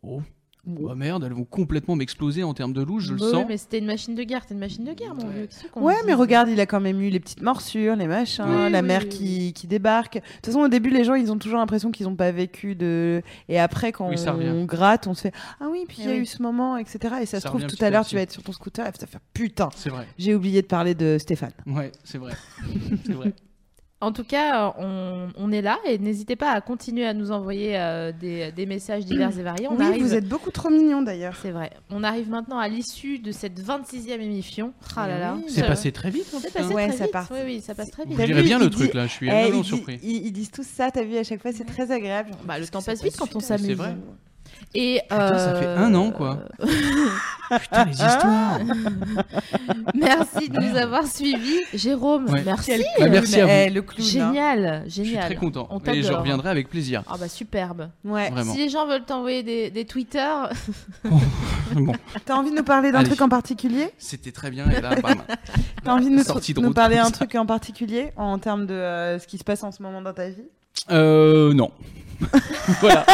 S4: Oh. Oh, merde, elles vont complètement m'exploser en termes de louche, je le
S1: Bah oui,
S4: sens.
S1: mais c'était une machine de guerre, c'était une machine de guerre, mon vieux. qu'est-ce qu'on
S3: Ouais,
S1: dit
S3: mais regarde, il a quand même eu les petites morsures, les machins,
S1: Oui,
S3: la
S1: oui,
S3: mère
S1: oui,
S3: qui, qui débarque. De toute façon, au début, les gens, ils ont toujours l'impression qu'ils n'ont pas vécu de. Et après, quand
S4: Oui, ça revient.
S3: on gratte, on se fait Ah oui, puis
S1: Eh
S3: il y a
S1: oui.
S3: eu ce moment, etc. Et ça,
S4: Ça
S3: se trouve,
S4: revient
S3: tout
S4: petit
S3: à
S4: à
S3: l'heure,
S4: petit.
S3: tu vas être sur ton scooter et tu vas faire Putain,
S4: C'est vrai.
S3: j'ai oublié de parler de Stéphane.
S4: Ouais, c'est vrai. [LAUGHS] c'est vrai.
S1: En tout cas, euh, on, on est là et n'hésitez pas à continuer à nous envoyer euh, des, des messages divers et variés. On
S3: oui,
S4: Bah,
S1: arrive-
S3: vous êtes beaucoup trop mignon d'ailleurs.
S1: C'est vrai. On arrive maintenant à l'issue de cette 26e émission. Ah là là.
S4: C'est
S1: Euh,
S4: passé très vite. hein,
S1: C'est
S4: putain.
S1: passé
S3: Ouais,
S1: très
S3: ça
S1: vite.
S3: part.
S1: Oui, oui, ça passe très vite.
S4: Vous
S3: vu,
S4: direz bien
S3: il
S4: le
S3: dit-
S4: truc là, je suis
S3: Eh,
S4: vraiment
S3: ils, di-
S1: euh,
S4: surpris.
S3: ils- ils disent tous ça, t'as vu, à chaque fois, c'est très agréable.
S1: Bah, le temps
S3: Parce
S1: passe
S3: que
S1: vite
S3: ça
S1: quand on
S3: super.
S1: s'amuse.
S4: C'est vrai.
S1: Et euh,
S4: Putain, ça fait un an, quoi. Putain, les
S1: Hein
S4: histoires.
S1: [LAUGHS] Merci de nous avoir suivis, Jérôme.
S4: Ouais.
S1: Merci.
S3: Quel
S4: Bah,
S3: clown,
S4: merci à vous.
S3: eh, le clown. hein.
S1: Génial, génial.
S4: Je suis très content.
S1: On
S4: Et je
S1: t'adore.
S4: reviendrai avec plaisir.
S1: Ah bah superbe.
S3: Ouais.
S4: Vraiment.
S1: Si les gens veulent t'envoyer des, des Twitter, [LAUGHS]
S4: Bon,
S3: T'as envie de nous parler d'un
S4: Allez.
S3: truc en particulier
S4: c'était très bien et là,
S1: [LAUGHS]
S4: bam.
S3: T'as envie de nous,
S4: Sortie de
S3: nous
S4: route,
S3: parler
S4: comme
S3: un
S4: ça.
S3: truc en particulier en termes de euh, ce qui se passe en ce moment dans ta vie
S4: Euh,
S1: [LAUGHS]
S4: non. voilà.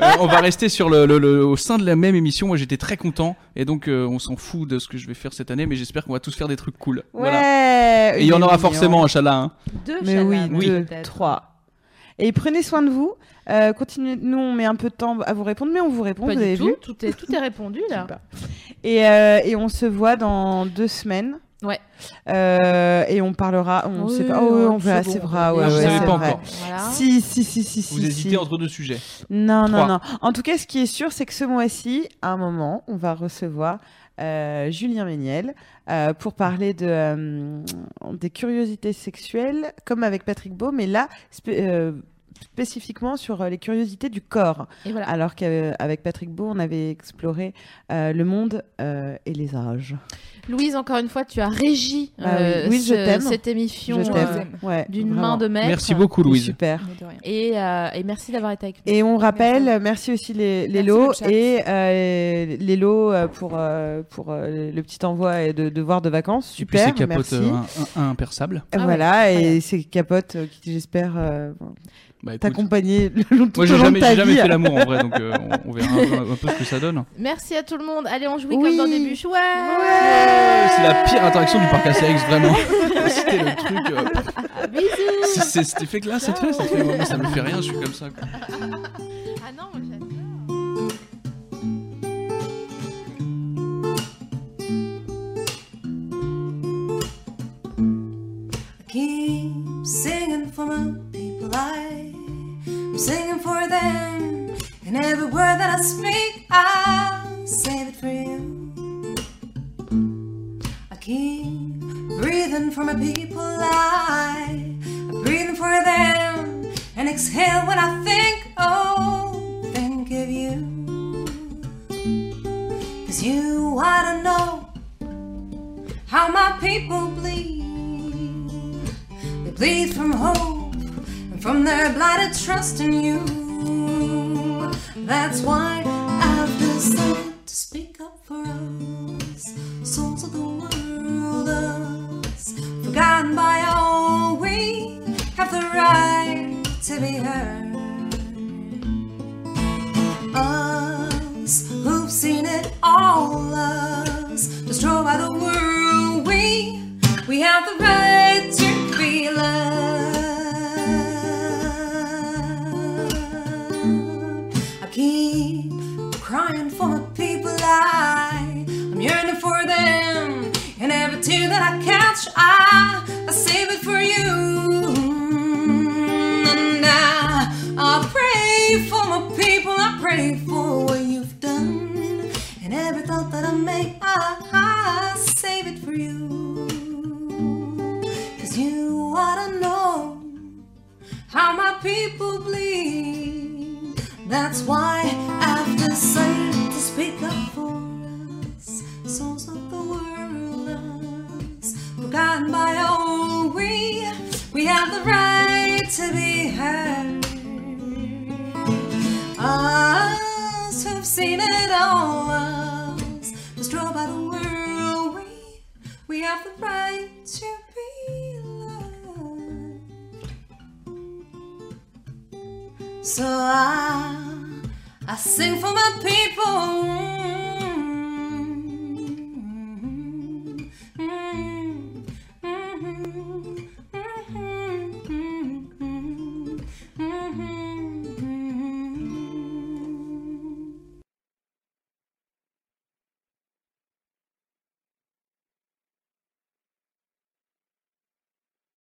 S4: Euh, on va rester sur le, le- le- au sein de la même émission. Moi, j'étais très content et donc euh, on s'en fout de ce que je vais faire cette année, mais j'espère qu'on va tous faire des trucs cool.
S3: Ouais
S4: Voilà. Et il y en aura forcément, Inch'Allah. Hein.
S1: deux
S3: Mais
S1: chaleurs,
S3: oui,
S4: Oui.
S3: deux,
S1: peut-être.
S3: trois. Et prenez soin de vous. Euh, continuez. Nous, on met un peu de temps à vous répondre, mais on vous répond.
S1: Pas
S3: vous
S1: du
S3: avez
S1: tout.
S3: vu
S1: Tout est, tout est répondu
S3: [LAUGHS]
S1: là.
S3: Super. et, euh, et on se voit dans deux semaines.
S1: Ouais.
S3: Euh, et on parlera. On
S1: Oui,
S3: sait pas. Oh,
S1: ouais,
S3: on
S1: une
S3: verra.
S1: seconde,
S3: C'est vrai. Ouais,
S1: on
S3: ouais,
S4: verra. Vous savez
S3: c'est
S4: pas
S3: vrai.
S4: encore.
S1: Voilà.
S3: Si, si, si, si, si.
S4: Vous
S3: si.
S4: hésitez entre deux sujets.
S3: Non, non,
S4: Trois.
S3: non. En tout cas, ce qui est sûr, c'est que ce mois-ci, à un moment, on va recevoir euh, Julien Méniel euh, pour parler de, euh, des curiosités sexuelles, comme avec Patrick Beau, mais là, spé- euh, spécifiquement sur euh, les curiosités du corps.
S1: Et voilà.
S3: Alors qu'avec Patrick Beau, on avait exploré euh, le monde euh, et les âges.
S1: Louise, encore une fois, tu as régi
S3: Bah
S1: euh,
S3: oui. Oui, je
S1: ce-
S3: t'aime.
S1: cette émission
S3: Je
S1: euh,
S3: t'aime. Ouais,
S1: d'une
S3: vraiment.
S1: main de maître.
S4: Merci beaucoup,
S3: C'est
S4: Louise.
S3: Super.
S2: Mais de rien.
S1: Et, euh, et merci d'avoir été avec nous.
S3: Et on rappelle, euh, merci, aussi les, les
S2: Merci
S3: lots
S2: le chat.
S3: et euh, les lots euh, pour, euh, pour euh, le petit envoi et de devoirs de vacances.
S4: Et puis, c'est
S3: Super,
S4: capote
S3: merci.
S4: euh, un, un- un impersable.
S3: Et
S1: Ah
S3: voilà,
S1: ouais.
S3: et c'est Capote euh, qui, j'espère, euh,
S4: Bah, écoute,
S3: t'accompagner le long tout
S4: Moi,
S3: au
S4: j'ai
S3: long
S4: jamais,
S3: de ta
S4: j'ai jamais
S3: vie.
S4: fait l'amour en vrai, donc euh, on, on verra un, un peu ce que ça donne.
S1: Merci à tout le monde. Allez, on jouit
S3: Oui.
S1: comme dans des bûches. Ouais.
S4: Euh, C'est la pire interaction du parc Astérix, vraiment. C'était le truc. euh,
S1: Bisous.
S4: c'est- c'est cet effet que là, cette fait, ça, fait moi, ça me fait rien, je suis comme ça. quoi.
S1: Ah non, moi, j'adore.
S8: Keep singing for my people. I'm singing for them. And every word that I speak, I save it for you. I keep breathing for my people. I, I'm breathing for them. And exhale when I think, oh, think of you. Cause you ought to know how my people bleed. They bleed from hope and from their blighted trust in you. That's why I've decided to speak up for us, souls of the world, us, forgotten by all. We have the right to be heard us who've seen it all us destroyed by the world we we have the right to be loved i keep crying for my people i i'm yearning for them and every tear that i catch i i save it for you and I, I pray for my people. I pray for what you've done. And every thought that I make, I, I save it for you. Cause you ought to know how my people bleed. That's why I've decided to speak up for us, souls of the world, us, forgotten by all we. We have the right to be heard. Us who've seen it all, us destroyed by the world. We, we have the right to be loved. So I, I sing for my people.